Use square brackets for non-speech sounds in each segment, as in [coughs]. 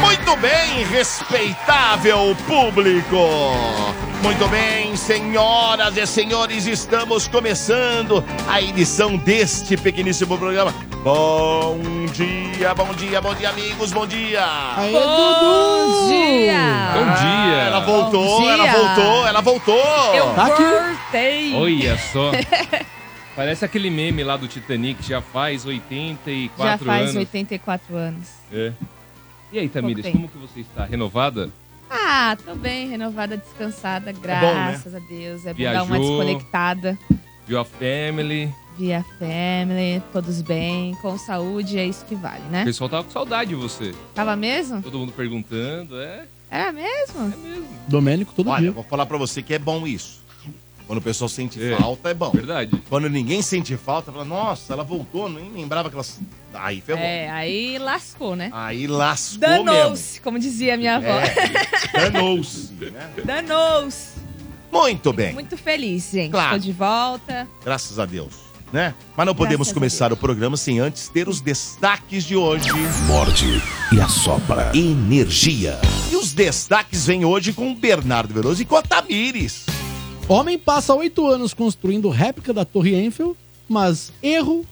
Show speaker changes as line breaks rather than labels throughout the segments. Muito bem, respeitável público. Muito bem, senhoras e senhores, estamos começando a edição deste pequeníssimo programa. Bom dia, bom dia, bom dia, amigos, bom dia. Ah,
Bom dia!
Bom dia!
Ela voltou,
Bom
ela
dia.
voltou, ela voltou.
Eu
Tá aqui.
voltei! [laughs]
Olha só! Parece aquele meme lá do Titanic, já faz 84
Já faz
anos.
84 anos.
É. E aí, Tamires,
tempo.
como que você está? Renovada?
Ah, tô bem, renovada,
É
descansada,
né?
graças a Deus. É bom dar uma
Viajou.
desconectada.
Viu a family?
Via family, todos bem, com saúde, é isso que vale,
O
né?
pessoal tava com saudade de você.
Tava mesmo?
Todo mundo perguntando, é?
Era mesmo?
É mesmo,
Domênico todo
Olha,
dia.
vou falar pra você que é bom isso. Quando o pessoal sente
É.
falta, é bom.
verdade.
Quando ninguém sente falta, fala, nossa, ela voltou, nem lembrava que ela... Aí ferrou.
É, aí lascou, né?
Aí lascou mesmo.
Danou-se, como dizia minha avó.
É, danou-se, né?
Danou-se!
Muito bem,
Muito feliz, gente.
Claro.
Tô de volta.
graças a Deus, né? Mas não podemos
Graças a
começar o programa sem antes ter os destaques de hoje.
Morde e a Sopra.
Energia. E os destaques vêm hoje com o Bernardo Veloso e com a Tamires.
Homem passa oito anos construindo réplica da Torre Eiffel, mas erro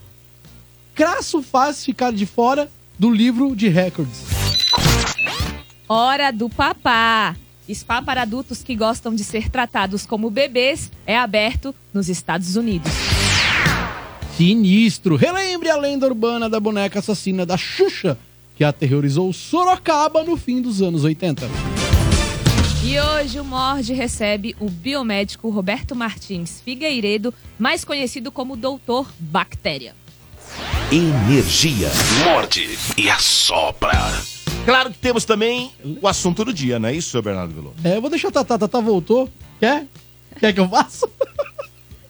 crasso faz ficar de fora do livro de recordes.
Hora do papá. Spa para adultos que gostam de ser tratados como bebês é aberto nos Estados Unidos.
Sinistro. Relembre a lenda urbana da boneca assassina da Xuxa, que aterrorizou Sorocaba no fim dos anos 80.
E hoje o Mord recebe o biomédico Roberto Martins Figueiredo, mais conhecido como Doutor Bactéria.
Energia.
Morde e a Sopra.
Claro que temos também o assunto do dia, não é isso, Bernardo Veloso?
É, eu vou deixar a Tatá. Tatá voltou. Quer? Quer que eu faça?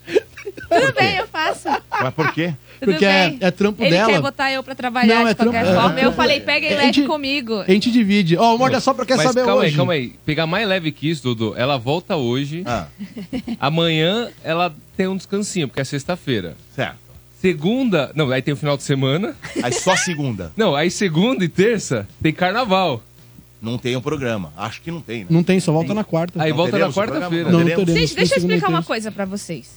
Tudo bem, eu faço.
Mas por quê?
Tudo
Porque é,
bem.
é trampo
Ele quer
dela.
botar eu pra trabalhar
Não,
de
é
qualquer
[laughs] trampo-
forma.
é
Eu
trampo-
falei, pega
é
e leve
de-
comigo.
A gente divide. Ó, o Morda Só pra quer
Mas
saber
calma
hoje.
aí, calma aí. Pegar mais leve que isso, Dudu. Ela volta hoje.
Ah,
Amanhã ela tem um descansinho, porque é sexta-feira.
certo.
Segunda. Não, aí tem o final de semana.
Aí só segunda.
Não, aí segunda e terça tem carnaval.
Não tem o programa. Acho que não tem, né?
Não tem, só volta na quarta.
Aí
Não
volta na
teremos o programa?
quarta-feira.
Não, não
Teremos.
teremos.
Gente, deixa eu
Segunda e
explicar uma
terça.
coisa pra vocês.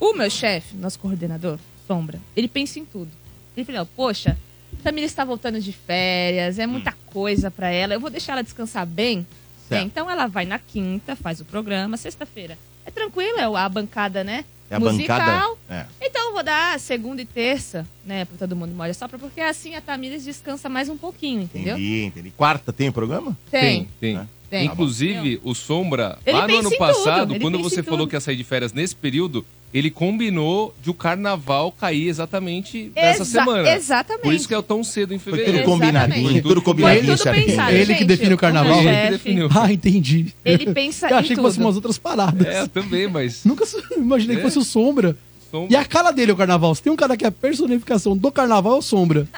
O meu chefe, nosso coordenador, Sombra, ele pensa em tudo. Ele falou, poxa, Tamir está voltando de férias, é muita coisa pra ela, eu vou deixar ela descansar bem.
Certo.
É, então ela vai na quinta, faz o programa, sexta-feira. É tranquilo, é a bancada, né?
É a
Musical.
bancada. É.
Então eu vou dar segunda e terça, né, pra todo mundo molha só pra porque assim a Tamires descansa mais um pouquinho, entendeu?
Entendi, entendi. Quarta tem programa?
Tem,
tem.
Né?
tem.
Inclusive, o Sombra,
Ele
lá no
pensa em
ano
tudo,
passado,
ele
quando
pensa em
você
tudo.
falou que ia sair de férias nesse período, ele combinou de o carnaval cair exatamente nessa
Exa-
semana.
Exatamente.
Por isso que é tão cedo em
Foi
fevereiro.
tudo
Exatamente.
combinadinho, tudo
Foi
combinadinho.
tudo
certinho.
pensado,
Ele que
gente.
define o
meu
carnaval.
Ele que
chefe,
definiu.
Ah, entendi.
Ele pensa
Eu achei
em
que fossem
tudo.
umas outras paradas.
É, eu também, mas
Nunca su- [laughs] imaginei que
É?
fosse o Sombra. E
Sombra.
a cara dele é o carnaval. Se tem um cara que é a personificação do carnaval, é o Sombra.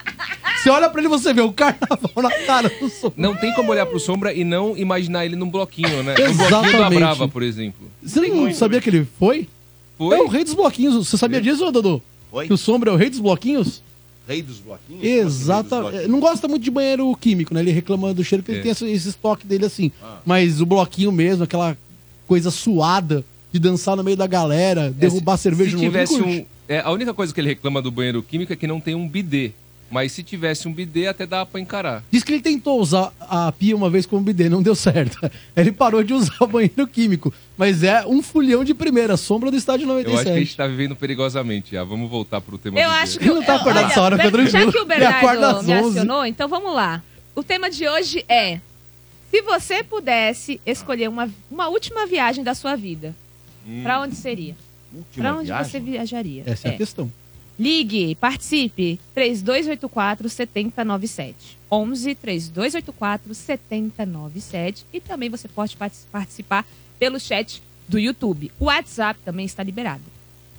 Você olha pra ele você vê o carnaval na cara do Sombra.
Não tem como olhar pro Sombra e não imaginar ele num bloquinho, né? No bloquinho da
Exatamente.
Brava, por exemplo.
Você não sabia que ele foi?
né? Foi? É.
É o rei dos bloquinhos. Você sabia disso, ô, Dodô?
Oi?
Que o Sombra é o rei dos bloquinhos?
Rei dos bloquinhos?
Exatamente. Não gosta muito de banheiro químico, né? Ele reclama do cheiro, porque
É. Ah.
ele tem esse, esse estoque dele assim. Mas o bloquinho mesmo, aquela coisa suada de dançar no meio da galera, derrubar
É, se,
cerveja
se
no outro, ele
tivesse
curte.
um, é, A única coisa que ele reclama do banheiro químico é que não tem um bidê. Mas se tivesse um bidê, até dá pra encarar.
Diz que ele tentou usar a pia uma vez como bidê, não deu certo. [laughs] Ele parou de usar o banheiro químico. Mas é um fulhão de primeira, sombra do estádio
Eu acho que a
97.
gente tá vivendo perigosamente já. Vamos voltar pro tema
Eu
do
acho
dia.
que.
Ele não tá
eu-
acordado essa hora,
Ber-
Pedro
É, Já
Gil.
que o
Ele acorda
Bernardo
às
me
11.
acionou, então vamos lá. O tema de hoje é: se você pudesse escolher uma, uma última viagem da sua vida, pra onde seria?
é,
Última
Pra onde
viagem?
você viajaria?
Essa é,
É.
a questão.
Ligue, participe. 3284 7097. 11 3284 7097. E também você pode partic- participar pelo chat do YouTube. O WhatsApp também está liberado.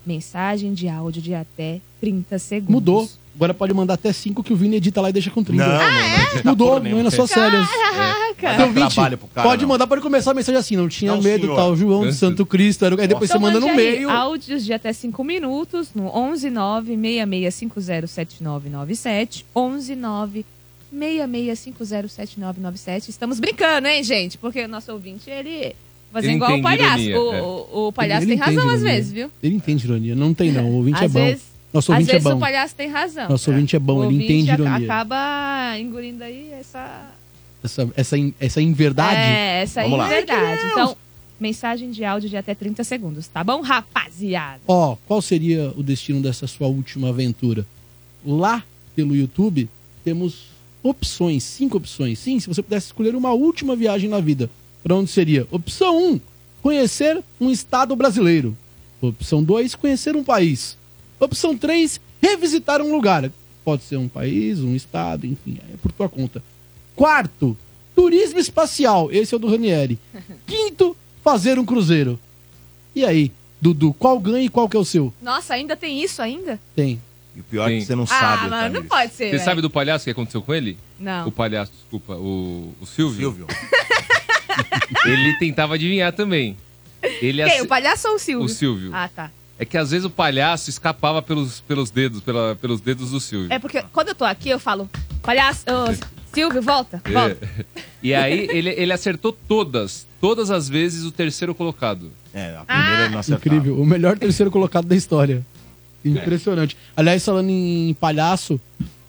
Mensagem de áudio de até 30 segundos.
Mudou. Agora pode mandar até 5 que o Vini edita lá e deixa com 30.
Não, não, não acredita
Mudou,
porra
não Ah, é
nenhuma.
nas suas séries.
Caraca!
Não dá trabalho pro cara,
pode
não.
mandar, pode começar a mensagem assim, não tinha
Não,
medo,
senhor.
tal, João do Santo Cristo. Era... Aí depois
Então
você manda
mande
no
aí
meio.
áudios de até 5 minutos no 11966507997. 11966507997. Estamos brincando, hein, gente? Porque o nosso ouvinte, ele fazendo
Ele
igual o
entende
palhaço.
ironia,
o,
é.
o- o palhaço
Ele
tem razão
entende
às
ironia.
vezes, viu?
Ele entende ironia. Não tem, não. O ouvinte é
às
bom.
vezes,
Nosso
às
ouvinte é
vezes
bom.
o palhaço tem razão.
Nosso ouvinte é bom,
o
ele
ouvinte
entende
ac-
ironia.
acaba engolindo aí essa
Essa, essa, in- essa inverdade.
É, essa aí
Vamos lá.
é verdade. Então, mensagem de áudio de até 30 segundos, tá bom, rapaziada?
Ó, qual seria o destino dessa sua última aventura? Lá pelo YouTube temos opções, cinco opções. Sim, se você pudesse escolher uma última viagem na vida, pra onde seria? Opção 1, um, conhecer um estado brasileiro. Opção 2, conhecer um país. Opção 3, revisitar um lugar. Pode ser um país, um estado, enfim, aí é por tua conta. Quarto, turismo espacial. Esse é o do Ranieri. Quinto, fazer um cruzeiro. E aí, Dudu, qual ganha e qual que é o seu?
Nossa, ainda tem isso ainda?
Tem.
E o pior é que
Sim.
você não
Ah,
sabe.
mano, não
Tamires.
pode ser.
Você
velho.
sabe do palhaço que aconteceu com ele?
É. Não.
O palhaço, desculpa, o, o Silvio.
Silvio.
Ele tentava adivinhar também. Ele
Quem?
ace-
O palhaço ou o Silvio?
O Silvio.
Ah, tá.
É que às vezes o palhaço escapava pelos, pelos dedos, pela, pelos dedos do Silvio.
É porque quando eu tô aqui, eu falo, palhaço, ô, Silvio, volta,
É.
volta.
E aí ele, ele acertou todas, todas as vezes o terceiro colocado. [laughs]
É, a primeira ele não acertava.
Incrível. O melhor terceiro colocado da história. Impressionante. Aliás, falando em palhaço,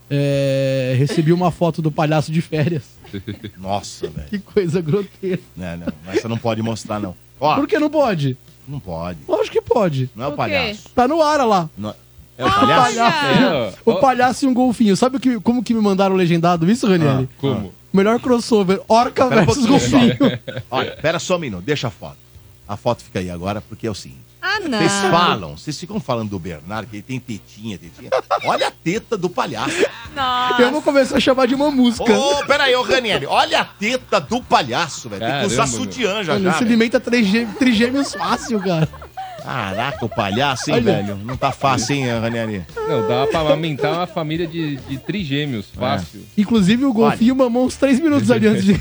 é, recebi uma foto do palhaço de férias. [laughs]
Nossa, velho.
Que coisa grotesca.
Não, não, mas você não pode mostrar, não. Ó,
Por que não pode?
não pode.
Lógico que pode.
Não é
O quê?
o palhaço.
Tá no ar olha lá.
Não- É o palhaço?
Olha!
É, ó,
Oh.
O palhaço e um golfinho. Sabe o que, como que me mandaram legendado isso, Ranieri?
como?
Melhor crossover, orca
Ah. Pera um
versus
pouquinho,
golfinho.
Olha, pera só um minuto, deixa a foto. A foto fica aí agora, porque é o seguinte.
Ah, não.
Vocês falam, vocês ficam falando do Bernardo, que ele tem tetinha, tetinha. Olha a teta do palhaço.
Nossa.
Eu vou começar a chamar de uma
Ô,
música.
oh, peraí, ô Ranieri, olha a teta do palhaço, velho. Tem que usar
Caramba, meu.
sutiã já,
Mano,
já.
se
velho.
alimenta trigê- trigêmeos fácil, cara.
Caraca, o palhaço, hein,
Olha.
velho? Não tá fácil, hein, Ranieri?
Não, dá pra amamentar uma família de, de trigêmeos,
É.
fácil.
Inclusive, o golfinho mamou uns três minutos ali
[laughs]
antes de.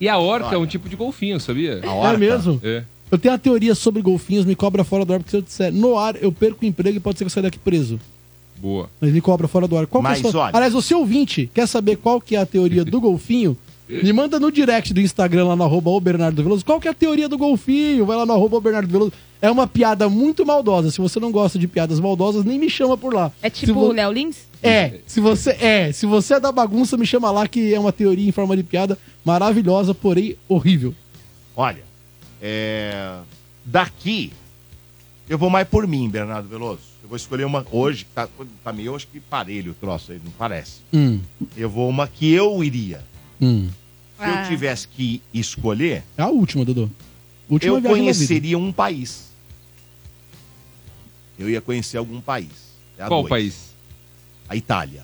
E a orca é um tipo de golfinho, sabia?
A hora.
É mesmo?
É.
Eu tenho uma teoria sobre golfinhos, me cobra fora do ar, porque se eu disser no ar, eu perco o emprego e pode ser que eu saia daqui preso.
Boa.
Mas me cobra fora do ar. Qual
Mas
que é a sua...
olha-
Aliás, você ouvinte, quer saber qual que é a teoria do golfinho? Me manda no direct do Instagram lá no arroba o Bernardo Veloso. Qual que é a teoria do golfinho? Vai lá no arroba o Bernardo Veloso. É uma piada muito maldosa. Se você não gosta de piadas maldosas, nem me chama por lá.
É
Se
tipo
vo-
o Léo Lins?
É, se você é, se você é da bagunça, me chama lá que é uma teoria em forma de piada maravilhosa, porém horrível.
Olha, é, daqui eu vou mais por mim, Bernardo Veloso. Eu vou escolher uma hoje, que tá, tá meio acho que parelho o troço aí, não parece.
Hum,
Eu vou uma que eu iria.
hum.
Se
Ah.
eu tivesse que escolher,
É a última, Dudu. Última
eu
viagem na vida.
conheceria um país. Eu ia conhecer algum país. É a
Qual
dois.
país?
A Itália.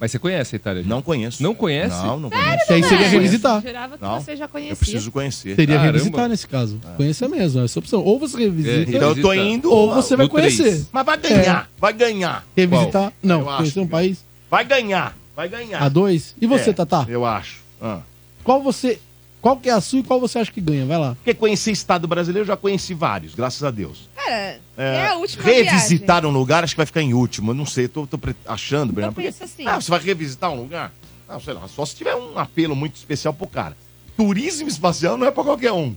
Mas você conhece a Itália?
Não conheço.
Não conhece?
Não, não conheço.
Que aí seria
É, Eu
revisitar.
jurava que
Não,
você já conhecia.
Eu preciso conhecer.
Seria
Caramba.
revisitar nesse caso. Conhecer mesmo, essa é opção. Ou você revisita,
É,
Ah. Então eu tô
Visitar.
indo.
ou você vai É.
No três.
conhecer.
Mas vai ganhar, vai ganhar.
Revisitar, não,
Eu acho
conhecer um
que-
país,
Vai ganhar, vai ganhar.
a dois. E você,
É,
Tatá?
Eu acho. Ah.
Qual você, qual que é a sua e qual você acha que ganha? Vai lá.
Porque conhecer Estado brasileiro, eu já conheci vários, graças a Deus.
Cara, é, a última
Revisitar um lugar, acho que vai ficar em último. Eu não sei, tô, tô pre- achando, Bernardo. porque-
penso assim.
Ah, você vai revisitar um lugar? Não, sei lá, só se tiver um apelo muito especial pro cara. Turismo espacial não é pra qualquer um.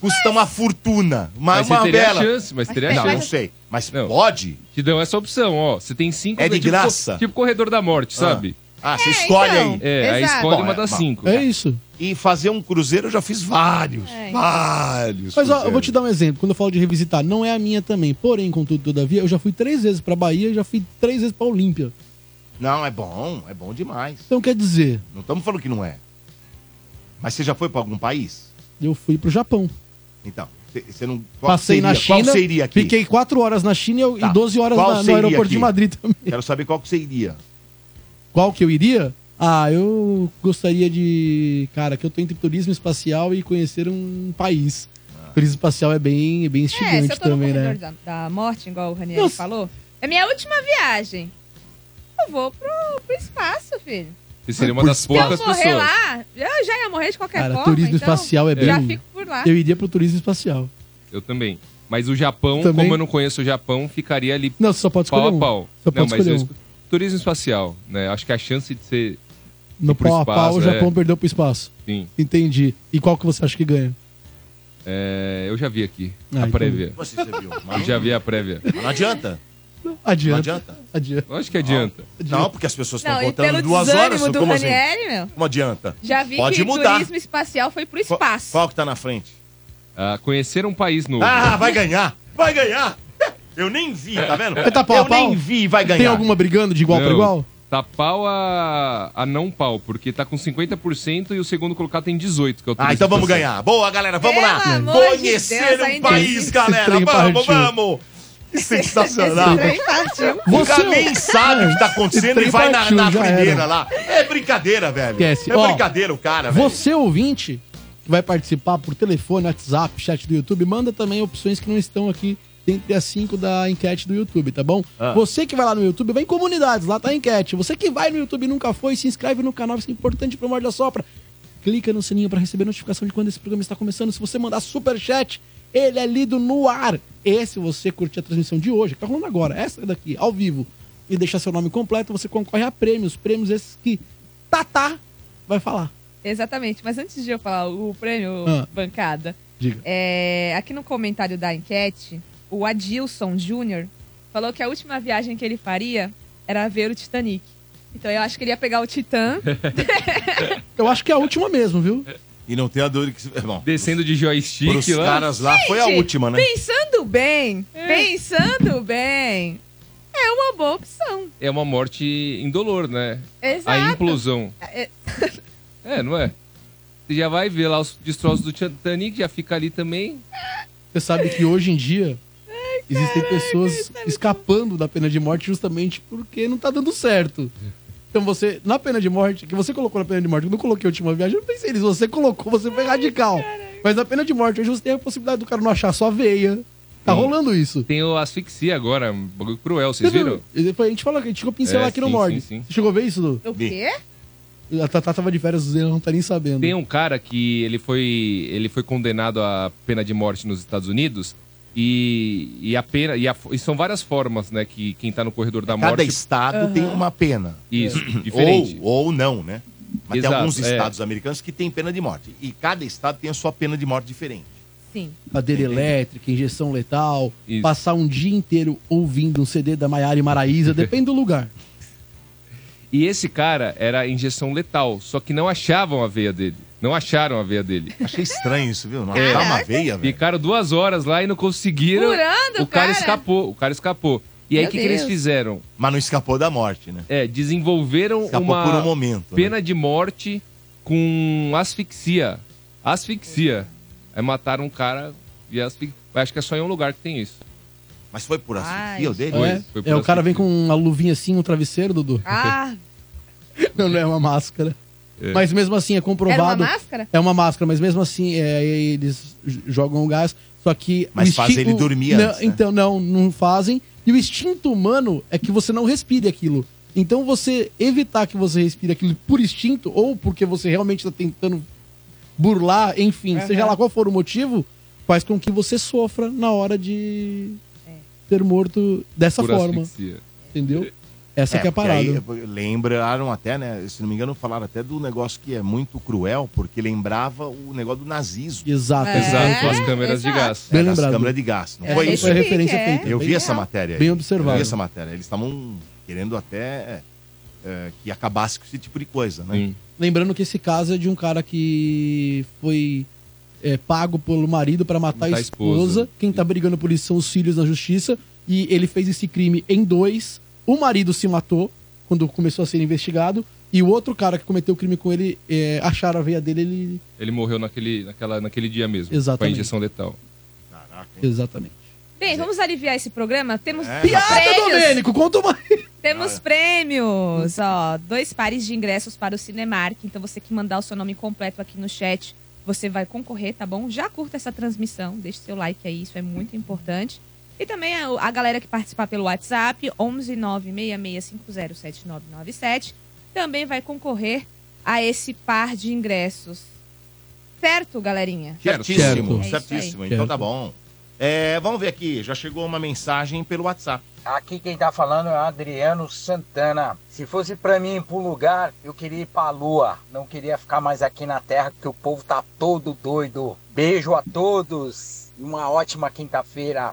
Custa uma fortuna, uma,
Mas você
uma
teria a
bela.
chance, mas teria a
né?
Não,
chance.
não sei. Mas
Não.
pode?
Te dão essa opção, ó. Você tem cinco...
É de
tipo,
graça?
Tipo corredor da morte, sabe?
Ah, você escolhe
então.
aí.
É, aí
Exato.
escolhe
Bom,
uma
é,
das
bom.
cinco.
É isso.
E fazer um cruzeiro eu já fiz vários.
É, então.
Vários.
Mas ó, eu
cruzeiros.
vou te dar um exemplo. Quando eu falo de revisitar, não é a minha também. Porém, contudo, todavia, eu já fui três vezes pra Bahia, já fui três vezes pra Olímpia.
Não, é bom, é bom demais.
Então quer dizer,
Não estamos falando que não é. Mas você já foi pra algum país?
eu fui pro Japão.
Então, Você não. qual
Passei
seria?
na China.
Qual seria aqui?
Fiquei 4 horas na China e eu-
Tá.
e 12 horas
Qual
na- no
seria
aeroporto
aqui?
de Madrid também.
Quero saber qual que seria.
Qual que eu iria? Ah, eu gostaria de. Cara, que eu tô entre turismo espacial e conhecer um país.
Ah.
Turismo espacial é bem, é bem
É, se
instigante
eu tô no
também,
corredor
né?
da, da morte, igual o Raniel
Nossa.
falou, é minha última viagem. Eu vou pro, pro espaço, filho.
Você seria uma
Por
das
isso-
Se eu
poucas
morrer
pessoas.
lá, eu já ia morrer de qualquer
Cara,
forma.
turismo
então,
espacial é bem.
Já fico por lá.
Eu iria pro turismo espacial.
Eu também. Mas o Japão,
Também.
como eu não conheço o Japão, ficaria ali
Não, você só pode escolher
pau a
um.
pau.
Só
não,
pode
mas eu
escolher um.
esco- turismo espacial, né? Acho que a chance de ser
No
pro
pau a pau, o
espaço,
Japão
é.
perdeu pro espaço.
sim.
Entendi. E qual que você acha que ganha?
é, eu já vi aqui
Ah,
a
então-
prévia.
Você, você viu?
Eu
Mas
já vi a prévia.
mas não adianta. Não
Adianta.
adianta.
Adianta.
Eu acho que adianta.
Não, porque as pessoas estão
Não, e pelo
contando duas horas.
desânimo do
Como assim?
Ranieri, meu,
Como adianta?
já vi
Pode
que
mudar.
turismo espacial foi pro
Qual,
espaço.
qual que tá na frente?
Ah, conhecer um país novo.
Ah, vai ganhar! Vai ganhar! Eu nem vi, tá vendo?
tá pau a
Eu
pau?
nem vi, vai ganhar.
Tem alguma brigando de igual
Não,
pra igual?
Tá pau a, a não pau, porque tá com 50% e o segundo colocado tem 18%, que é o
Ah,
turismo
então vamos
espacial.
ganhar. Boa, galera, vamos
Pelo
lá.
amor de
Conhecer
Deus,
um
ainda
país,
esse
galera.
trem
Vamos,
partiu.
vamos. Que
É
Sensacional.
Esse trem partiu.
O
Você- é um
cara nem sabe o que tá
Esse
acontecendo
trem
e vai na,
partiu,
na
já
primeira
era.
lá. É brincadeira, velho.
Esquece.
É
Ó,
brincadeira o cara, velho.
Você, ouvinte, que vai participar por telefone, WhatsApp, chat do YouTube, manda também opções que não estão aqui entre as cinco da enquete do YouTube, tá bom?
Ah.
Você que vai lá no YouTube, vai em comunidades, lá tá a enquete. Você que vai no YouTube e nunca foi, se inscreve no canal, isso é importante pro Morda Sopra. Clica no sininho pra receber notificação de quando esse programa está começando. Se você mandar superchat, ele é lido no ar. E se você curtir a transmissão de hoje, que tá rolando agora, essa daqui, ao vivo, e deixar seu nome completo, você concorre a prêmios. Prêmios esses que Tatá vai falar.
Exatamente, mas antes de eu falar o prêmio
Ah.
bancada,
Diga.
é, aqui no comentário da enquete, o Adilson Júnior falou que a última viagem que ele faria era ver o Titanic. Então eu acho que ele ia pegar o Titã.
Eu acho que é a última mesmo, viu?
E não tem a dúvida que. é Bom,
Descendo né? de
pros
joystick lá.
caras lá foi a
Gente,
última, [laughs] né?
Pensando bem, pensando bem, é uma boa opção.
É uma morte indolor, né? A
Exato.
implosão.
É-
É, não é? Você já vai ver lá os destroços do Titanic, já fica ali também.
Você sabe que hoje em dia existem pessoas escapando da pena de morte justamente porque não tá dando certo. Então você, na pena de morte, que você colocou na pena de morte, eu não coloquei a última viagem, eu não pensei nisso, você colocou, você foi radical. Mas na pena de morte, hoje você tem a possibilidade do cara não achar só veia. Tá
Sim.
rolando isso.
Tem o asfixia agora, um bagulho cruel, vocês viram?
Ele foi- A gente falou que a gente chegou a pincelar
É,
aqui no
sim,
Mord.
sim, sim.
Você chegou a ver isso, Du?
O quê?
A Tatá tava de férias, ela não tá nem sabendo.
Tem um cara que ele foi, ele foi condenado à pena de morte nos Estados Unidos e, e a pena e, a- e são várias formas, né, que quem tá no corredor da
É Cada
morte
estado tem uma pena.
isso, diferente.
Ou, ou não, né? Mas
Exato,
tem alguns
é.
estados americanos que têm pena de morte. E cada estado tem a sua pena de morte diferente.
Sim.
cadeira elétrica, injeção letal,
Uhum. Isso.
passar um dia inteiro ouvindo um CD da Maiara e Maraísa, depende do lugar.
E esse cara era injeção letal, só que não achavam a veia dele. Não acharam a veia dele.
Achei estranho isso, viu? Não tá uma veia, velho.
Ficaram duas horas lá e não conseguiram.
Furando,
o cara,
cara.
escapou, o cara escapou. E aí o
Meu
que, que eles
Deus.
fizeram?
Mas não escapou da morte, né?
É, desenvolveram
Escapou
uma
por um momento. né?
pena de morte com asfixia. Asfixia. É mataram um cara e asfixia. Acho que é só em um lugar que tem isso.
Mas foi por
Ai,
asfixia o dele?
Foi,
é,
foi por
é o cara
acidente.
vem com uma luvinha assim, um travesseiro, Dudu.
[laughs]
Ah,
[laughs] Não, não é uma máscara.
É.
Mas mesmo assim é
era uma
comprovado.
máscara?
É uma máscara, mas mesmo assim é, eles j- jogam o gás, só que.
Mas
o
faz
instinto-
ele dormir
não,
antes, né?
Então, não, não fazem. E o instinto humano é que você não respire aquilo. Então você evitar que você respire aquilo por instinto, ou porque você realmente está tentando burlar, enfim, seja lá qual for o motivo, faz com que você sofra na hora de
É.
ser morto dessa
Por
forma.
asfixia.
Entendeu? Essa que é a
porque
parada.
Aí, lembraram até, né? Se não me engano, falaram até do negócio que é muito cruel, porque lembrava o negócio do nazismo.
Exato,
É.
Exato, com as
exato.
câmeras de
exato.
gás.
Bem
né, das
lembrado.
câmeras de gás. Não
Essa
foi
aí
isso?
foi a
Esse
referência
pique, é.
feita.
Eu
Bem
vi essa matéria aí.
Bem observado.
Eu vi essa matéria. Eles estavam querendo até é, que acabasse com esse tipo de coisa, né?
Sim.
Lembrando que esse caso é de um cara que foi é, pago pelo marido para matar a
Matar a
esposa.
esposa.
Quem tá brigando por isso são os filhos na justiça. E ele fez esse crime em dois. O marido se matou quando começou a ser investigado. E o outro cara que cometeu o crime com ele, é, acharam a veia dele, ele
Ele morreu naquele, naquela, naquele dia mesmo. Com a
Exatamente.
injeção letal.
fraco. hein?
Exatamente.
Bem, vamos aliviar esse programa? Temos
É,
Piada,
prêmios!
Domênico, Ah, é. conta uma.
Temos prêmios! Ó, dois pares de ingressos para o Cinemark. Então você que mandar o seu nome completo aqui no chat, você vai concorrer, tá bom? Já curta essa transmissão, deixa seu like aí, isso é muito importante. E também a, a galera que participar pelo WhatsApp, 11966507997, também vai concorrer a esse par de ingressos. Certo, galerinha?
Certíssimo,
Certo.
É isso
certíssimo.
aí.
Então tá bom. É, vamos ver aqui, já chegou uma mensagem pelo WhatsApp.
Aqui quem tá falando é o Adriano Santana. Se fosse pra mim ir pra um lugar, eu queria ir pra lua. Não queria ficar mais aqui na terra, porque o povo tá todo doido. Beijo a todos e uma ótima quinta-feira.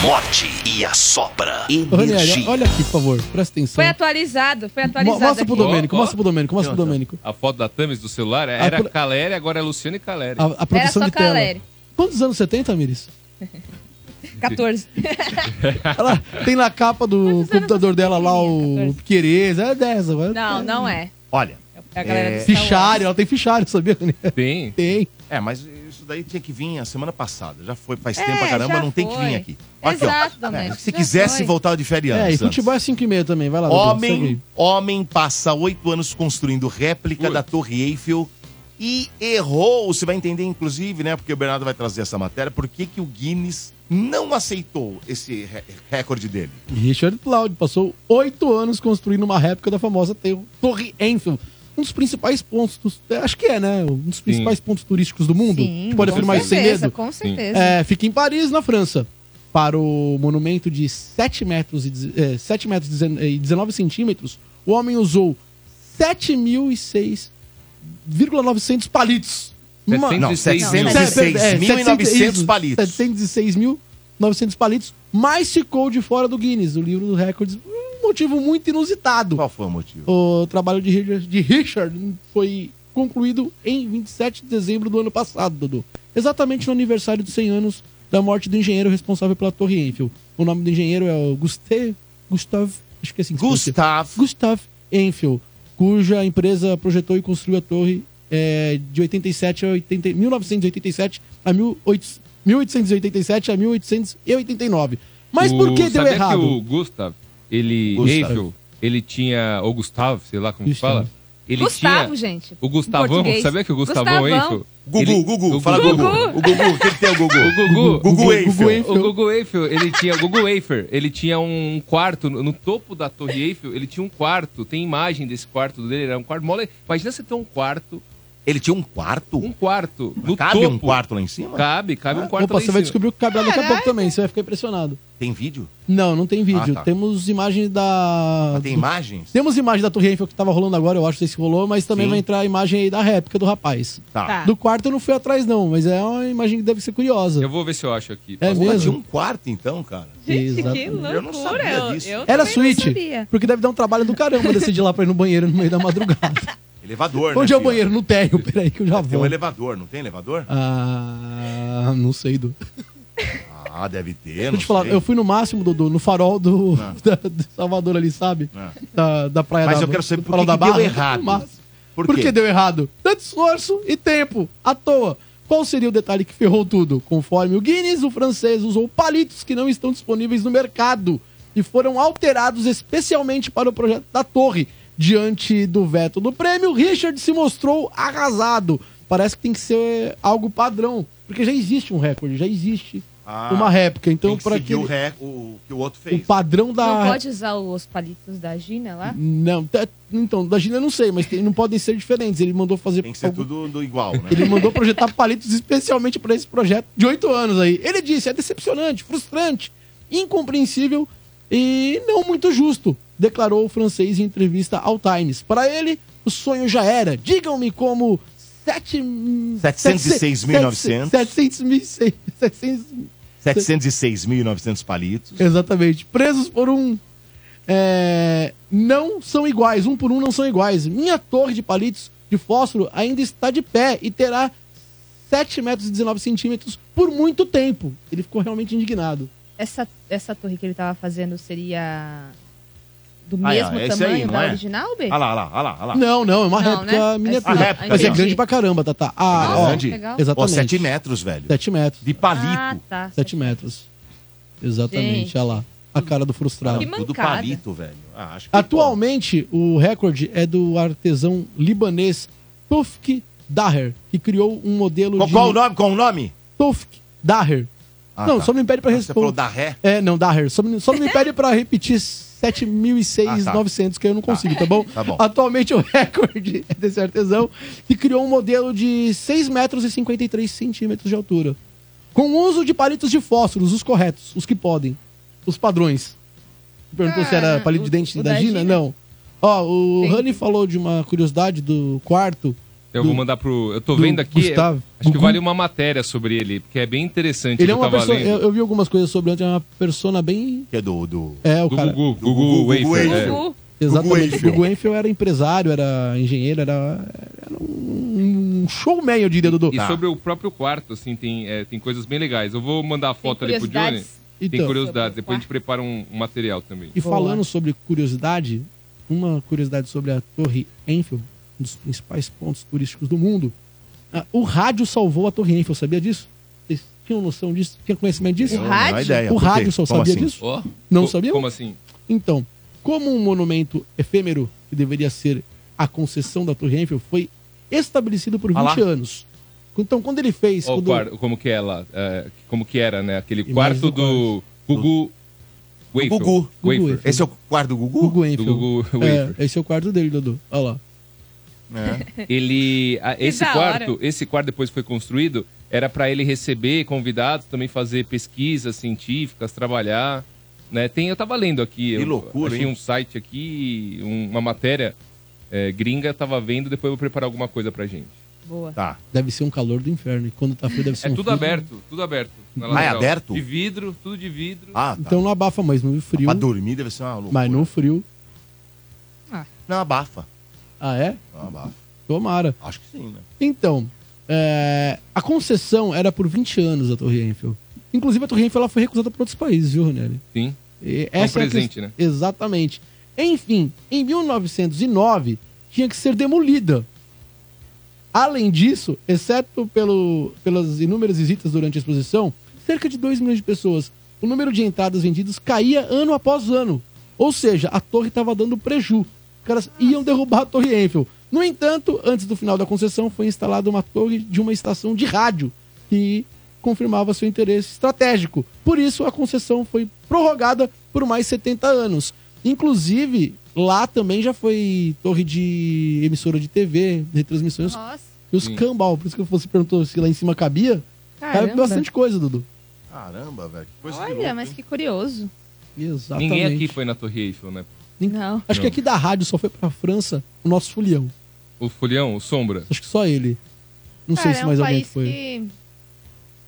Morte e a sopra.
Ranieri,
Energia.
olha aqui, por favor, presta atenção.
Foi atualizado, foi
Mo-
atualizado.
Mostra pro
aqui.
Ó,
Domênico,
tá. ó.
mostra pro Domênico, mostra pro Domênico.
A foto da Thames do celular era
Ah, por-
Caleri, agora é Luciane Caleri.
A, a
Era
produção
só
de tela.
Caleri.
Quantos anos você tem, Tamires?
14.
Ela tem na capa do computador dela lá o Quereza, é dessa. vai-
Não, não é.
Olha,
É a galera do Star Wars.
Fichário, ela tem fichário, sabia? Ranieri?
Tem.
Tem.
é, mas isso daí tinha que vir a semana passada. Já foi, faz
É,
tempo pra caramba,
já
não tem que
foi.
vir aqui.
Exato,
ó. É,
Domênico,
se
já
quisesse
foi.
voltar de férias.
É, e
antes.
futebol é 5 e meia também, vai lá. Dudu, segue aí.
Homem, homem passa oito anos construindo réplica
Ui.
da Torre Eiffel e errou. Você vai entender, inclusive, né? Porque o Bernardo vai trazer essa matéria. Por que, que o Guinness não aceitou esse re- recorde dele?
Richard Plaud passou oito anos construindo uma réplica da famosa Ter- Torre Enfield. Um dos principais pontos, dos- acho que é, né? Um dos principais pontos turísticos do mundo.
Sim,
Pode
com
afirmar isso sem
certeza,
medo.
Com certeza.
É, fica em Paris, na França. Para o monumento de 7 metros e, deze- eh, 7 metros e dezen- e 19 centímetros, o homem usou 7.006,900 palitos. Uma- é,
Não,
706.900
706.900 palitos.
706.900 palitos, mas ficou de fora do Guinness, o livro dos recordes. Um motivo muito inusitado.
Qual foi o motivo?
O trabalho de Richard, de Richard foi concluído em 27 de dezembro do ano passado, Dudu. Exatamente no aniversário de 100 anos da morte do engenheiro responsável pela Torre Eiffel. O nome do engenheiro é o Gustave... Gustave... Acho que é assim. que se pronuncia.
Gustav.
Gustav Enfield, cuja empresa projetou e construiu a torre é, de 87 a 80, 1987 a 18, 1887 a 1889. Mas por
O-
que deu
sabia
errado?
que o Gustav, ele...
Gustav.
Eiffel, ele tinha... Ou Gustavo, sei lá como que
Gustavo.
fala. Ele
Gustavo,
tinha...
gente.
O
Em
Gustavão,
português.
sabia que o Gustavão,
Gustavão.
Eiffel...
Gugu,
ele-
Gugu,
o
fala Gugu. O Gugu, o que, que tem o Gugu?
O Gugu,
Gugu Eiffel.
O Google Eiffel, ele tinha. o Google Eiffel, ele tinha um quarto. No no topo da Torre Eiffel, ele tinha um quarto. Tem imagem desse quarto dele. Era um quarto. Mole, imagina você ter um quarto.
Ele tinha um quarto?
Um quarto. No
Cabe
topo.
um quarto lá em cima?
Cabe, cabe um quarto.
Ah, Opa,
lá
você
em cima.
vai descobrir o que cabe lá daqui a pouco também, você vai ficar impressionado.
Tem vídeo?
Não, não tem vídeo.
Ah, tá.
Temos imagens da.
Ah, tem imagens?
Temos imagem da Torre Eiffel que tava rolando agora, eu acho, não sei se rolou, mas também
Sim.
vai entrar a imagem aí da réplica do rapaz.
Tá.
Do quarto eu não fui atrás, não, mas é uma imagem que deve ser curiosa.
Eu vou ver se eu acho aqui.
É
Posso-
Pô,
mesmo?
tinha um quarto então, cara.
Gente, que
Exatamente.
loucura.
Eu não sabia disso.
eu
Era
também
suíte.
Não sabia.
Porque deve dar um trabalho do caramba decidir lá pra ir no banheiro no
[laughs]
meio da madrugada.
Elevador, né?
Onde é o
filho?
banheiro? No térreo, peraí que eu já
Tem
vou.
um elevador, não tem elevador?
Ah, não sei, Dudu.
Ah, deve ter.
Deixa eu te falar, eu fui no máximo, Dudu, no farol do, [laughs] da- de Salvador ali, sabe?
Ah.
Da, da praia
É. Mas
da
eu quero saber
do
por
farol
que que deu errado.
No máximo.
Por
Por,
quê?
que deu errado? Tanto esforço e tempo, à toa. Qual seria o detalhe que ferrou tudo? Conforme o Guinness, o francês usou palitos que não estão disponíveis no mercado e foram alterados especialmente para o projeto da torre. Diante do veto do prêmio, Richard se mostrou arrasado. Parece que tem que ser algo padrão, porque já existe um recorde, já existe
Ah,
uma réplica. Então,
Então,
para
que
que
seguir o, ré, o que o outro
o
fez.
padrão da.
Não pode usar os palitos da Gina lá?
Não, tá- então, da China eu não sei, mas tem- não podem ser diferentes. Ele mandou fazer.
Tem que ser
algum-
tudo do igual, né?
Ele mandou projetar palitos especialmente para esse projeto de oito anos aí. Ele disse: é decepcionante, frustrante, incompreensível e não muito justo, declarou o francês em entrevista ao Times. Para ele, o sonho já era. Digam-me como.
706.900.
706.900.
706.900 palitos.
Exatamente. Presos por um. É, não são iguais, um por um não são iguais. Minha torre de palitos de fósforo ainda está de pé e terá 7 metros e 19 centímetros por muito tempo. Ele ficou realmente indignado.
Essa, essa torre que ele tava fazendo seria do
Ah, é,
mesmo
é esse
tamanho
aí, não
da
é?
original, B?
Olha lá, olha lá, olha lá. olha lá.
Não, não, é uma
Não,
réplica
né?
miniatura.
É réplica,
Mas é
entendi.
grande pra caramba, Tatá. Ah,
Nossa,
ó,
grande.
legal.
Ó,
exatamente.
7 metros, velho.
7 metros.
De
Ah,
palito.
tá.
7 metros. Exatamente,
Gente.
olha lá. A cara do frustrado.
Que
Tudo
mancada.
palito, velho. Ah, acho que
Ah, Atualmente, o recorde é do artesão libanês Tofik Daher, que criou um modelo
Qual,
de...
qual o nome? Qual o nome?
Tofik Daher.
Ah,
não,
tá.
só não me pede pra
Você falou
responder.
da ré?
É, não, Daher. Só, me-
[laughs]
só não me pede pra
Ah, tá.
repetir 7.006,900, que eu não consigo, tá bom?
Tá bom.
Atualmente, o [laughs] recorde é desse artesão que criou um modelo de 6 metros e 53 centímetros de altura. Com uso de palitos de fósforos, os corretos, os que podem. Os padrões. Perguntou se era
Ah,
palito de
o-
dente
o
da
da
Gina?
Gina?
Não. Ó, o
Entendi.
Rani falou de uma curiosidade do quarto.
Eu
do-
vou mandar pro. Eu tô
do
vendo aqui.
Gustavo.
Acho que
Gugu.
vale uma matéria sobre ele, porque é bem interessante.
Ele
que
é uma
eu tava
pessoa.
lendo.
Eu, eu vi algumas coisas sobre ele, é uma persona bem.
Que é do. do...
É, o
Do
cara.
Gugu, Gugu,
Gugu
Wafer,
Wafer.
é.
Gugu.
Exatamente.
Enfield.
O Gugu Enfield era empresário, era engenheiro, era, era um showman, eu diria, Dudu.
E
Tá.
sobre o próprio quarto, assim, tem, é, tem coisas bem legais. Eu vou mandar a foto ali pro Johnny.
curiosidades?
Tem
Então,
curiosidades.
Sobre o
Depois a gente prepara um, um material também.
e falando sobre curiosidade, uma curiosidade sobre a Torre Enfield, um dos principais pontos turísticos do mundo. ah, o rádio salvou a Torre Enfield, sabia disso? Vocês tinham noção disso? Tinha conhecimento disso?
O rádio?
O rádio só sabia disso? Não
Co-
sabia?
Como assim?
Então, como um monumento efêmero, que deveria ser a concessão da Torre Eiffel, foi estabelecido por 20
Ah lá.
anos. Então, quando ele fez.
Ó, o
quando-
quarto, como que é lá? é, como que era, né? Aquele
Imagem
quarto do
do
Gugu. Wafer.
um
Gugu.
Gugu
Wafer.
Wafer.
Esse é o quarto do Gugu?
Gugu
Do
Eiffel.
Gugu Wafer.
É, esse é o quarto dele, Dudu. Olha lá.
É.
Ele. a- esse
da hora.
quarto, esse quarto depois foi construído, era pra ele receber convidados, também fazer pesquisas científicas, trabalhar. Né? Tem, eu tava lendo aqui.
Que
eu
loucura,
Achei
hein?
um site aqui, um- uma matéria é, gringa, eu tava vendo, depois eu vou preparar alguma coisa pra gente.
Boa.
Tá.
Deve ser um calor do inferno. E quando tá frio, deve ser
É
um
tudo
frio.
aberto, tudo aberto. na
Ah, é
lateral.
aberto?
De vidro, tudo de vidro.
Ah, tá.
Então não abafa mais no frio.
Pra dormir deve ser uma loucura.
mas no frio.
Não, abafa.
Ah, é?
Não, abafa.
Tomara.
Acho que sim, né?
Então, é, a concessão era por 20 anos da Torre Eiffel. Inclusive, a Torre Eiffel ela foi recusada por outros países, viu, Ronelli?
Sim.
E
É um
essa a
presente,
questão-
né?
Exatamente. Enfim, em 1909 tinha que ser demolida. Além disso, exceto pelo, pelas inúmeras visitas durante a exposição, cerca de 2 milhões de pessoas. O número de entradas vendidas caía ano após ano. Ou seja, a torre estava dando preju. Os caras iam derrubar a Torre Eiffel. No entanto, antes do final da concessão, foi instalada uma torre de uma estação de rádio que confirmava seu interesse estratégico. Por isso, a concessão foi prorrogada por mais 70 anos. Inclusive, lá também já foi torre de emissora de TV, retransmissões,
Nossa,
e os
Sim.
cambal. Por isso que você perguntou se lá em cima cabia. Cabe
caramba.
é bastante coisa, Dudu.
Caramba, velho. Que coisa que
Olha,
louco,
mas
hein?
que curioso.
Exatamente.
Ninguém aqui foi na Torre Eiffel, né?
Não.
Acho que aqui da rádio só foi pra França o nosso folião.
O Folião, o Sombra.
Acho que só ele. Não
Cara,
sei se
é um
mais alguém
país
que foi.
que...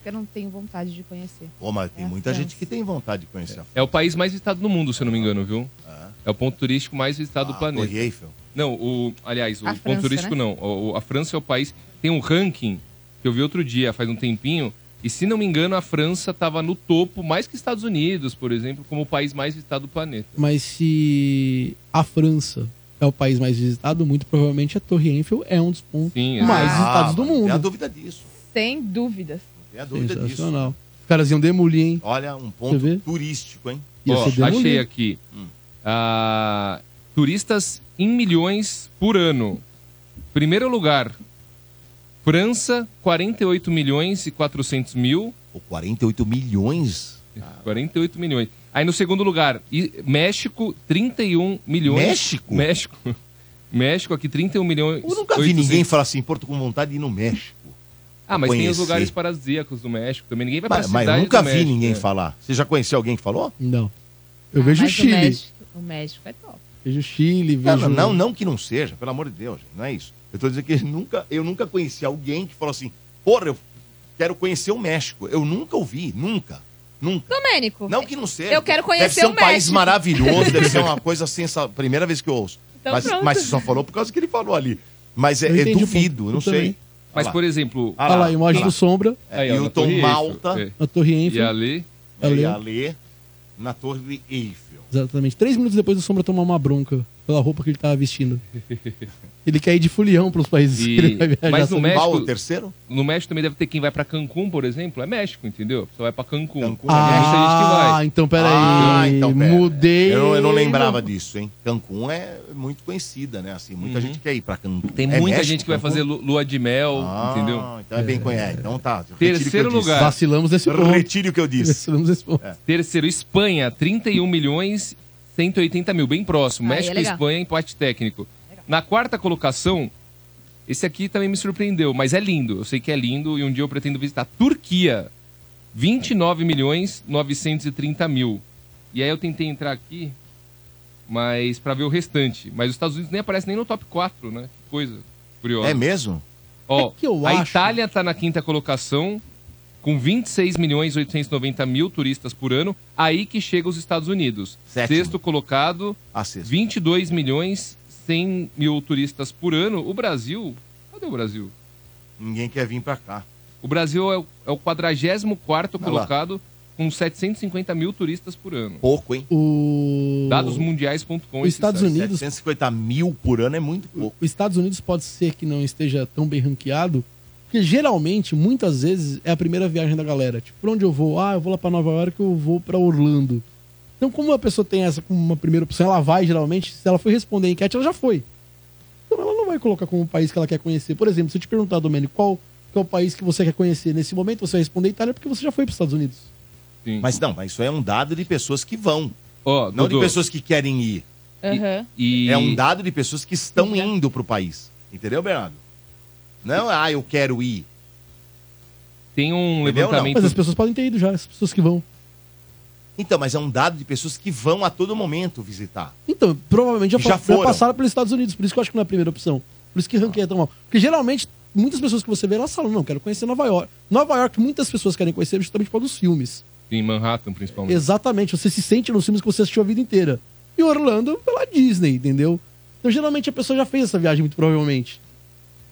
que eu não tenho vontade de conhecer.
Pô, mas tem
É a
muita
França.
gente que tem vontade de conhecer a
É o país mais visitado no mundo, se eu não me engano, viu?
Ah.
É o ponto turístico mais visitado Tá do
a
planeta.
Torre Eiffel.
Não, o, aliás, o
A
ponto
França,
turístico
né?
não. O- o- a França é o país. Tem um ranking que eu vi outro dia, faz um tempinho. E se não me engano, a França estava no topo, mais que Estados Unidos, por exemplo, como o país mais visitado do planeta.
Mas se a França é o país mais visitado, muito provavelmente a Torre Eiffel é um dos pontos
Sim, é.
mais visitados do
mas Ah, Não tem a
mundo.
dúvida disso.
Sem dúvidas.
Não tem a dúvida disso.
Sensacional. Os caras iam demolir, hein?
Olha, um
vê?
ponto turístico, hein?
Ia
Ó,
ser demolir.
achei aqui. Ah, turistas em milhões por ano. Primeiro lugar, França, 48 milhões e 400 mil.
Pô, 48 milhões.
48 milhões. Aí no segundo lugar, I- México, 31 milhões.
México?
México. [laughs] México aqui, 31 milhões.
Eu nunca vi
800.
ninguém falar assim, Porto com vontade de ir no México.
Ah, mas tem os
conhecer.
lugares paradisíacos do México também. Ninguém vai é pra
Mas, mas
cidade
eu nunca
do
vi
México,
ninguém
né?
falar. Você já conheceu alguém que falou?
Não. Eu vejo o
Ah, Mas
Chile.
O México, o México é top.
Vejo Chile,
Não,
vejo.
não, não, não que não seja, pelo amor de Deus, não é isso. Eu tô dizendo que nunca, eu nunca conheci alguém que falou assim, porra, eu quero conhecer o México. Eu nunca ouvi, nunca, nunca.
Domênico. É.
Não que não seja.
Eu quero conhecer
Deve ser um
o
país
México.
maravilhoso, deve ser
[laughs]
uma coisa sensacional. Primeira vez que eu ouço.
Então
mas,
pronto.
mas você só falou por causa que ele falou ali. Mas é,
Eu
é
entendi o
duvido,
ponto.
não
Eu
sei.
também.
Mas,
Olha lá.
por exemplo,
Ah
Olha lá,
lá,
imagem
olha
do Sombra,
aí, ó, na
Hilton
Torre Eiffel.
Malta.
É.
a Torre
E
Eiffel.
ali,
é,
Ale.
Ale, na Torre Eiffel.
Exatamente. Três minutos depois o Sombra tomar uma bronca pela roupa que ele
[laughs]
tava vestindo. Ele quer ir de fulião pros países
E-
que ele vai viajar.
mas no
sabe?
México- né?
Qual o terceiro?
No México também deve ter quem vai pra Cancún, por exemplo. É México, entendeu? A pessoa vai pra Cancún.
Cancún.
Tem muita gente que
Ah,
vai.
então peraí.
Ah, então pera.
Mudei.
Eu, eu não lembrava disso, hein? Cancún é muito conhecida, né? Assim, muita gente quer ir pra Cancún.
Uhum. Tem
É
muita
México,
gente que vai
Cancún?
fazer lu- lua de mel,
Ah,
entendeu?
Então é bem conhecido. Então tá. retiro o que eu
Terceiro
disse.
lugar.
Vacilamos nesse ponto.
Retire o que eu disse.
Vacilamos nesse
É.
ponto.
Terceiro, Espanha, 31 milhões 180 mil, bem próximo.
Aí é
México e
legal.
Espanha, empate técnico. Na quarta colocação, esse aqui também me surpreendeu, mas é lindo. Eu sei que é lindo e um dia eu pretendo visitar. Turquia, 29 milhões 930 mil. E aí eu tentei entrar aqui, mas para ver o restante. Mas os Estados Unidos nem aparece nem no top 4, né? Que coisa curiosa.
É mesmo?
Ó,
É que eu
a
acho.
Itália está na quinta colocação com 26 milhões 890 mil turistas por ano. Aí que chega os Estados Unidos.
Sétimo.
Sexto colocado,
Ah, sexto.
22 milhões 100 mil turistas por ano. O Brasil... Cadê o Brasil?
Ninguém quer vir pra cá.
O Brasil é o, é o 44
Olha lá.
colocado com 750 mil turistas por ano.
Pouco, hein?
O...
Dadosmundiais.com.
Os Estados
esses sites.
Unidos.
750 mil por ano é muito pouco.
Os Estados Unidos pode ser que não esteja tão bem ranqueado, porque geralmente, muitas vezes, é a primeira viagem da galera. Tipo, pra onde eu vou? Ah, eu vou lá pra Nova York, eu vou pra Orlando. Então, como a pessoa tem essa como uma primeira opção, ela vai geralmente, se ela for responder a enquete, ela já foi. Então, ela não vai colocar como um país que ela quer conhecer. Por exemplo, se eu te perguntar, Domênico, qual que é o país que você quer conhecer nesse momento, você vai responder Itália porque você já foi pros Estados Unidos.
Sim.
Mas não, mas isso é um dado de pessoas que vão.
Ó,
Não
Dodô,
de pessoas que querem ir.
Aham.
e-
É um dado de pessoas que estão indo pro país. Entendeu, Bernardo? Não, ah, eu quero ir.
Tem um
Entendeu? Não. assim,
levantamento
Mas as pessoas podem ter ido já, as pessoas que vão.
Então, mas é um dado de pessoas que vão a todo momento visitar.
Então, provavelmente já,
Já
já,
foram.
passaram pelos Estados Unidos, por isso que eu acho que não é a primeira opção. Por isso que ranqueia tão mal. Porque geralmente, muitas pessoas que você vê, elas falam, não, quero conhecer Nova York. Nova York, muitas pessoas querem conhecer justamente por causa dos filmes.
em Manhattan, principalmente.
Exatamente, você se sente nos filmes que você assistiu a vida inteira. E Orlando pela Disney, entendeu? Então, geralmente, a pessoa já fez essa viagem, muito provavelmente.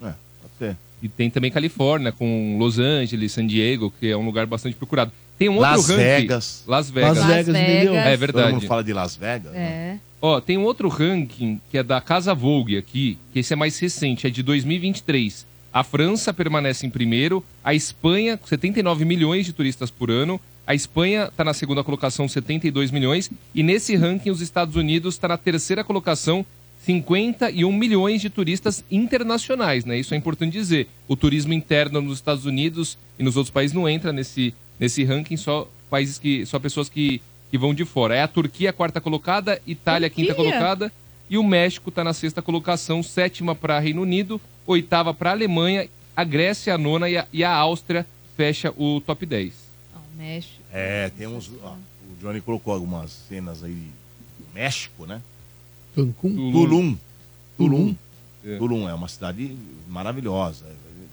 É, pode ser.
E tem também Califórnia, com Los Angeles, San Diego, que é um lugar bastante procurado. Tem um outro
Las
ranking.
Vegas.
Las Vegas.
Las
Las
Vegas, entendeu?
Vegas.
É
Todo
verdade.
mundo fala de Las Vegas. né?
É.
Ó, tem um outro ranking que é da Casa Vogue aqui, que esse é mais recente, é de 2023. A França permanece em primeiro, a Espanha, com 79 milhões de turistas por ano. A Espanha está na segunda colocação, 72 milhões. E nesse ranking, os Estados Unidos está na terceira colocação, 51 milhões de turistas internacionais, né? Isso é importante dizer. O turismo interno nos Estados Unidos e nos outros países não entra nesse, nesse ranking, só países que. só pessoas que, que vão de fora. É a Turquia, a quarta colocada, Itália, a quinta
Turquia?
colocada, e o México está na sexta colocação, sétima para Reino Unido, oitava para Alemanha, a Grécia, a nona e a, e a Áustria fecha o top 10.
Não, mexe.
É, tem uns. ó, o Johnny colocou algumas cenas aí do México, né?
Cancún.
Tulum. Tulum.
É.
Tulum é uma cidade maravilhosa.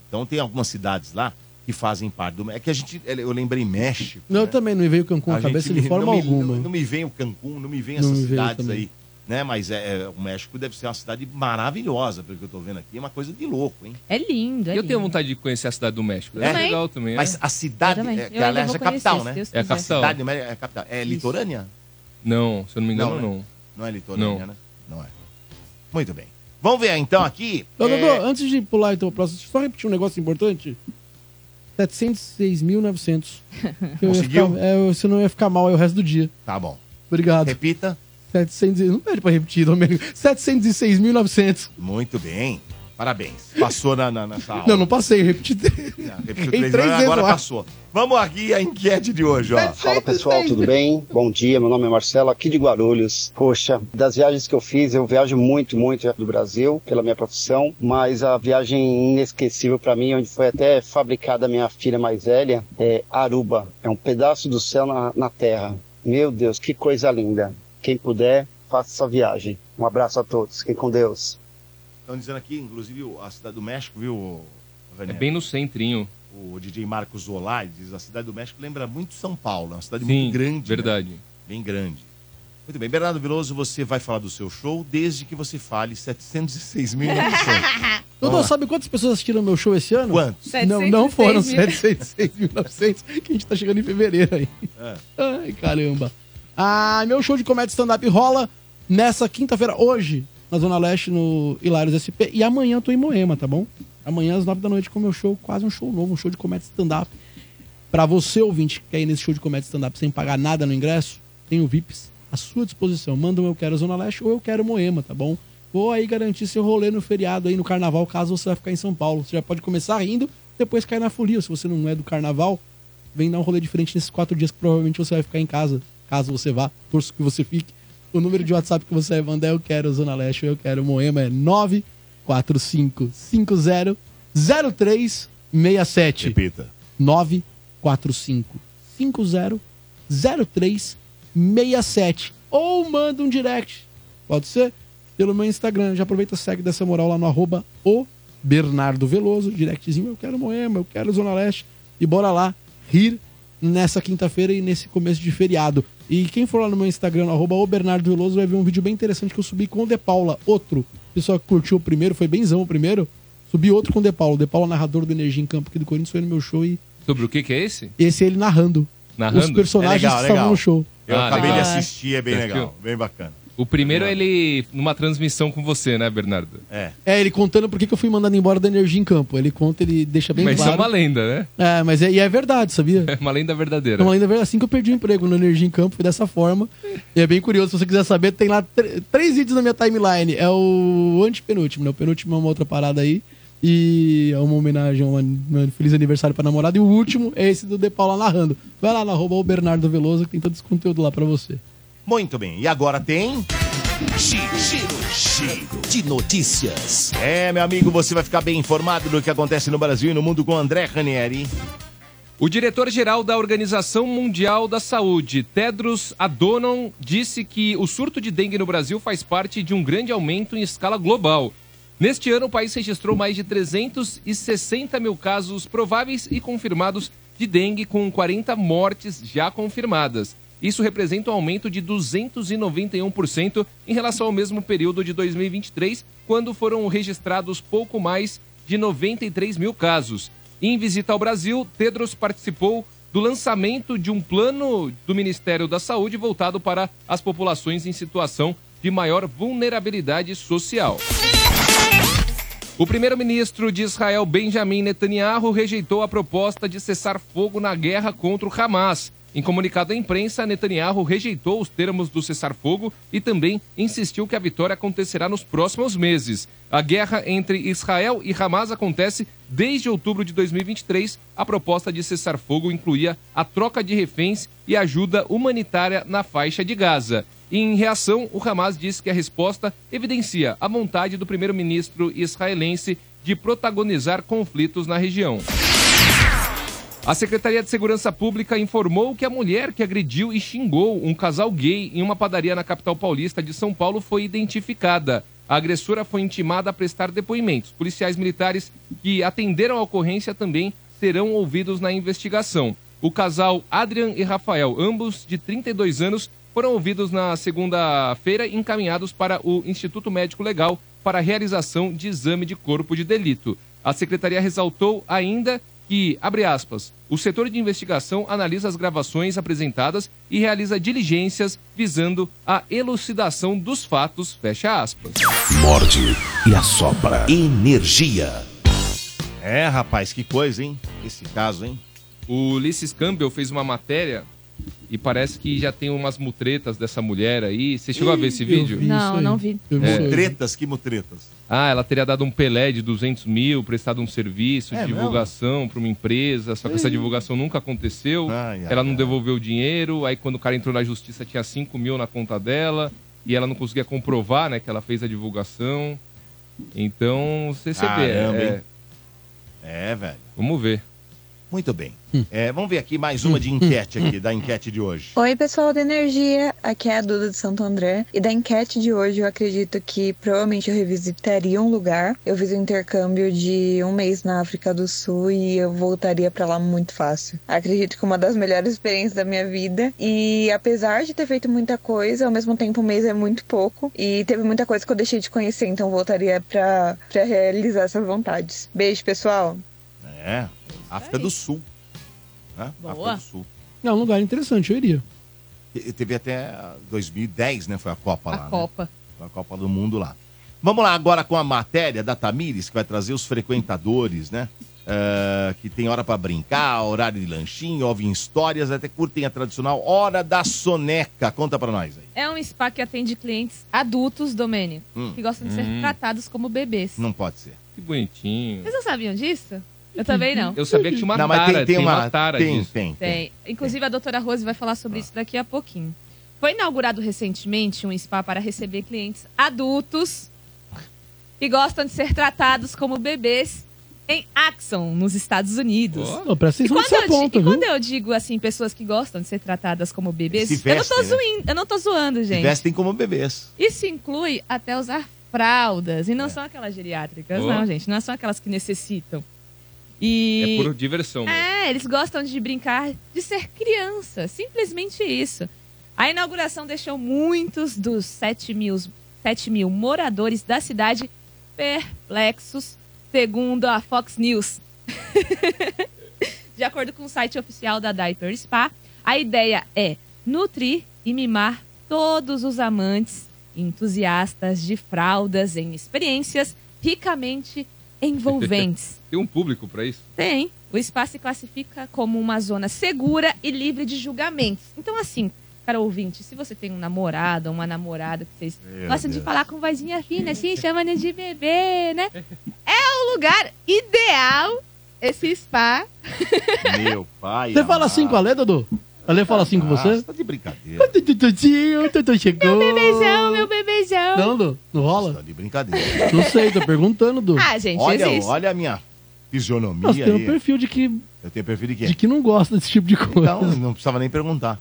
Então tem algumas cidades lá que fazem parte do. É que a gente. Eu lembrei México.
Não, eu
né?
também não veio Cancún
A
na cabeça
gente-
de forma
não me-
alguma.
não- não me vem o Cancún, não me vem
Não
essas
me veio
cidades
também.
aí. Né? Mas é, é, o México deve ser uma cidade maravilhosa, pelo que eu tô vendo aqui. É uma coisa de louco, hein?
É lindo, é
Eu tenho
lindo.
vontade de conhecer a cidade do México. É,
É?
legal também. né?
Mas a cidade.
Eu também.
É,
Eu
que aliás,
ainda
é
vou
a capital,
conhecer,
né?
se Deus
É a
quiser.
capital.
Cidade do México é a capital. É
Isso.
litorânea?
Não, se eu não me engano,
Não,
não.
né? Não é litorânea,
Não.
né? Não é. Muito bem. Vamos ver então aqui.
Ô,
é,
Dodô, antes de pular então o próximo, deixa eu só repetir um negócio importante.
[laughs]
706.900. Eu ia
Conseguiu?
Ficar, é, eu- senão eu ia ficar mal aí o resto do dia.
Tá bom.
Obrigado.
Repita.
700, e- não pede pra repetir, Domênico. 706.900.
Muito bem.
[laughs]
Parabéns. Passou na, na, nessa aula.
Não, não passei, eu repeti.
Não, repetiu
errei
três
três
vezes,
vezes,
agora
eu acho.
passou. Vamos aqui a enquete de hoje, ó.
Fala pessoal, tudo bem? Bom dia, meu nome é Marcelo, aqui de Guarulhos. Poxa, das viagens que eu fiz, eu viajo muito, muito do Brasil, pela minha profissão, mas a viagem inesquecível pra mim, onde foi até fabricada a minha filha mais velha, é Aruba. É um pedaço do céu na, na terra. Meu Deus, que coisa linda. Quem puder, faça essa viagem. Um abraço a todos, fiquem com Deus.
Estão dizendo aqui, inclusive, o- a cidade do México, viu,
É
Ranieri?
bem no centrinho.
O DJ Marcos Zolai diz a cidade do México lembra muito São Paulo. É uma cidade
Sim,
muito grande. né?
verdade.
Bem grande. Muito bem. Bernardo Veloso, você vai falar do seu show desde que você fale
[laughs]
706.900.
Dodô, sabe quantas pessoas assistiram meu show esse ano?
Quantos?
Não, não foram
706.000.
706.900, que a gente tá chegando em fevereiro aí. Ai, caramba. Ah, meu show de comédia stand-up rola nessa quinta-feira, hoje, na Zona Leste, no Hilários SP. E amanhã eu tô em Moema, tá bom? Amanhã às nove da noite com o meu show, quase um show novo, um show de comédia stand-up. Pra você, ouvinte, que quer ir nesse show de comédia stand-up sem pagar nada no ingresso, tem o VIPs à sua disposição. Manda um Eu Quero Zona Leste ou Eu Quero Moema, tá bom? Vou aí garantir seu rolê no feriado aí, no carnaval, caso você vai ficar em São Paulo. Você já pode começar rindo, depois cair na folia. Se você não é do carnaval, vem dar um rolê diferente nesses quatro dias que provavelmente você vai ficar em casa, caso você vá, torço que você fique. O número de WhatsApp que você vai mandar é Eu Quero Zona Leste ou Eu Quero Moema é 945500367.
Repita.
945500367. Ou manda um direct. Pode ser? Pelo meu Instagram. Já aproveita e segue dessa moral lá no arroba o Bernardo Veloso. Directzinho, eu quero Moema, eu quero Zona Leste. E bora lá rir nessa quinta-feira e nesse começo de feriado. E quem for lá no meu Instagram, no arroba o Bernardo Veloso, vai ver um vídeo bem interessante que eu subi com o De Paula. Outro. Pessoal que curtiu o primeiro, foi benzão o primeiro. Subi outro com o De Paula. O De Paula, narrador do Energia em Campo aqui do Corinthians, foi no meu show e
Sobre o que que é esse?
esse é ele narrando. Os
Narrando?
personagens
É legal,
que estavam
legal.
no show.
Eu
Ah,
acabei de
legal.
assistir, é bem
Você
legal,
assistiu?
bem bacana.
O primeiro, é ele... Numa transmissão com você, né, Bernardo?
É.
É, ele contando por que que eu fui mandado embora da Energia em Campo. Ele conta, ele deixa bem
Mas isso é
claro.
uma lenda, né? [laughs]
É, mas é, e é verdade, sabia?
É uma lenda verdadeira.
Não, ainda é verdade, assim que eu perdi o emprego no Energia em Campo, foi dessa forma. E é bem curioso, se você quiser saber, tem lá tr- três vídeos na minha timeline. É o antepenúltimo, né? O penúltimo é uma outra parada aí. E é uma homenagem, um an- um feliz aniversário pra namorada. E o último é esse do De Paula narrando. Vai lá na arroba o Bernardo Veloso que tem todo esse conteúdo lá pra você.
Muito bem, e agora tem.
Giro, giro, giro de notícias.
É, meu amigo, você vai ficar bem informado do que acontece no Brasil e no mundo com André Ranieri.
O diretor-geral da Organização Mundial da Saúde, Tedros Adhanom, disse que o surto de dengue no Brasil faz parte de um grande aumento em escala global. Neste ano, o país registrou mais de 360 mil casos prováveis e confirmados de dengue, com 40 mortes já confirmadas. Isso representa um aumento de 291% em relação ao mesmo período de 2023, quando foram registrados pouco mais de 93 mil casos. Em visita ao Brasil, Tedros participou do lançamento de um plano do Ministério da Saúde voltado para as populações em situação de maior vulnerabilidade social. O primeiro-ministro de Israel, Benjamin Netanyahu, rejeitou a proposta de cessar fogo na guerra contra o Hamas. Em comunicado à imprensa, Netanyahu rejeitou os termos do cessar-fogo e também insistiu que a vitória acontecerá nos próximos meses. A guerra entre Israel e Hamas acontece desde outubro de 2023. A proposta de cessar-fogo incluía a troca de reféns e ajuda humanitária na faixa de Gaza. Em reação, o Hamas disse que a resposta evidencia a vontade do primeiro-ministro israelense de protagonizar conflitos na região. A Secretaria de Segurança Pública informou que a mulher que agrediu e xingou um casal gay em uma padaria na capital paulista de São Paulo foi identificada. A agressora foi intimada a prestar depoimentos. Policiais militares que atenderam a ocorrência também serão ouvidos na investigação. O casal Adrian e Rafael, ambos de 32 anos, foram ouvidos na segunda-feira e encaminhados para o Instituto Médico Legal para a realização de exame de corpo de delito. A secretaria ressaltou ainda que, abre aspas, o setor de investigação analisa as gravações apresentadas e realiza diligências visando a elucidação dos fatos, fecha aspas.
Morde e assopra. Energia.
É, rapaz, que coisa, hein? Esse caso, hein?
O Ulisses Campbell fez uma matéria e parece que já tem umas mutretas dessa mulher aí. Você chegou a ver esse
Eu
vídeo? É.
vi
Não,
isso aí.
não vi.
Eu
É.
vi isso aí.
Tretas, que mutretas.
Ah, ela teria dado um Pelé de 200 mil, prestado um serviço
É
de divulgação para uma empresa, só que essa divulgação nunca aconteceu.
Ai, ai,
ela não
ai.
devolveu o dinheiro, aí quando o cara entrou na justiça tinha 5 mil na conta dela e ela não conseguia comprovar né, que ela fez a divulgação. Então, você se vê.
Caramba,
é,
hein? É, velho.
vamos ver.
Muito bem.
Hum.
É, vamos ver aqui mais uma de enquete aqui, da enquete de hoje.
Oi, pessoal da Energia, aqui é a Duda de Santo André. E da enquete de hoje, eu acredito que provavelmente eu revisitaria um lugar. Eu fiz um intercâmbio de um mês na África do Sul e eu voltaria pra lá muito fácil. Acredito que uma das melhores experiências da minha vida. E apesar de ter feito muita coisa, ao mesmo tempo um mês é muito pouco. E teve muita coisa que eu deixei de conhecer, então voltaria pra, pra realizar essas vontades. Beijo, pessoal!
Hum.
É, África do Sul. Né?
Boa.
África do Sul.
É um lugar interessante, eu iria.
Te- Teve até 2010, né? Foi a Copa lá.
a
né?
Copa.
Foi a Copa do Mundo lá. Vamos lá agora com a matéria da Tamires, que vai trazer os frequentadores, né? Ah, que tem hora pra brincar, horário de lanchinho, ouvem histórias, até curtem a tradicional Hora da Soneca. Conta pra nós aí.
É um spa que atende clientes adultos, Domênico,
Hum.
que gostam de ser
Hum.
tratados como bebês.
Não pode ser.
Que bonitinho.
Vocês não sabiam disso? Eu
Hum.
também não.
Eu sabia que tinha uma
Não,
tara, tem, uma, tara
tem,
disso.
tem, tem.
Tem. Inclusive, a doutora Rose vai falar
Ah.
sobre isso daqui a pouquinho. Foi inaugurado recentemente um spa para receber clientes adultos que gostam de ser tratados como bebês em Axon, nos Estados Unidos.
Ah.
Ó,
Não, presta
E
atenção
quando,
nessa
eu, di-
ponta,
e
viu?
quando eu digo assim, pessoas que gostam de ser tratadas como bebês,
Se
eu, não
vestem,
tô
né?
zoin- eu não tô zoando,
Se
gente.
Vestem como bebês.
Isso inclui até usar fraldas.
É.
E não são aquelas geriátricas,
Ó.
não, gente. Não são aquelas que necessitam. E...
É por diversão. né?
É, eles gostam de brincar, de ser criança. Simplesmente isso. A inauguração deixou muitos dos 7 mil, 7 mil moradores da cidade perplexos, segundo a Fox News. [laughs] de acordo com o site oficial da Diaper Spa, a ideia é nutrir e mimar todos os amantes e entusiastas de fraldas em experiências ricamente envolventes.
Tem um público pra isso?
Tem. O spa se classifica como uma zona segura e livre de julgamentos. Então, assim, cara ouvinte, se você tem um namorado ou uma namorada que vocês gostam de falar com vozinha fina,
[laughs]
assim, chamando de bebê, né? É o lugar ideal, esse spa.
Meu pai.
Você fala assim com a
amado.
Lé, Dodô? A Lé fala assim com
Ah,
você?
tá de brincadeira.
Ai, Tututinho, Tutu chegou.
Beijão, meu bebejão.
Não, Dô, não
Você
rola?
tá de brincadeira.
Não sei, tô perguntando, Dô.
Ah, gente,
Olha,
existe.
olha a minha fisionomia
Nossa, tem um
aí.
perfil de que,
Eu tenho perfil de quê?
de que não gosta desse tipo de coisa.
Então, não precisava nem perguntar.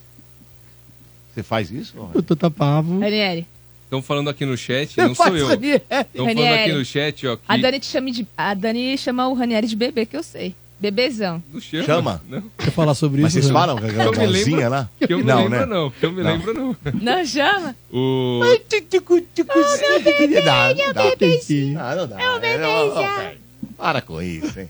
Você faz isso?
Eu tô tapavo.
Daniele,
Estão falando aqui no chat, não sou eu. Estão
é.
falando
Ranieri.
aqui no chat, ó, que
a Dani, te chama de, a Dani chama o Ranieri de bebê, que eu sei.
[laughs]
Bebezão.
não chama.
Chama.
Não,
Deixa eu falar sobre
Mas vocês
isso.
falam com aquela
Eu me lembro-
mãozinha lá?
que eu me
Não,
lembro
né?
não, que eu me
Não.
lembro não.
Não chama?
[laughs] O...
Não, não dá.
Entendi.
Ah, não dá. É, ó, ó, velho, Para com isso, hein?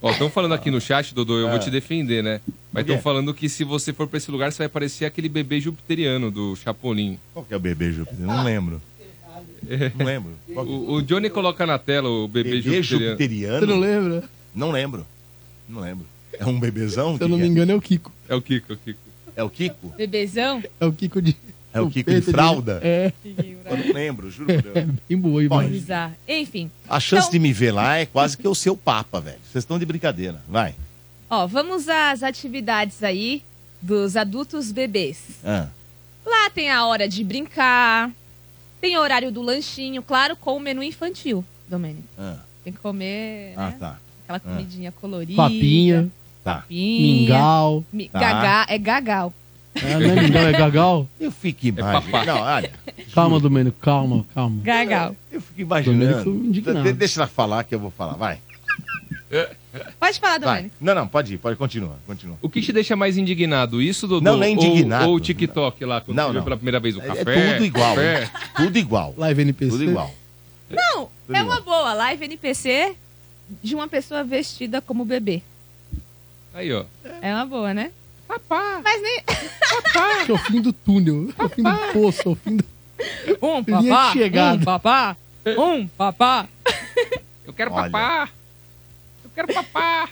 Ó, estão falando aqui no chat, Dodô, eu vou te defender, né? Mas
Ah. Por quê?
estão falando que se você for pra esse lugar, você vai parecer aquele bebê jupiteriano do Chapolin.
Qual que é o bebê Júpiter? Não lembro. Não lembro. Qual que... é
O, o Johnny coloca na tela o bebê,
Bebê
jupiteriano.
Você não
Jupiteriano?
lembra?
Não lembro. Não lembro. É um bebezão?
Se
Que
eu não
que
me engano, é o Kiko.
É o Kiko, é o Kiko.
É? é o Kiko?
Bebezão?
É o Kiko de.
É o Kiko de
peito
fralda?
É,
Eu não lembro, juro por Deus.
bem boa, imagem.
Bizarro. Enfim.
A chance
Então-
de me ver lá é quase que eu ser o Papa, velho. Vocês estão de brincadeira. Vai.
Ó, vamos às atividades aí dos adultos bebês.
Ah,
Lá tem a hora de brincar, tem o horário do lanchinho, claro, com o menu infantil, Domênico.
ah,
Tem que comer
ah,
né,
tá.
aquela comidinha colorida.
Papinha,
Tá.
Papinha.
mingau.
mi-
Tá.
Gagá, é gagal.
É, não é mingau, é gagal?
Eu fico imaginando.
papá.
Não, olha.
Calma, Domênico, calma, calma.
Gagal.
Eu fico imaginando.
Domênico indignado.
De- deixa ela falar que eu vou falar. Vai.
Pode falar,
Vai.
Domênico.
Não, não, pode ir, pode continuar, continua.
O que te deixa mais indignado? Isso, Dodô?
Não, não é
Ou-
indignado.
Ou, o TikTok lá, quando
Não,
você viu
não.
pela primeira vez o
É,
café?
é tudo igual.
café.
né? Tudo igual.
Live NPC.
Tudo igual.
Não,
Tudo
é uma boa live NPC de uma pessoa vestida como bebê.
Aí, ó.
É uma boa, né?
Papá,
Mas
[coughs]
nem
Que é o fim do túnel, é o fim do poço, é o fim do...
um
Linha de
papá, um
chegada.
papá, um papá.
eu quero
Olha.
papá. Eu quero papá.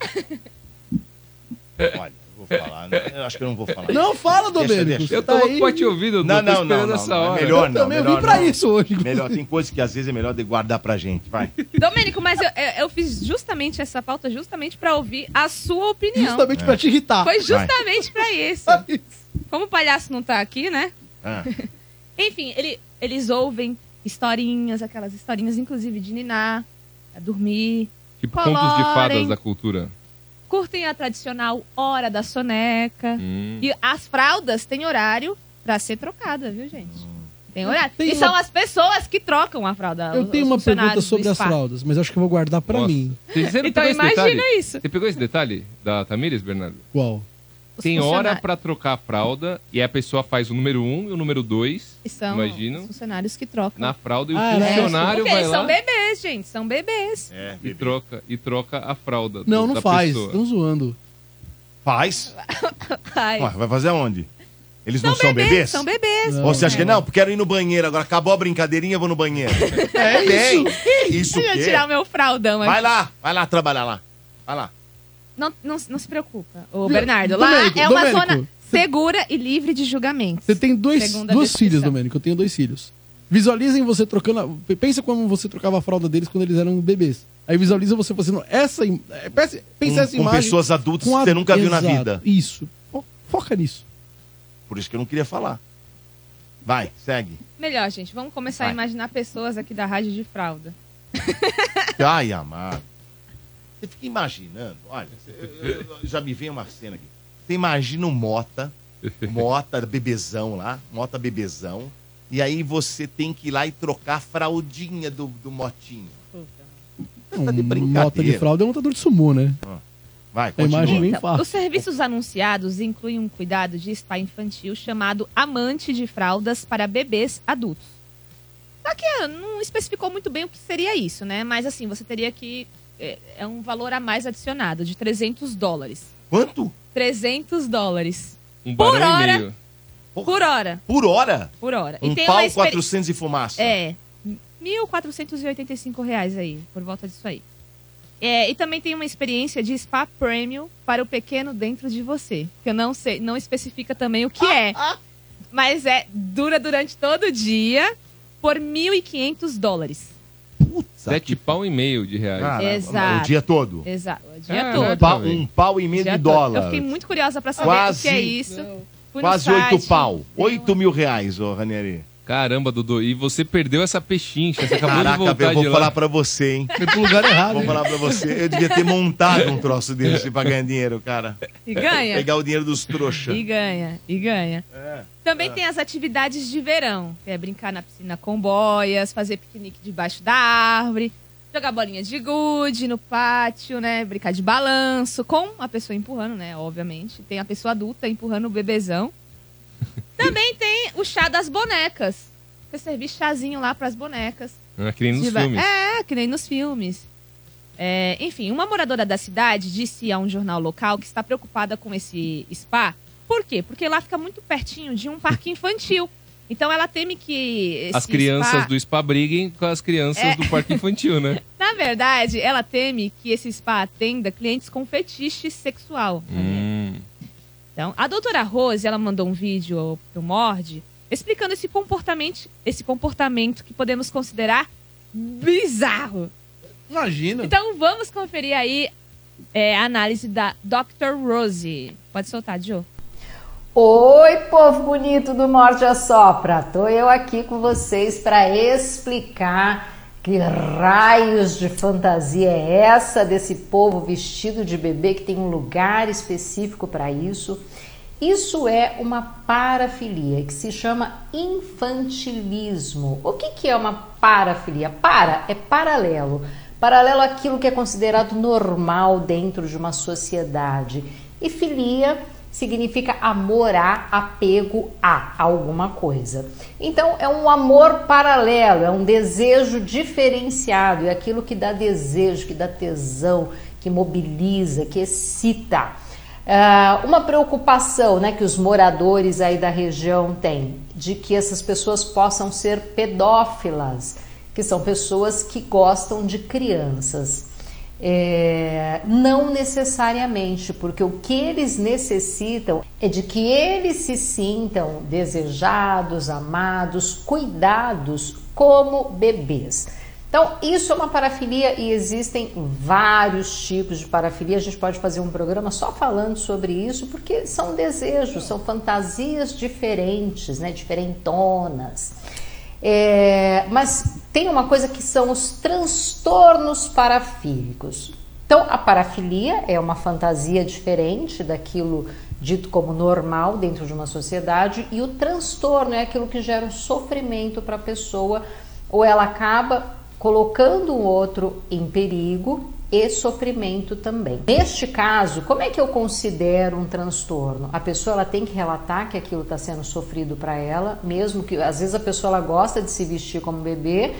Olha, eu vou falar. né? Eu acho que eu não vou falar.
Não fala,
Deixa,
Domênico.
deixa.
você
Eu
tá
tô louco
aí-
pra te ouvir, Dodô.
não,
Tô
não, não,
esperando
não,
essa
não, é
hora.
melhor
Eu
não.
também eu
melhor
vim pra
não.
isso hoje.
Melhor, tem coisas que às vezes é melhor de guardar pra gente. [laughs] Vai.
Domênico, mas eu, eu- eu fiz justamente essa pauta justamente pra ouvir a sua opinião.
Justamente
É.
pra te irritar.
Foi justamente pra isso. Como o palhaço não tá aqui, né?
Ah,
Enfim, ele- eles ouvem historinhas, aquelas historinhas, inclusive de ninar, a dormir.
Tipo
Colorem.
contos de fadas da cultura.
Curtem a tradicional hora da soneca.
Hum.
E as fraldas têm horário pra ser trocada, viu, gente? Tem horário.
Ah. Tem
e
uma-
são as pessoas que trocam a fralda.
Eu
os-
tenho
os
uma pergunta
funcionários do
sobre as
spa.
fraldas, mas acho que eu vou guardar pra
Nossa.
mim.
Você você não pegou
Então
esse
imagina
detalhe?
isso.
Você pegou esse detalhe da Tamires, Bernardo?
Qual?
Os
Tem hora
funcionários-
pra trocar a fralda e a pessoa faz o número 1 um e o número 2
E São
imagino.
os funcionários que trocam.
na fralda e o
Ah, é.
funcionário
Porque
vai
eles
lá
são bebês, gente. São bebês.
é,
e
bebê.
troca e troca a fralda. do-
Não, não
da
faz.
pessoa.
Estão zoando.
Faz.
Ai,
Ué, vai fazer onde? Eles não são bebês?
São bebês.
Ou você acha que não? Quero ir no banheiro agora. Acabou a brincadeirinha, vou no banheiro. É Tem. Isso
Deixa eu
quê?
tirar o meu fraldão aqui.
Vai lá, vai lá trabalhar lá. Vai lá.
Não, não, não se preocupa, ô Bernardo. Lá
Domênico,
é uma
Domênico.
zona segura e livre de julgamentos.
Você tem dois,
Segundo a
duas
descrição.
filhas, Domênico. Eu tenho dois filhos. Visualizem você trocando. a- Pensa como você trocava a fralda deles quando eles eram bebês. Aí visualiza você fazendo essa. im- é, Pensa, pensa essa
Com, com
imagem.
pessoas adultas
com
que
a-
você nunca viu na
Exato,
vida.
Isso. Fo- Foca nisso.
Por isso que eu não queria falar. Vai,
[laughs]
segue.
Melhor, gente, vamos começar
Vai.
a imaginar pessoas aqui da rádio de fralda.
Ai, amado. Você fica imaginando. Olha, eu- eu- eu- já me vem uma cena aqui. Você imagina um Mota, Mota bebezão lá, Mota bebezão. E aí você tem que ir lá e trocar a fraldinha do, do Motinho. Tá de
Um
brincadeira.
Mota de fralda é um lutador de sumô, né?
Vai,
A
continua.
imagem vem
Então,
fácil.
os serviços anunciados incluem um cuidado de spa infantil chamado amante de fraldas para bebês adultos. Só que eh, não especificou muito bem o que seria isso, né? Mas assim, você teria que. eh, É um valor a mais adicionado, de 300 dólares.
Quanto?
300 dólares.
Um
Por
barão
hora.
e meio.
Por hora,
Por hora?
por hora.
Um
uma
pau,
experi-
400 e fumaça.
É, R$ 1.485 reais aí, por volta disso aí. É, e também tem uma experiência de spa premium para o pequeno dentro de você. Que eu não sei, não especifica também o que é. Mas é, dura durante todo o dia por 1.500 dólares.
Puta.
Sete pau e meio de reais.
Ah.
Cara,
Exato.
O dia todo.
Exato. O dia
Ah,
todo.
né?
Um pau, um pau e meio
Dia
de
todo. Eu
dólar.
fiquei muito curiosa para saber o
Quase-
que é isso. Fui no
Quase oito
site,
pau.
dei uma-
Oito mil reais, ô Ranieri.
Caramba, Dudu. E você perdeu essa pechincha. Você acabou de
Caraca,
voltar
velho, eu
de
vou falar
lá.
pra
[laughs]
você, hein?
Foi pro lugar errado.
Vou
hein?
falar pra você. Eu devia ter montado um troço desse pra ganhar dinheiro, cara.
E
[laughs]
ganha.
Pegar o dinheiro dos trouxa.
É.
É.
E ganha, e ganha. Também tem as atividades de verão, que é brincar na piscina com boias, fazer piquenique debaixo da árvore, jogar bolinha de gude no pátio, né? Brincar de balanço, com a pessoa empurrando, né? Obviamente. Tem a pessoa adulta empurrando o bebezão. Também tem o chá das bonecas. Você servir chazinho lá pras bonecas.
É que nem nos
Diva-
filmes.
É, que nem nos filmes. É, enfim, uma moradora da cidade disse a um jornal local que está preocupada com esse spa. Por quê? Porque lá fica muito pertinho de um
[laughs]
parque infantil. Então ela teme que. esse
As crianças
spa- É.
do spa briguem com as crianças do parque infantil,
[laughs]
né?
Na verdade, ela teme que esse spa atenda clientes com fetiche sexual.
Hum.
Então, a doutora Rose, ela mandou um vídeo pro Mord explicando esse comportamento, esse comportamento que podemos considerar bizarro.
Imagina.
Então vamos conferir aí é, a análise da Dr. Rose. Pode soltar, Joe.
Oi, povo bonito do Morde a Sopra! Tô eu aqui com vocês para explicar que raios de fantasia é essa desse povo vestido de bebê que tem um lugar específico para isso. Isso é uma parafilia que se chama infantilismo. O que, que é uma parafilia? Para é paralelo. Paralelo àquilo que é considerado normal dentro de uma sociedade. E filia significa amor a, apego a alguma coisa. Então é um amor paralelo, é um desejo diferenciado, é aquilo que dá desejo, que dá tesão, que mobiliza, que excita. Ah, uma preocupação né, que os moradores aí da região têm de que essas pessoas possam ser pedófilas, que são pessoas que gostam de crianças. É, não necessariamente, porque o que eles necessitam é de que eles se sintam desejados, amados, cuidados como bebês. Então, isso é uma parafilia e existem vários tipos de parafilia. A gente pode fazer um programa só falando sobre isso, porque são desejos, são fantasias diferentes, né? diferentonas. É, mas tem uma coisa que são os transtornos parafílicos. Então, a parafilia é uma fantasia diferente daquilo dito como normal dentro de uma sociedade, e o transtorno é aquilo que gera um sofrimento para a pessoa, ou ela acaba colocando o outro em perigo e sofrimento também. Neste caso, como é que eu considero um transtorno? A pessoa ela tem que relatar que aquilo está sendo sofrido para ela, mesmo que às vezes a pessoa ela gosta de se vestir como bebê,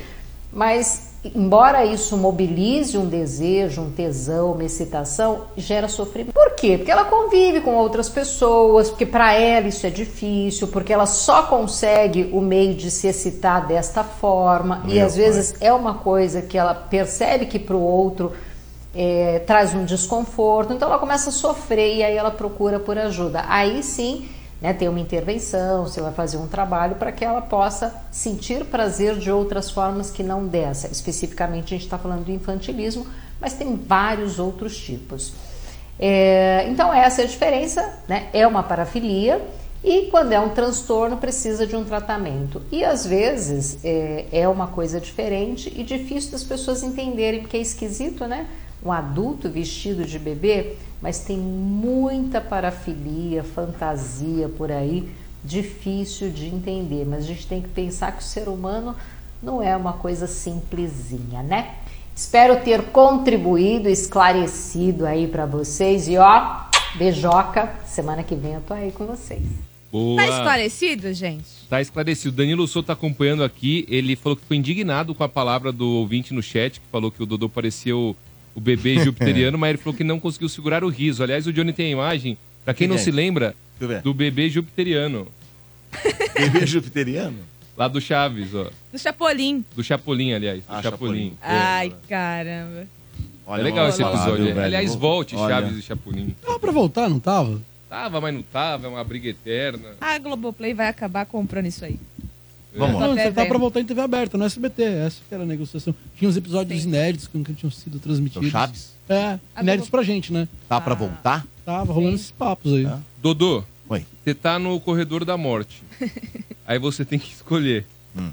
mas embora isso mobilize um desejo, um tesão, uma excitação, gera sofrimento. Por quê? Porque ela convive com outras pessoas, porque para ela isso é difícil, porque ela só consegue o meio de se excitar desta forma Meu e às pai. vezes é uma coisa que ela percebe que para o outro é, traz um desconforto, então ela começa a sofrer e aí ela procura por ajuda. Aí sim né, ter uma intervenção, você vai fazer um trabalho para que ela possa sentir prazer de outras formas que não dessa. Especificamente, a gente está falando do infantilismo, mas tem vários outros tipos. É, então, essa é a diferença, né? é uma parafilia. E quando é um transtorno, precisa de um tratamento. E às vezes é, é uma coisa diferente e difícil das pessoas entenderem, porque é esquisito, né? Um adulto vestido de bebê mas tem muita parafilia, fantasia por aí, difícil de entender. Mas a gente tem que pensar que o ser humano não é uma coisa simplesinha, né? Espero ter contribuído, esclarecido aí para vocês e ó, beijoca, semana que vem eu tô aí com vocês.
Boa.
Tá esclarecido, gente?
Tá esclarecido. Danilo Souza tá acompanhando aqui. Ele falou que ficou indignado com a palavra do ouvinte no chat, que falou que o Dodô pareceu o bebê jupiteriano, mas ele falou que não conseguiu segurar o riso. Aliás, o Johnny tem a imagem, pra quem que não é? se lembra, do bebê jupiteriano.
Bebê jupiteriano?
Lá do Chaves, ó.
Do Chapolin.
Do Chapolin, aliás. Do ah, Chapolin. Chapolin.
Ai, caramba. Ah.
Olha, é legal esse episódio. Velho, aliás, volte olha. Chaves e Chapolin.
Tava pra voltar, não tava?
Tava, mas não tava. É uma briga eterna.
A Globoplay vai acabar comprando isso aí.
Vamos lá. Não, você tá pra voltar em TV aberta, no SBT. Essa que era a negociação. Tinha uns episódios Sim. inéditos que nunca tinham sido transmitidos.
Então, Chaves?
É, inéditos pra gente, né?
Tá ah. pra voltar?
Tava rolando Sim. esses papos aí.
É.
Ah.
Dodô,
Oi.
você tá no corredor da morte. aí você tem que escolher. Hum.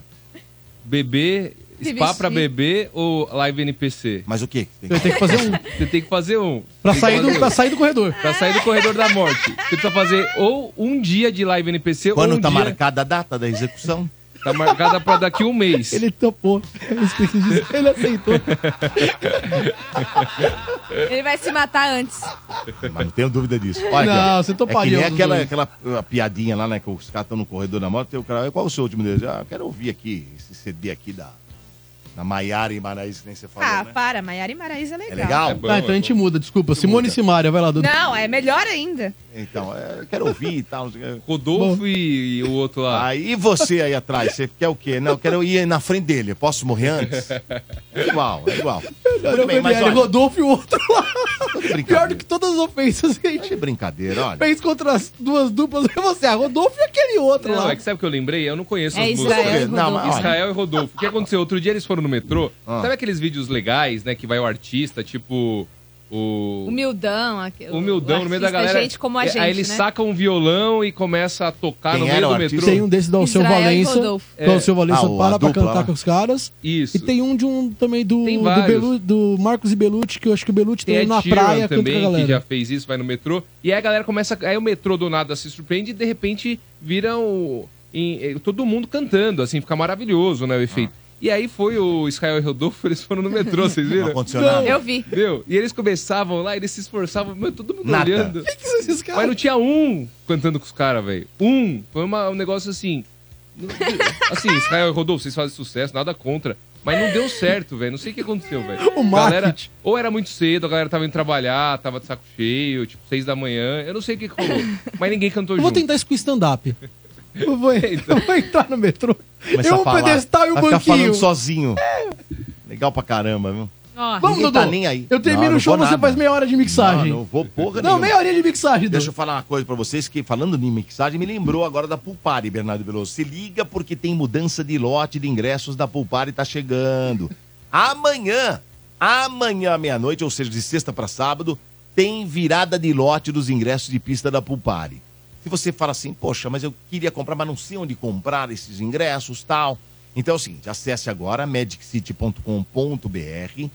Bebê, spa pra bebê ou live NPC?
Mas o quê?
Você tem que fazer um.
Você tem que fazer um.
Pra,
tem
sair,
fazer
do, um. pra sair do corredor.
Pra sair do corredor da morte. Você precisa fazer ou um dia de live NPC
Quando
ou um
tá
dia...
marcada a data da execução?
Tá marcada pra daqui um mês.
Ele topou. Ele
[laughs]
aceitou.
É.
Ele vai se matar antes.
Mas não tenho dúvida disso.
Olha, não, cara, você toparia.
É que nem aquela, aquela, aquela piadinha lá, né? Que os caras estão no corredor da morte. E o cara, qual o seu último desejo? Ah, eu quero ouvir aqui, esse CD aqui da... Na Maiara e Maraís, que nem você falou.
Ah,
né?
para, Maiara e Maraís é legal.
É legal?
É bom, ah, então é a gente muda, desculpa. Simone muda. e Simária, vai lá, Dudu.
Não, é melhor ainda.
Então, eu quero ouvir e tal.
Rodolfo bom. e o outro lá.
Aí ah, você aí atrás, você quer o quê? Não, eu quero ir na frente dele. Eu posso morrer antes? É igual, é igual.
Melhor bem, mas, olha, Rodolfo e o outro lá. Pior do que todas as ofensas que a gente.
É brincadeira, olha.
Fez contra as duas duplas. [laughs] Você, a Rodolfo e aquele outro
não,
lá.
É que sabe o que eu lembrei? Eu não conheço
é as Israel
duas. Não, Israel e Rodolfo. O que aconteceu? Outro dia eles foram no metrô. Ah. Sabe aqueles vídeos legais, né? Que vai o artista, tipo. O...
Humildão, aqui,
o humildão o no meio da galera. é,
Gente como a gente,
aí ele
né?
saca um violão e começa a tocar
Quem
no meio do metrô.
Tem um desse do Alceu Israel Valença. É. O Alceu Valença ah, para pra dupla, cantar lá. com os caras.
Isso.
E tem um de um também do, do, Belu, do, Marcos e Belucci, que eu acho que o Belucci tem, tem um na Sheeran praia
também,
canta
que já fez isso, vai no metrô. E aí a galera começa. Aí o metrô do nada se surpreende e de repente viram o... em... é, todo mundo cantando, assim, fica maravilhoso, né? O efeito. Ah. E aí foi o Israel e o Rodolfo, eles foram no metrô,
[laughs]
vocês viram?
Não,
eu vi.
Viu? E eles começavam lá, eles se esforçavam, meu, todo mundo
Nada.
olhando.
O que, que são esses caras?
Mas não tinha um cantando com os caras, velho. Um. Foi uma, um negócio
[laughs]
assim. Assim, Israel e Rodolfo, vocês fazem sucesso, nada contra. Mas não deu certo, velho. Não sei o que aconteceu, velho.
O
galera,
marketing.
Ou era muito cedo, a galera tava indo trabalhar, tava de saco cheio, tipo, seis da manhã. Eu não sei o que, que rolou. Mas ninguém cantou
eu
junto. É, então.
Vou tentar isso com stand-up. [laughs] Eu vou, eu vou entrar no metrô.
Começa
eu
a
um
falar.
pedestal e um
Vai ficar
banquinho. É.
falando sozinho. Legal pra caramba, viu?
Ó,
Vamos,
Ninguém
Dudu.
tá nem aí.
Eu termino
Não, não
o show,
vou
você
nada.
faz meia hora de mixagem.
Não, não vou porra
Não,
nenhuma.
meia horinha de mixagem, Dudu.
Deixa eu falar uma coisa pra vocês, que falando em mixagem, me lembrou agora da Pulpari, Bernardo Veloso. Se liga porque tem mudança de lote de ingressos da Pulpari, tá chegando. Amanhã, amanhã à meia-noite, ou seja, de sexta pra sábado, tem virada de lote dos ingressos de pista da Pulpari. Se você fala assim, poxa, mas eu queria comprar, mas não sei onde comprar esses ingressos tal. Então é o seguinte, acesse agora mediccity.com.br,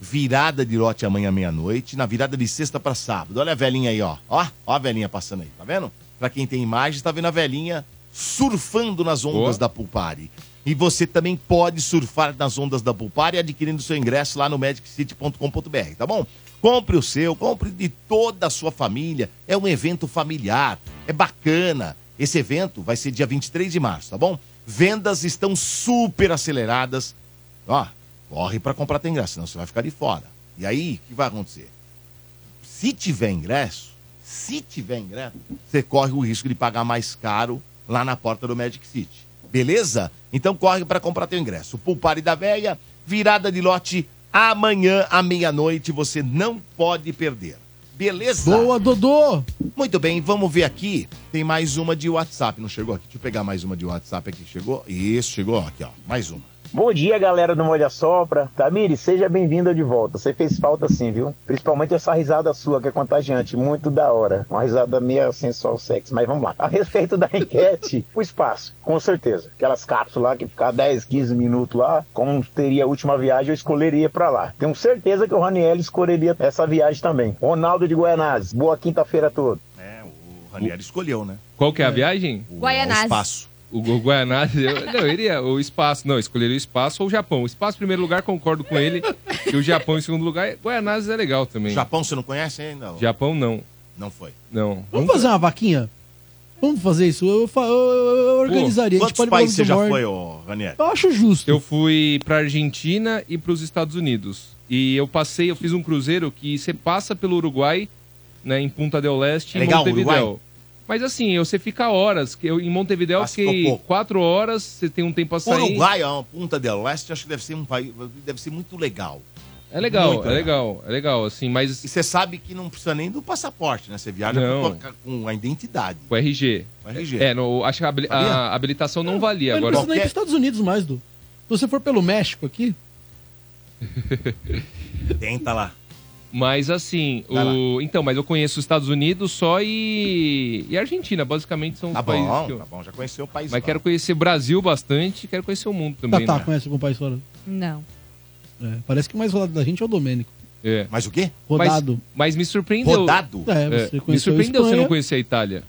virada de lote amanhã à meia-noite, na virada de sexta para sábado. Olha a velhinha aí, ó. Ó, ó a velhinha passando aí, tá vendo? Para quem tem imagem, tá vendo a velhinha surfando nas ondas
Ó.
da Pulpari. E você também pode surfar nas ondas da Pulpari adquirindo seu ingresso lá no mediccity.com.br, tá bom? Compre o seu, compre de toda a sua família. É um evento familiar, é bacana. Esse evento vai ser dia 23 de março, tá bom? Vendas estão super aceleradas. Ó, Corre para comprar teu ingresso, senão você vai ficar de fora. E aí, o que vai acontecer? Se tiver ingresso, se tiver ingresso, você corre o risco de pagar mais caro lá na porta do Magic City. Beleza? Então corre para comprar teu ingresso. Pulpare da Véia, virada de lote amanhã à meia-noite, você não pode perder. Beleza?
Boa, Dodô!
Muito bem, vamos ver aqui. Tem mais uma de WhatsApp, não chegou aqui? Deixa eu pegar mais uma de WhatsApp aqui. Chegou? Isso, chegou aqui, ó. Mais uma.
Bom dia, galera do Molha Sopra. Tamires, seja bem-vinda de volta. Você fez falta sim, viu? Principalmente essa risada sua, que é contagiante. Muito da hora. Uma risada meio sensual sexy, mas vamos lá. A respeito da [laughs] enquete, o espaço, com certeza. Aquelas cápsulas lá que ficar 10, 15 minutos lá, como teria a última viagem, eu escolheria pra lá. Tenho certeza que o Raniel escolheria essa viagem também. Ronaldo de Guaianazes, boa quinta-feira toda.
É, o Raniel escolheu, né?
Qual que é a viagem?
O,
Guaianazes.
o espaço.
O Gu- Guaraná. eu- Não, ele ia. O espaço. Não, escolheria o espaço ou o Japão. O espaço em primeiro lugar, concordo com ele. E o Japão em segundo lugar. Guaianazes é legal também.
Japão você não conhece ainda? ó?
Japão não.
Não foi.
Não.
Vamos fazer uma vaquinha? Vamos fazer isso? Eu, fa- eu- eu- eu organizaria. a gente
Quantos
pode
países você
bolar
já
do norte.
foi, ô, Raniel?
Eu acho justo.
Eu fui pra Argentina e pros Estados Unidos. E eu passei, eu fiz um cruzeiro que você passa pelo Uruguai, né, em Punta del Leste,
É
e
legal, Uruguai?
Montevideo. Mas assim, eu- você fica horas. que Eu, em Montevideo eu
Ah, ficou
fiquei
pouco.
quatro horas, você tem um tempo a sair.
Uruguai, ó, Punta del Leste, acho que deve ser um país, deve ser muito legal.
É legal,
Muito
é legal, é legal, assim,
E
mas
você sabe que não precisa nem do passaporte, né? Você viaja
Não.
com, a- com a identidade.
o RG.
O RG.
É, no, acho que a, habili-
Sabia?
a habilitação não valia
Mas não
agora.
precisa nem ir
Qualquer-
para Estados Unidos mais, Du. Se você for pelo México aqui,
é.
Tenta tá lá.
Mas assim,
Vai
o... então, mas eu conheço os Estados Unidos só e, e a Argentina, basicamente são os
Tá
países Um que
bom,
eu...
tá bom, já conheceu o país.
Mas quero conhecer o Brasil bastante, quero conhecer o mundo também.
Tatá
né?
conhece algum país fora.
Não.
É, parece que o mais rodado da gente é o Domênico.
É.
Mas o quê?
Rodado.
Mas me surpreendeu.
Rodado?
É,
É,
você
me
conheceu a
surpreendeu você
Espanha,
não conhecer a Itália.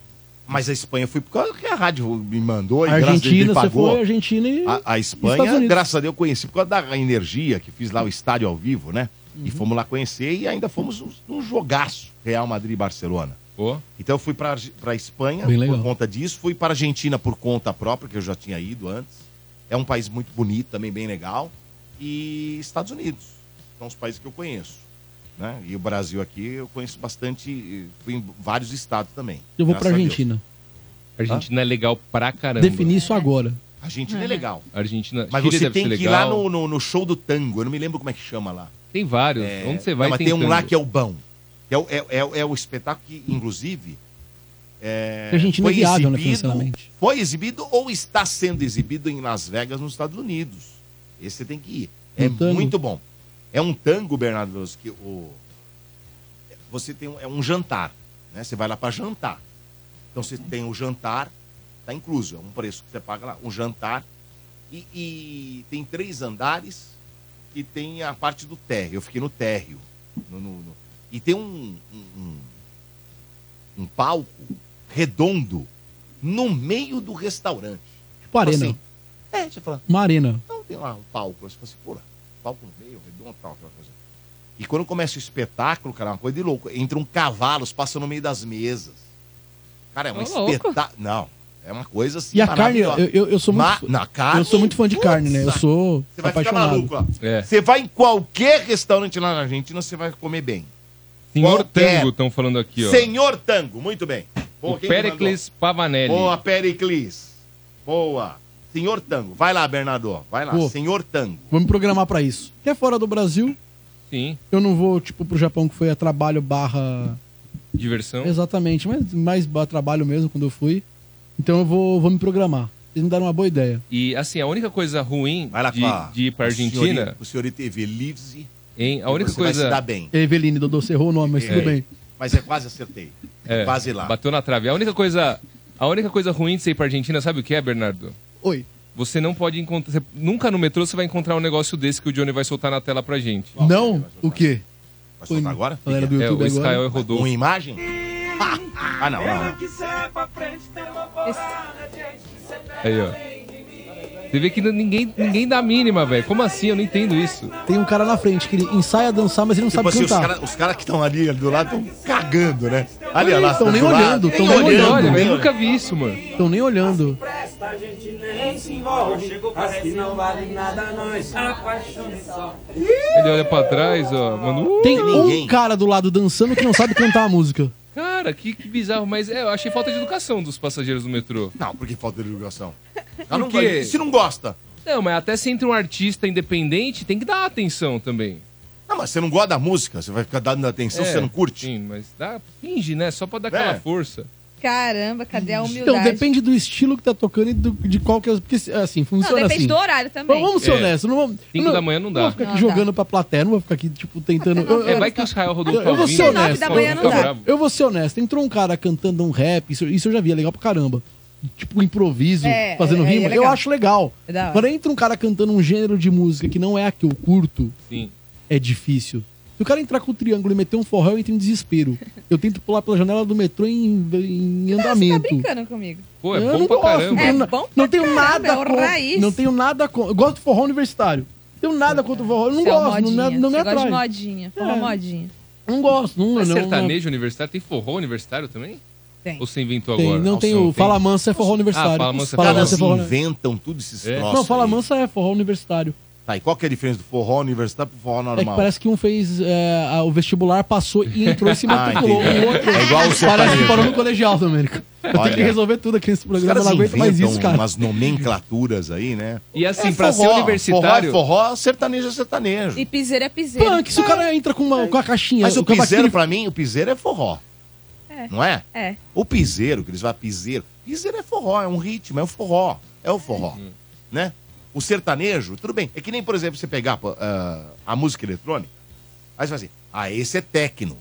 Mas a Espanha foi por causa que a rádio me mandou e graças a Deus
Argentina,
me
você
pagou.
foi Argentina e...
A, a
Estados
Espanha,
Unidos.
graças a Deus, eu conheci por causa da energia que fiz lá o estádio ao vivo, né? E
Uhum.
fomos lá conhecer e ainda fomos num- num jogaço Real Madrid e Barcelona.
Pô,
Então eu fui pra, Arge- pra Espanha
Bem legal.
por conta disso, fui para a Argentina por conta própria, que eu já tinha ido antes. É um país muito bonito também, bem legal. E Estados Unidos. São os países que eu conheço. Né? E o Brasil aqui eu conheço bastante, e fui em vários estados também.
Eu vou pra
graças a Deus.
Argentina.
a Argentina é legal pra caramba.
Definir isso agora.
A Argentina é legal.
A Argentina.
Mas
Chile
você
deve
tem
ser
que ir lá
legal.
no, no- no show do tango. Eu não me lembro como é que chama lá.
Tem vários.
É,
Onde você vai,
não, mas tem um
tango.
lá que é o bom. Que É, o- é, é, é o espetáculo que, inclusive. É,
A Argentina é viável, né, financeiramente.
Foi exibido ou está sendo exibido em Las Vegas, nos Estados Unidos. Esse você tem que ir. É
Um tango.
muito bom. É um tango, Bernardo, Veloso, que o, você tem um, é um jantar. Né? Você vai lá para jantar. Então você tem o jantar, tá incluso, é um preço que você paga lá, um jantar. E, e tem três andares e tem a parte do térreo. Eu fiquei no térreo. no- no- no- E tem um, um, um- um palco redondo no meio do restaurante.
Tipo arena.
Assim, é, você fala,
Uma arena.
não, tem lá um palco. Você fala assim, pô, palco no meio, redondo, tal, aquela coisa. E quando começa o espetáculo, cara, é uma coisa de louco. Entram cavalos, passam no meio das mesas. Cara, é um
Ô, louco.
espetáculo. Não, é uma coisa assim.
E a carne, eu,
maravilhosa.
eu, eu sou
Ma-
muito...
na carne,
eu sou muito fã de carne, né? Eu
putz,
sou
Você vai
apaixonado.
ficar maluco, ó.
É.
Você vai em qualquer restaurante lá na Argentina, você vai comer bem.
Senhor
Qualquer.
Tango, estão falando aqui, ó.
Senhor Tango, muito bem.
O
Boa, quem que mandou?
Pericles Pavanelli.
Boa, Pericles. Boa. Senhor Tango. Vai lá, Bernardo. Vai lá.
Boa.
Senhor Tango.
Vou me programar pra isso. Até fora do Brasil,
Sim,
eu não vou, tipo, pro Japão, que foi a trabalho barra...
diversão.
Exatamente, mas mais a trabalho mesmo, quando eu fui. Então eu vou, vou me programar. Eles me deram uma boa ideia.
E assim, a única coisa ruim
Vai lá
de,
com a,
de ir pra
com a
Argentina,
senhorita- O senhorita Evelise.
hein? A única
você Vai se dar
coisa.
bem.
Eveline, Dodô, você errou o nome, mas
É.
tudo bem.
Mas é quase acertei.
É,
Quase lá.
Bateu na trave. A única coisa. A única coisa ruim de você ir pra Argentina, sabe o que é, Bernardo?
Oi.
Você não pode encontrar. você- nunca no metrô você vai encontrar um negócio desse que o Johnny vai soltar na tela pra gente.
não? O quê?
Vai soltar agora?
Galera do
É, o
YouTube agora.
Israel e
Rodou.
Rodolfo.
Uma imagem? [laughs] Ah, não, não. não.
Aí, ó. Você vê que n- ninguém, ninguém dá a mínima, velho. Como assim? Eu não entendo isso.
Tem um cara na frente que ele ensaia a dançar, mas ele não
Tipo
sabe
assim, os
cantar.
caras que estão ali do lado estão cagando, né? Ali, olha lá.
Tão nem
do lado.
olhando, tão
Nem
nem
Olha,
olhando,
velho,
nem
eu nunca vi isso, mano.
Estão nem olhando.
ninguém se envolve. As que não valem nada, nós apaixone só.
Ele olha pra trás, ó, mano. Uh,
Tem um cara do lado dançando que não sabe cantar a música.
Cara, que, que bizarro, mas é, eu achei falta de educação dos passageiros do metrô.
Não, por que falta de educação?
Por
não
quê?
gosta- se não gosta.
Não, mas até se entra um artista independente, tem que dar atenção também.
Não, mas você não gosta da música, você vai ficar dando atenção,
É,
você não curte.
Sim, mas dá, finge, né? Só pra dar
É.
aquela força.
Caramba, cadê a
Então,
humildade?
depende do estilo que tá tocando e do- de qual que é. Porque, assim, funciona
depende
assim.
do horário também. Tá
Vamos ser
É.
honestos. Não vamos,
Cinco
não-
da manhã não dá.
Não vou ficar aqui
Não dá.
jogando pra plateia, não vou ficar aqui, tipo,
[laughs]
tentando. Eu,
É, vai que o Israel Rodolfo
eu vou ser
ouvindo,
honesto.
Tá
vai ficar
eu, vou,
né? bravo.
eu vou ser honesto. Entrou um cara cantando um rap, isso, isso eu já vi, é legal pra caramba. Tipo, improviso,
É,
fazendo
é, é
rima. eu
legal.
acho legal.
É da hora.
Quando entra um cara cantando um gênero de música que não é a que eu curto,
Sim.
é difícil. Se o cara entrar com o triângulo e meter um forró, eu entro em desespero. Eu tento pular pela janela do metrô em, em
Tá
andamento.
brincando comigo.
Pô,
é eu não gosto,
É
não-
bom
não tenho
caramba,
nada
é o
contra-
raiz.
Não tenho nada contra. Eu gosto do forró universitário. Não tenho nada contra o forró. Eu não
Você é o
gosto, não,
modinha.
me- não me
Você gosta de
atrai.
modinha. Forró
É.
modinha.
Não gosto, não,
Mas
não,
sertanejo universitário, tem forró universitário também?
Tem.
Ou você inventou
não. Tem,
agora?
não tem
Alção,
o Fala Mansa é forró universitário.
Fala Mansa é
Os
forró.
caras
Você falou, né?
inventam tudo esses
É.
troços.
Não, Fala Mansa é forró universitário.
Tá, e qual que é a diferença do forró universitário pro forró
É que
normal?
parece que um fez é, a- o vestibular, passou e entrou
[laughs]
e se matriculou.
entendi.
o um outro
É igual o
parece que
sertanejo,
parou
né?
no colegial, Domênico. Eu
Olha,
tenho que resolver tudo aqui nesse
Os
programa, eu
caras
não aguento
inventam
mais isso, cara.
umas nomenclaturas aí, né?
E assim,
É
pra ser
forró,
universitário-
Forró é forró, sertanejo é sertanejo.
E piseira é piseira.
Punk, se o cara entra com, uma, com a caixinha...
Mas o
com a
piseiro,
vaquinha-
pra mim, o piseiro é forró,
É.
não é?
É.
O piseiro, que eles falam piseiro, piseiro é forró, é um ritmo, é um forró, é o forró,
Uhum.
né? O sertanejo, tudo bem. É que nem, por exemplo, você pegar pô, ah, a música eletrônica, aí você fala assim, ah, esse é techno,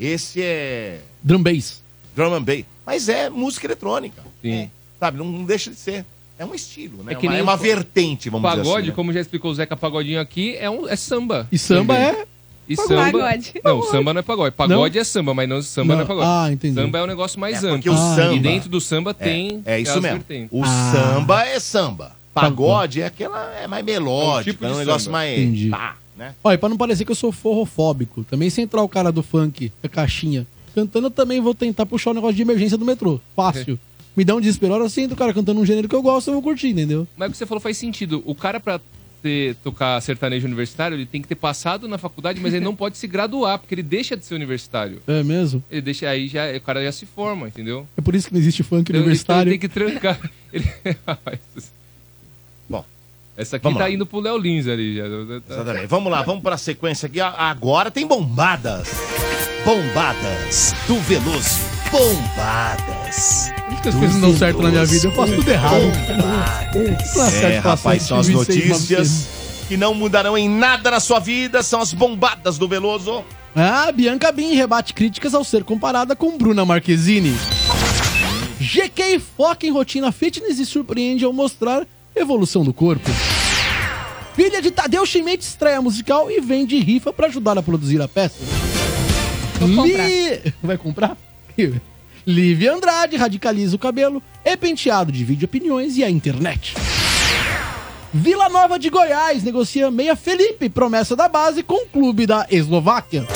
esse é
Drum bass.
drum and bass, mas é música eletrônica,
é
Sim.
sabe? Não, não deixa de ser. É um estilo, né?
É que
uma,
nem
é uma
o-
vertente, vamos
Pagode,
dizer assim. né?
como já explicou o Zeca Pagodinho aqui, é, um, é samba.
E samba
Também.
é...
E
Pagode.
samba.
Pagode.
Não, samba não é pagode. Pagode é samba, mas não samba não,
Não.
é pagode.
Ah, entendi.
Samba é um negócio mais
É,
amplo.
porque o samba-
E dentro do samba tem.
É, é isso
as
mesmo.
vertentes.
O
Ah. Tá
samba é samba. Pagode é aquela é mais melódica, é um,
tipo de
negócio
samba.
mais
Entendi.
pá, né?
Olha, pra não parecer que eu sou forrofóbico, também se entrar o cara do funk, a caixinha, cantando, eu também vou tentar puxar o negócio de emergência do metrô.
É.
Fácil. Me dá um desespero. A hora assim, o cara cantando um gênero que eu gosto, eu vou curtir, entendeu?
Mas o que você falou faz sentido. O cara, pra ter- tocar sertanejo universitário, ele tem que ter passado na faculdade, mas ele não pode se graduar, porque ele deixa de ser universitário.
É mesmo?
Ele deixa aí, já, o cara já se forma, entendeu?
É por isso que não existe funk
Então ele-
universitário.
Ele, tem que trancar. [laughs] Ele...
Bom,
Essa aqui
Vamos
tá
lá.
indo pro Léo Lins ali já. Tá-
Exatamente. Vamos lá, vamos pra sequência aqui. A- Agora tem bombadas. Bombadas do Veloso. Bombadas.
Por que as coisas não dão certo na minha vida? Eu faço tudo errado. Não dá certo
É,
pra
rapaz,
sete,
são as
26,
notícias que não mudarão em nada na sua vida, são as bombadas do Veloso.
Ah, Bianca Bin rebate críticas ao ser comparada com Bruna Marquezine. GK foca em rotina fitness e surpreende ao mostrar evolução do corpo. Filha de Tadeu Schmidt estreia musical e vende rifa pra ajudar a produzir a peça. Li... [laughs] Vai comprar? Lívia Andrade radicaliza o cabelo, é penteado, divide opiniões e a internet. Vila Nova de Goiás negocia meia Felipe, promessa da base, com o clube da Eslováquia.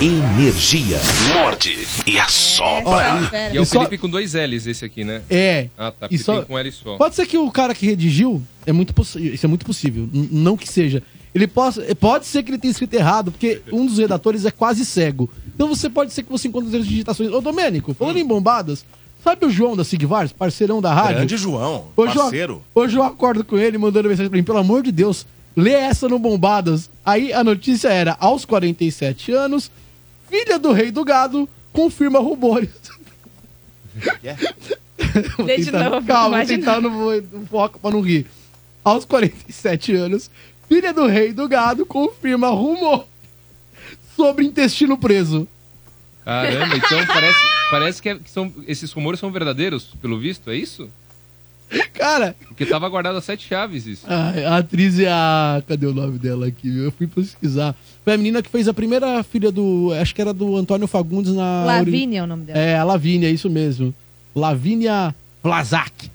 Energia. Morde e assopra.
E é o
E só-
Felipe com dois L's esse aqui, né?
É.
Ah, tá.
E
Porque
só-
tem com L só.
Pode ser que o cara que redigiu, é muito possi- isso é muito possível, n- não que seja. Ele possa, eh, pode ser que ele tenha escrito errado, porque um dos redatores é quase cego. Então você pode ser que você encontre as digitações. Ô, Domênico,
Hum.
falando em bombadas, sabe o João da Sigvars, parceirão da rádio?
Grande João,
Hoje
parceiro.
Eu, hoje eu acordo com ele mandando mensagem pra mim, pelo amor de Deus, lê essa no Bombadas. Aí a notícia era, aos 47 anos, filha do rei do gado confirma rumores. [laughs] Vou
Lê de
tentar-
novo,
Calma, vou
imagina.
tentar no, no foco pra não rir. Aos 47 anos, filha do rei do gado confirma rumor sobre intestino preso.
Caramba, então parece, parece que, é- que são, esses rumores são verdadeiros, pelo visto, é isso?
Cara,
Porque tava guardado as sete chaves isso.
A, a atriz é a. Cadê o nome dela aqui? meu? Eu fui pesquisar. Foi a menina que fez a primeira filha do. Acho que era do Antônio Fagundes na.
Lavínia é o nome dela.
É, a Lavínia, isso mesmo. Lavínia Vlasak.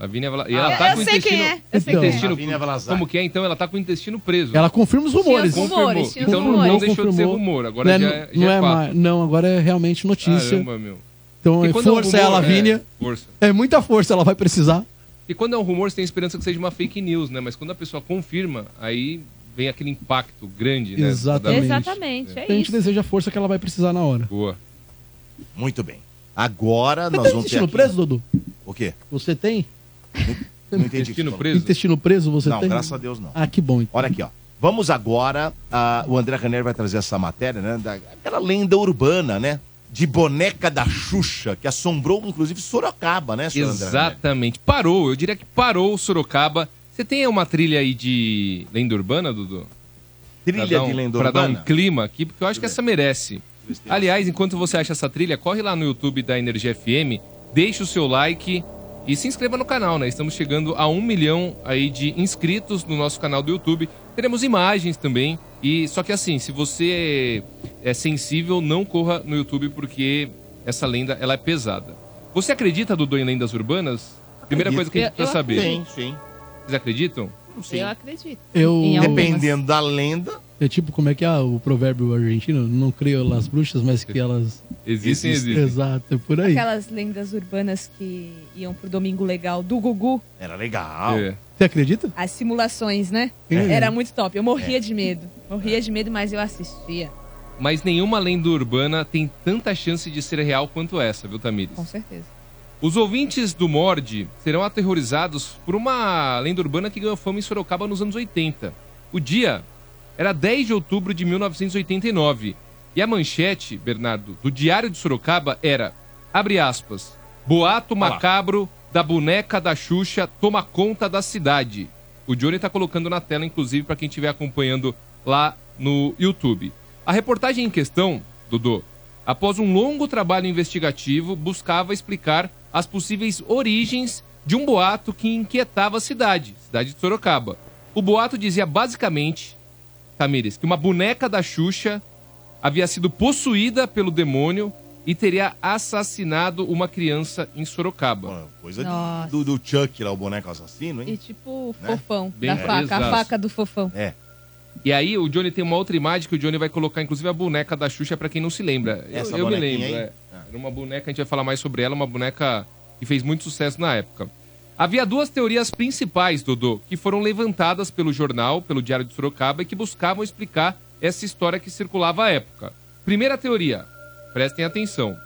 Lavínia Vla- E ela
Ah,
tá
eu
com o
sei
intestino. então,
quem é, eu sei
quem é.
intestino
Lavínia Vlasak.
Como que é então? Ela tá com o intestino preso.
Ela confirma os rumores.
Tinha os rumores, tinha os
Então não-
rumores.
não deixou de ser
Confirmou.
rumor, agora
não
já,
é,
é- já
não
é
é
fato.
mais- Não, agora é realmente notícia.
Caramba, meu.
Então,
Porque
é
quando é um
força é a
rumor,
Lavínia.
é, força.
É muita força, ela vai precisar.
E quando é um rumor, você tem esperança que seja uma fake news, né? Mas quando a pessoa confirma, aí vem aquele impacto grande, né?
Exatamente.
Exatamente, é
Então a gente
isso.
deseja a força que ela vai precisar na hora.
Boa.
Muito bem. Agora
Você
nós
tá
vamos ter
intestino
aqui... né?
preso, Dudu?
O quê?
Você tem?
Não entendi. o que você falou.
Intestino preso você
não,
tem?
graças a Deus não.
Ah, que bom.
Olha aqui, ó. Vamos agora, ah, o André Ranieri vai trazer essa matéria, né? Da, aquela lenda urbana, né? De boneca da Xuxa, que assombrou, inclusive, Sorocaba, né, senhor André Ranieri?
Exatamente. Parou, eu diria que parou o Sorocaba. Você tem uma trilha aí de lenda urbana, Dudu?
Trilha
Pra dar
de lenda
Pra dar um
urbana?
clima aqui, porque eu acho que essa merece. Aliás, enquanto você acha essa trilha, corre lá no YouTube da Energia FM, deixa o seu like e se inscreva no canal, né? Estamos chegando a um milhão aí de inscritos no nosso canal do YouTube. Teremos imagens também. E só que assim, se você é sensível, não corra no YouTube porque essa lenda ela é pesada. Você acredita, Dudu, em lendas urbanas? Primeira coisa que a gente
Eu-
precisa
eu
saber.
Sim, sim.
Vocês acreditam?
Eu acredito.
Eu-
Em algumas.
Dependendo da lenda.
É tipo, como é que é o provérbio argentino? Não creio nas bruxas, mas que elas...
Existem, existem.
Exato, é por aí.
Aquelas lendas urbanas que iam pro Domingo Legal do Gugu.
Era
É.
legal.
Você acredita?
As simulações, né?
É.
Era muito top. Eu
É.
morria de medo. Morria de medo, mas eu assistia.
Mas nenhuma lenda urbana tem tanta chance de ser real quanto essa, viu, Tamires?
Com certeza.
Os ouvintes do Mord serão aterrorizados por uma lenda urbana que ganhou fama em Sorocaba nos anos 80. O dia era 10 de outubro de 1989. E a manchete, Bernardo, do Diário de Sorocaba era, abre aspas, boato macabro da boneca da Xuxa toma conta da cidade. O Johnny tá colocando na tela, inclusive, para quem estiver acompanhando lá no YouTube. A reportagem em questão, Dudu, após um longo trabalho investigativo, buscava explicar as possíveis origens de um boato que inquietava a cidade, cidade de Sorocaba. O boato dizia basicamente, Tamires, que uma boneca da Xuxa havia sido possuída pelo demônio e teria assassinado uma criança em Sorocaba.
Coisa
Nossa.
do, do Chuck lá, o boneco assassino, hein?
E tipo, o
Né?
fofão.
Bem
da faca.
exato.
A faca do fofão.
É.
E aí o Johnny tem uma outra imagem que o Johnny vai colocar, inclusive, a boneca da Xuxa, pra quem não se lembra. Eu-
Essa
eu me
bonequinha
lembro,
aí? Ah.
é. Era uma boneca, a gente vai falar mais sobre ela, uma boneca que fez muito sucesso na época. Havia duas teorias principais, Dodô, que foram levantadas pelo jornal, pelo Diário de Sorocaba, e que buscavam explicar essa história que circulava à época. Primeira teoria, prestem atenção.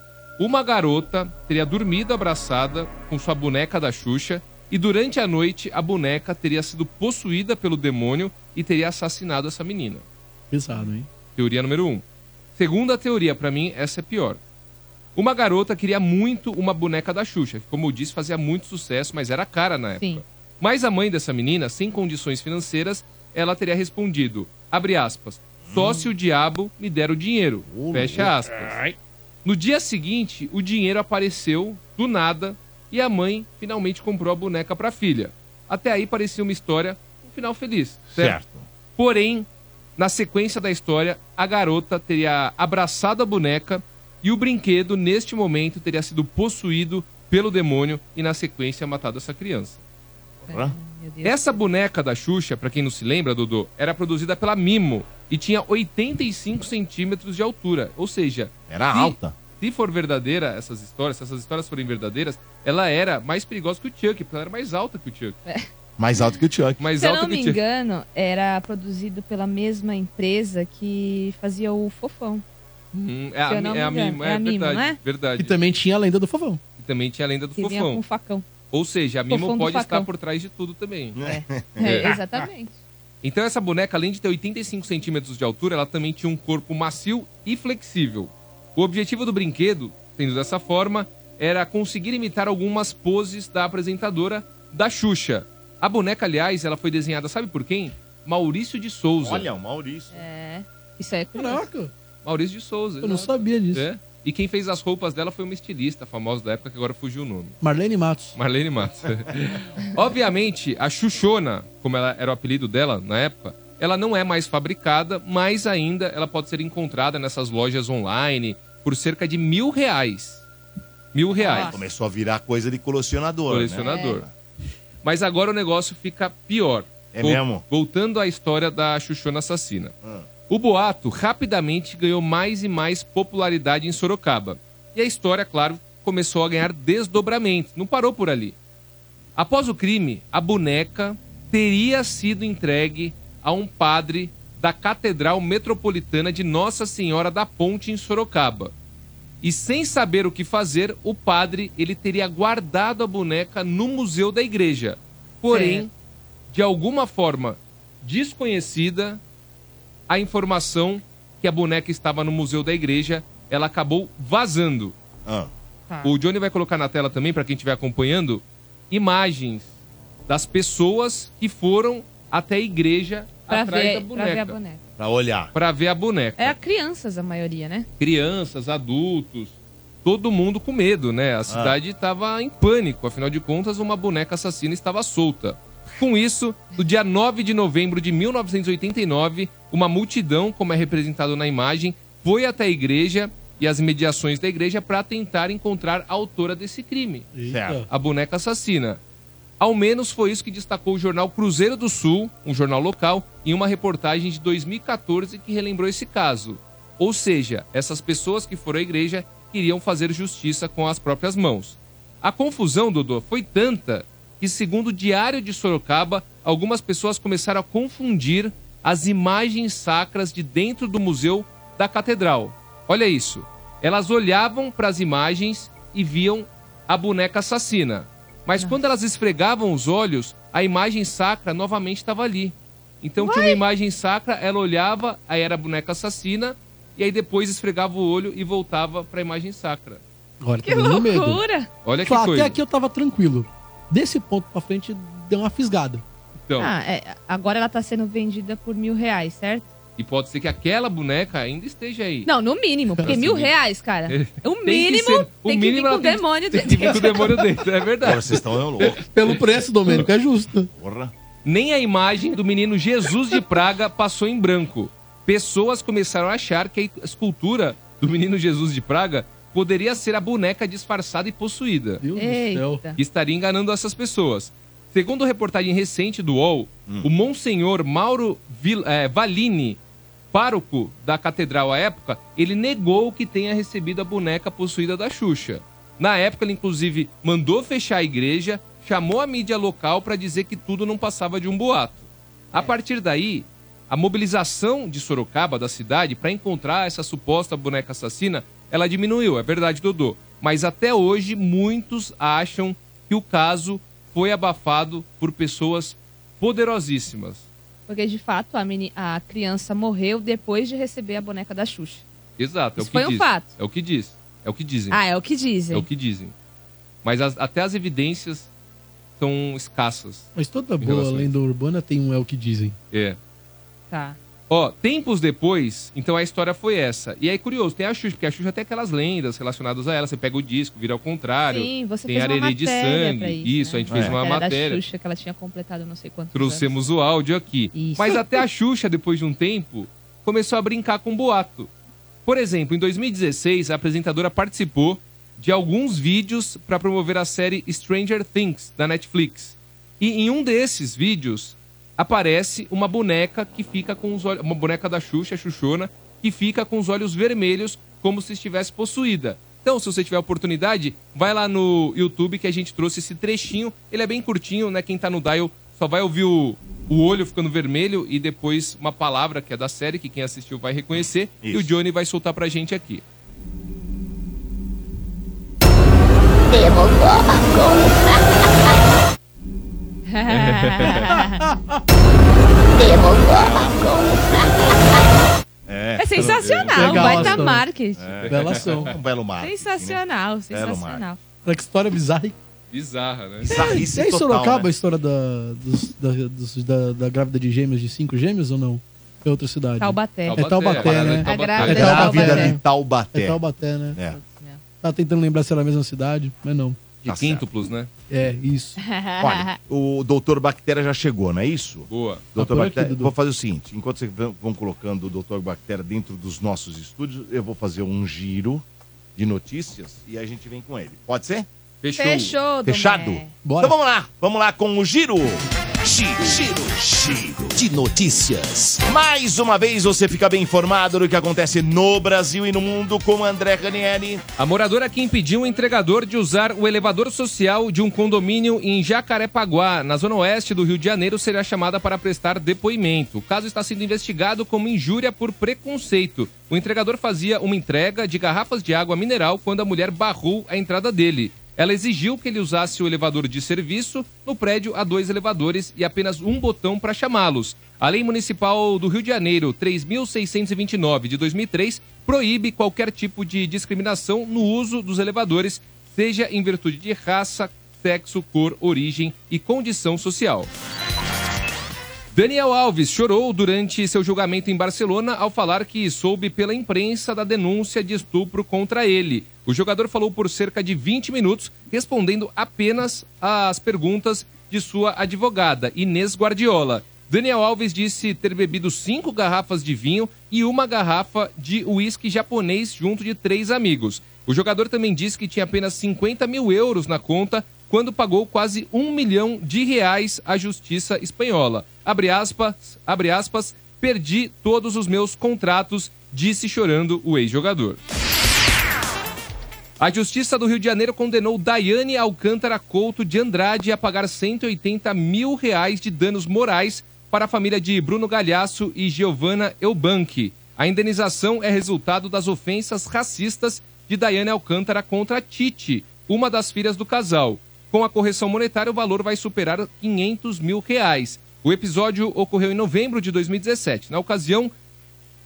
Uma garota teria dormido abraçada com sua boneca da Xuxa e durante a noite a boneca teria sido possuída pelo demônio e teria assassinado essa menina.
Pesado, hein?
Teoria número 1. Um. Segunda teoria, pra mim, essa é pior. Uma garota queria muito uma boneca da Xuxa, que, como eu disse, fazia muito sucesso, mas era cara na época.
Sim.
Mas a mãe dessa menina, sem condições financeiras, ela teria respondido, abre aspas, só se o diabo me der o dinheiro, fecha aspas. No dia seguinte, o dinheiro apareceu, do nada, e a mãe finalmente comprou a boneca pra filha. Até aí parecia uma história, um final feliz, certo? Porém, na sequência da história, a garota teria abraçado a boneca e o brinquedo, neste momento, teria sido possuído pelo demônio e, na sequência, matado essa criança. Essa boneca da Xuxa, pra quem não se lembra, Dodô, era produzida pela Mimo e tinha 85 centímetros de altura. Ou seja,
Era alta.
Se for verdadeira essas histórias, se essas histórias forem verdadeiras, ela era mais perigosa que o Chuck, porque ela era mais alta que o Chuck.
Mais alto que o Chuck.
Mais
Se eu
alta
não
que
me
o Chuck.
engano, era produzido pela mesma empresa que fazia o fofão.
Hum, é,
Se eu
a,
não
Mi- é
me
a
engano,
Mimo,
é
é,
a Mimo,
verdade,
não é?
verdade.
E também tinha a lenda do fofão.
E também tinha a lenda do
Que vinha com
fofão.
um facão.
Ou seja, a
Fofão
Mimo
do
pode estar
facão.
por trás de tudo também.
É, exatamente.
Então essa boneca, além de ter 85 centímetros de altura, ela também tinha um corpo macio e flexível. O objetivo do brinquedo, sendo dessa forma, era conseguir imitar algumas poses da apresentadora da Xuxa. A boneca, aliás, ela foi desenhada, sabe por quem? Maurício de Souza.
Olha, o Maurício.
É. Isso é curioso.
Caraca,
Maurício de Souza.
eu não
exato.
sabia disso.
É. E quem fez as roupas dela foi uma estilista famosa da época, que agora fugiu o nome.
Marlene Matos.
Marlene Matos. Obviamente, a Xuxona, como ela era o apelido dela na época, ela não é mais fabricada, mas ainda ela pode ser encontrada nessas lojas online por cerca de mil reais. Mil reais.
Começou a virar coisa de colecionador,
Colecionador.
né?
Mas agora o negócio fica pior.
É
Vol-
mesmo?
Voltando à história da Xuxona assassina.
Ah.
O boato rapidamente ganhou mais e mais popularidade em Sorocaba. E a história, claro, começou a ganhar desdobramentos. Não parou por ali. Após o crime, a boneca teria sido entregue a um padre da Catedral Metropolitana de Nossa Senhora da Ponte em Sorocaba. E sem saber o que fazer, o padre ele teria guardado a boneca no museu da igreja. Porém,
Certo.
de alguma forma desconhecida, a informação que a boneca estava no museu da igreja, ela acabou vazando.
Ah,
Tá.
O Johnny vai colocar na tela também, para quem estiver acompanhando, imagens das pessoas que foram até a igreja
Pra
atrás
ver,
da
pra ver a
boneca.
boneca.
Pra olhar.
Pra ver a boneca.
É crianças a maioria, né?
Crianças, adultos, todo mundo com medo, né? A cidade estava em pânico, afinal de contas, uma boneca assassina estava solta. Com isso, no dia 9 de novembro de 1989, uma multidão, como é representado na imagem, foi até a igreja e as mediações da igreja para tentar encontrar a autora desse crime.
Certo.
A boneca assassina. Ao menos foi isso que destacou o jornal Cruzeiro do Sul, um jornal local, em uma reportagem de 2014 que relembrou esse caso. Ou seja, essas pessoas que foram à igreja queriam fazer justiça com as próprias mãos. A confusão, Dodô, foi tanta que, segundo o Diário de Sorocaba, algumas pessoas começaram a confundir as imagens sacras de dentro do museu da catedral. Olha isso. Elas olhavam para as imagens e viam a boneca assassina. Mas
Ah.
quando elas esfregavam os olhos, a imagem sacra novamente estava ali. Então tinha uma imagem sacra, ela olhava, aí era a boneca assassina, e aí depois esfregava o olho e voltava para a imagem sacra.
Olha,
Que
tá dando
loucura!
Medo.
Olha É que
Fala,
coisa.
Até aqui eu tava tranquilo. Desse ponto pra frente, deu uma fisgada.
Então,
Ah, é, agora ela tá sendo vendida por mil reais, certo?
e pode ser que aquela boneca ainda esteja aí.
Não, no mínimo, porque
Nossa,
mil
mil-
reais, cara.
Tem
O
que
mínimo
ser- o
tem que vir
mínimo
com
ela
o
tem que-
demônio
tem que vir com o demônio dentro, é verdade.
Vocês estão loucos.
Pelo preço, Domênico, é justo.
Nem a imagem do menino Jesus de Praga passou em branco. Pessoas começaram a achar que a escultura do menino Jesus de Praga poderia ser a boneca disfarçada e possuída.
do céu. Eita.
E estaria enganando essas pessoas. Segundo reportagem recente do UOL, o Monsenhor Mauro Vil, eh, Valini, pároco da catedral à época, ele negou que tenha recebido a boneca possuída da Xuxa. Na época, ele inclusive mandou fechar a igreja, chamou a mídia local para dizer que tudo não passava de um boato. A partir daí, a mobilização de Sorocaba, da cidade, para encontrar essa suposta boneca assassina, ela diminuiu, é verdade, Dodô. Mas até hoje, muitos acham que o caso foi abafado por pessoas poderosíssimas.
Porque, de fato, a, meni- a criança morreu depois de receber a boneca da Xuxa.
Exato, é o
Isso
que
foi um
diz.
fato.
É o que diz. É o que dizem.
Ah, é o que dizem.
É o que dizem. Mas as- até as evidências são escassas.
Mas toda
Em
boa
relação a
lenda urbana tem um é o que dizem.
É.
Tá.
Ó, tempos depois, então a história foi essa. E aí, curioso, tem a Xuxa, porque a Xuxa tem aquelas lendas relacionadas a ela. Você pega o disco, vira ao contrário.
Sim, você
tem
fez uma
arerê de
matéria
sangue.
pra isso, né?
isso, a gente fez uma
Era
matéria. um-
da Xuxa, né? que ela tinha completado não sei quantos anos.
Trouxemos o áudio aqui. Mas até
[laughs]
a Xuxa, depois de um tempo, começou a brincar com boato. Por exemplo, em 2016, a apresentadora participou de alguns vídeos para promover a série Stranger Things da Netflix. E em um desses vídeos aparece uma boneca que fica com os olhos, uma boneca da Xuxa, a Xuxona, que fica com os olhos vermelhos como se estivesse possuída. Então, se você tiver oportunidade, vai lá no YouTube que a gente trouxe esse trechinho. Ele é bem curtinho, né? Quem tá no dial só vai ouvir o, o olho ficando vermelho e depois uma palavra que é da série, que quem assistiu vai reconhecer. E o Johnny vai soltar pra gente aqui.
[laughs]
É,
É sensacional,
Legal,
vai estar
Astor.
marketing.
né?
É.
[laughs]
Bela ação.
Um belo mar.
Sensacional, sensacional.
Olha que história bizarra. hein?
Bizarra, né?
e aí, Sorocaba,
né?
a história da, dos- da, dos- da, da grávida de gêmeos, de cinco gêmeos ou não? É outra cidade.
Taubaté.
É Taubaté, né?
A grávida
É
de Taubaté.
Taubaté. né? É
de Taubaté.
Taubaté, né?
É.
Tava tentando lembrar se era a mesma cidade, mas não.
De quíntuplos, né?
É, isso.
Olha, o doutor Bactéria já chegou, não é isso?
Boa.
Tá
Doutor
por
Bactéria,
aqui, Dudu.
vou fazer o seguinte: enquanto vocês vão vão colocando o doutor Bactéria dentro dos nossos estúdios, eu vou fazer um giro de notícias e a gente vem com ele. Pode ser?
Fechou.
Fechou, Domé.
Fechado? Então vamos lá, vamos lá com o giro
Giro, giro, giro de notícias.
Mais uma vez você fica bem informado do que acontece no Brasil e no mundo com André Ranieri.
A moradora que impediu o entregador de usar o elevador social de um condomínio em Jacarepaguá, na zona oeste do Rio de Janeiro, será chamada para prestar depoimento. O caso está sendo investigado como injúria por preconceito. O entregador fazia uma entrega de garrafas de água mineral quando a mulher barrou a entrada dele. Ela exigiu que ele usasse o elevador de serviço. No prédio há dois elevadores e apenas um botão para chamá-los. A Lei Municipal do Rio de Janeiro, 3.629 de 2003, proíbe qualquer tipo de discriminação no uso dos elevadores, seja em virtude de raça, sexo, cor, origem e condição social. Daniel Alves chorou durante seu julgamento em Barcelona ao falar que soube pela imprensa da denúncia de estupro contra ele. O jogador falou por cerca de 20 minutos, respondendo apenas às perguntas de sua advogada, Inês Guardiola. Daniel Alves disse ter bebido cinco garrafas de vinho e uma garrafa de uísque japonês junto de três amigos. O jogador também disse que tinha apenas 50 mil euros na conta quando pagou quase um milhão de reais à justiça espanhola. Abre aspas, abre aspas, perdi todos os meus contratos, disse chorando o ex-jogador. A Justiça do Rio de Janeiro condenou Daiane Alcântara Couto de Andrade a pagar 180 mil reais de danos morais para a família de Bruno Galhaço e Giovanna Eubank. A indenização é resultado das ofensas racistas de Daiane Alcântara contra Titi, uma das filhas do casal. Com a correção monetária, o valor vai superar 500 mil reais. O episódio ocorreu em novembro de 2017. Na ocasião,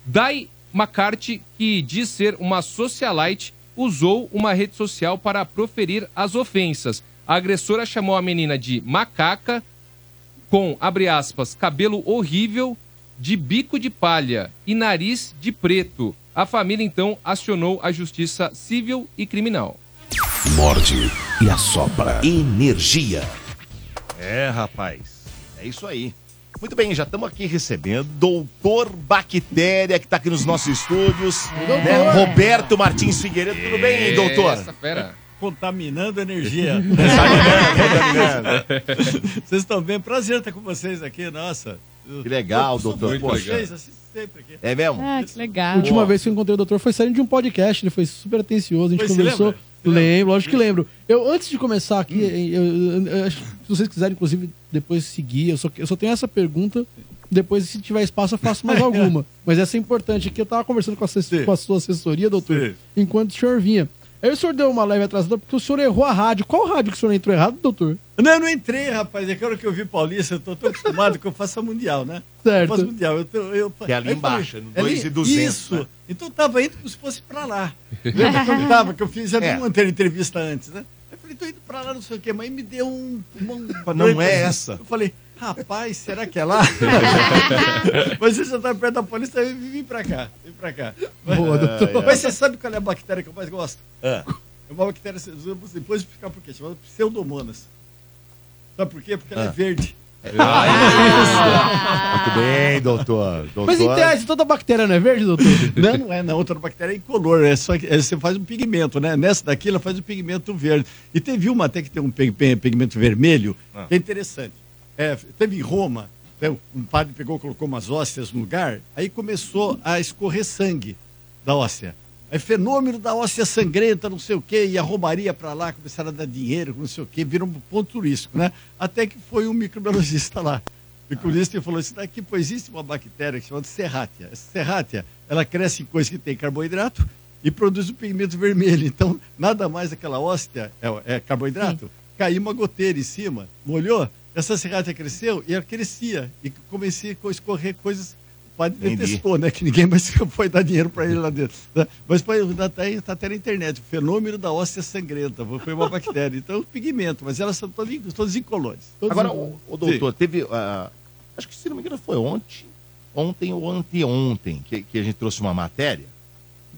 Dai McCarthy, que diz ser uma socialite, usou uma rede social para proferir as ofensas. A agressora chamou a menina de macaca, com, abre aspas, cabelo horrível, de bico de palha e nariz de preto. A família, então, acionou a justiça civil e criminal.
Morde e assopra. Energia.
É, rapaz. É isso aí. Muito bem, já estamos aqui recebendo Doutor Bactéria, que está aqui nos nossos estúdios. Né? Roberto Martins Figueiredo. Tudo bem, doutor?
Essa fera.
Contaminando a energia. vocês estão bem? Prazer estar com vocês aqui, nossa.
Que legal,
Eu sou
doutor.
muito
Poxa.
Vocês, assisto sempre aqui.
É mesmo?
Ah, que
A
legal.
última vez que eu encontrei o doutor foi saindo de um podcast, ele foi super atencioso, a gente
Foi, você
conversou.
lembra? Hum.
Lembro, lógico que lembro. Eu, antes de começar aqui, eu- eu- eu acho que se vocês quiserem, inclusive, depois seguir, eu só, eu só tenho essa pergunta. Depois, se tiver espaço, eu faço
[laughs]
mais alguma. Mas essa é importante aqui. Eu tava conversando com a, assess- com a sua assessoria, doutor, enquanto o senhor vinha. Aí o senhor deu uma leve atrasada porque o senhor errou a rádio. Qual rádio que o senhor entrou errado, doutor?
Não, eu não entrei, rapaz. É que a hora que eu vi Paulista, eu tô tão acostumado que eu faço a Mundial, né?
Certo.
Eu faço Mundial. Eu tô, eu,
Que é ali
aí eu
embaixo,
falei,
no
é ali-
2.200,
Isso.
né?
Então eu tava indo como se fosse pra lá. Lembra
[laughs]
que eu tava, que eu fiz, já
É.
é. uma anterior entrevista antes, né? Aí eu falei, tô indo pra lá, não sei o quê. Mas me deu um... uma- assim.
Não é essa.
Eu falei, rapaz, será que é lá? mas eu já tava perto da Paulista, eu vim pra cá. Vim pra cá. É.
Boa, doutor.
Mas você sabe qual é a bactéria que eu mais gosto?
Ah.
É uma bactéria, depois explicar por quê, chamada Pseudomonas. Sabe por quê? Porque ela é
Ah.
verde.
Muito
"Ah."
bem, doutor. doutor.
Mas em tese, toda bactéria não é verde,
[laughs]
doutor?
Não, não é, não. Outra bactéria é incolor. É só que é, você faz um pigmento, né? Nessa daqui, ela faz um pigmento verde. E teve uma até que tem um pig- pe- pigmento vermelho,
Ah.
que é interessante. É, teve em Roma, né, um padre pegou, colocou umas ósseas no lugar, aí começou a escorrer sangue da óssea. Aí fenômeno da óssea sangrenta, não sei o quê, e a Romaria pra lá, começaram a dar dinheiro, não sei o quê, virou um ponto turístico, né? Até que foi um microbiologista lá. O microbiologista falou assim, daqui, pô, existe uma bactéria que se chama de serrátia. Essa serrátia, ela cresce em coisas que tem carboidrato e produz o pigmento vermelho. Então, nada mais aquela óssea, é, é carboidrato, caiu uma goteira em cima, molhou, essa serrátia cresceu e ela crescia. E comecei a escorrer coisas o padre
Entendi.
detestou, né? Que ninguém mais [laughs] foi dar dinheiro para ele lá dentro. né? Mas foi, tá, até- tá até na internet. O fenômeno da óssea sangrenta. Foi uma bactéria. Então, pigmento. Mas elas são todas, in- todas incolores. Todas
Agora,
incolores.
o, o doutor, teve. ah, acho que se não me engano foi ontem, ontem ou anteontem, que, que a gente trouxe uma matéria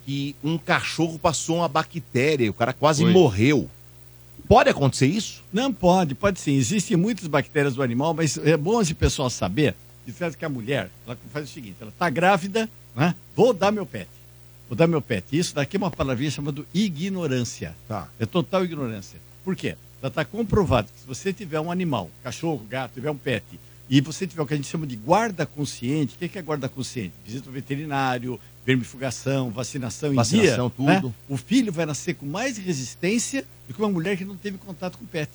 que um cachorro passou uma bactéria e o cara quase
Foi.
morreu. Pode acontecer isso?
Não pode, pode sim. Existem muitas bactérias do animal, mas é bom esse pessoal saber. De certo que a mulher, ela faz o seguinte, ela está grávida, né? Vou dar meu pet. Vou dar meu pet. Isso daqui é uma palavrinha chamada ignorância.
Tá.
É total tá ignorância. Por quê? Já está comprovado que se você tiver um animal, cachorro, gato, tiver um pet, e você tiver o que a gente chama de guarda consciente, o que que é guarda consciente? Visita ao veterinário, vermifugação, vacinação em
Vacinação,
dia, né?
Então, tudo.
O filho vai nascer com mais resistência do que uma mulher que não teve contato com pet.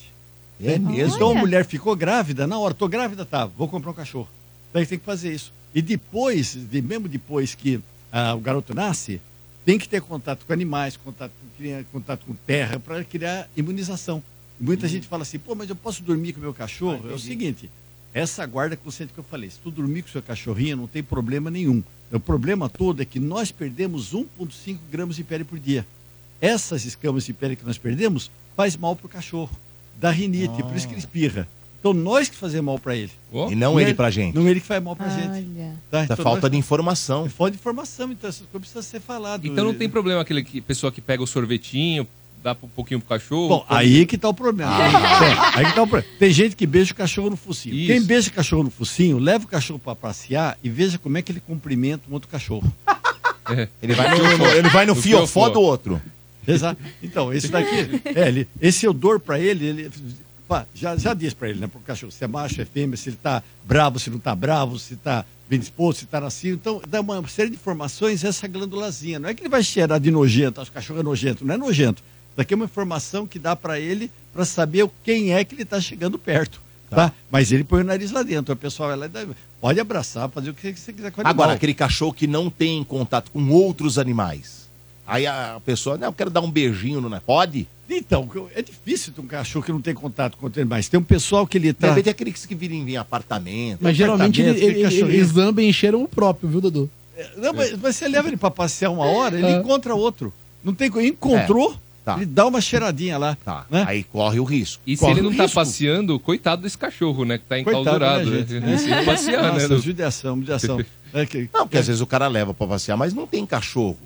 É
Né?
mesmo?
Então
Olha.
a mulher ficou grávida, na hora, tô grávida, tá, vou comprar um cachorro. Daí tem que fazer isso. E depois, de- mesmo depois que ah, o garoto nasce, tem que ter contato com animais, contato com criança, contato com terra, para criar imunização. E muita gente fala assim, pô, mas eu posso dormir com o meu cachorro? é o seguinte, essa guarda é consciente que eu falei, se tu dormir com o seu cachorrinho, não tem problema nenhum. O problema todo é que nós perdemos 1,5 gramas de pele por dia. Essas escamas de pele que nós perdemos faz mal para o cachorro. Dá rinite, por isso que ele espirra. Então nós que fazemos mal para ele.
E não ele pra gente.
Não ele que faz mal para gente. Tá?
Da
Então
falta
nós-
de informação.
Falta de informação, então essas coisas precisam ser faladas.
Então não tem problema aquele que, pessoa que pega o sorvetinho, dá um pouquinho pro cachorro.
Bom,
come-
aí que tá o problema. É, aí que tá o problema. Tem gente que beija o cachorro no focinho. Quem beija o cachorro no focinho, leva o cachorro pra passear e veja como é que ele cumprimenta um outro cachorro. [laughs]
Ele vai no- no- ele vai no fiofó do outro.
Exato. Então, esse daqui, é, ele- esse odor pra ele, ele pá, já, já diz pra ele, né, pro cachorro, se é macho, é fêmea, se ele tá bravo, se não tá bravo, se tá bem disposto, se tá nascido. Então, dá uma série de informações essa glandulazinha. Não é que ele vai cheirar de nojento, acho que o cachorro é nojento, não é nojento. Isso daqui é uma informação que dá pra ele pra saber quem é que ele tá chegando perto. Tá. Mas ele põe o nariz lá dentro. O pessoal vai lá e dá- pode abraçar, fazer o que você quiser com o
Agora,
animal.
aquele cachorro que não tem contato com outros animais. Aí a pessoa, não, eu quero dar um beijinho, não é? Pode?
Então, é difícil ter um cachorro que não tem contato com outro animais. Tem um pessoal que ele tá.
Também tem aqueles que virem em apartamento.
Mas
Geralmente ele,
Apartamento,
ele,
tem cachorrinho.
eles lambem e cheiram o próprio, viu, Dudu?
Não, mas, mas você leva ele pra passear uma hora, ele
É.
encontra outro. Não tem co- Encontrou, ele dá uma cheiradinha lá.
Tá. Aí corre o risco.
E se
Corre
ele não
o
tá
risco.
passeando, coitado desse cachorro, né? Que tá encaldurado. Né,
né, gente?
Ele tem que
É,
passear, né,
Nossa,
Lu?
judiação,
[laughs]
judiação. É que-
Não, porque às vezes o cara leva pra passear, mas não tem cachorro.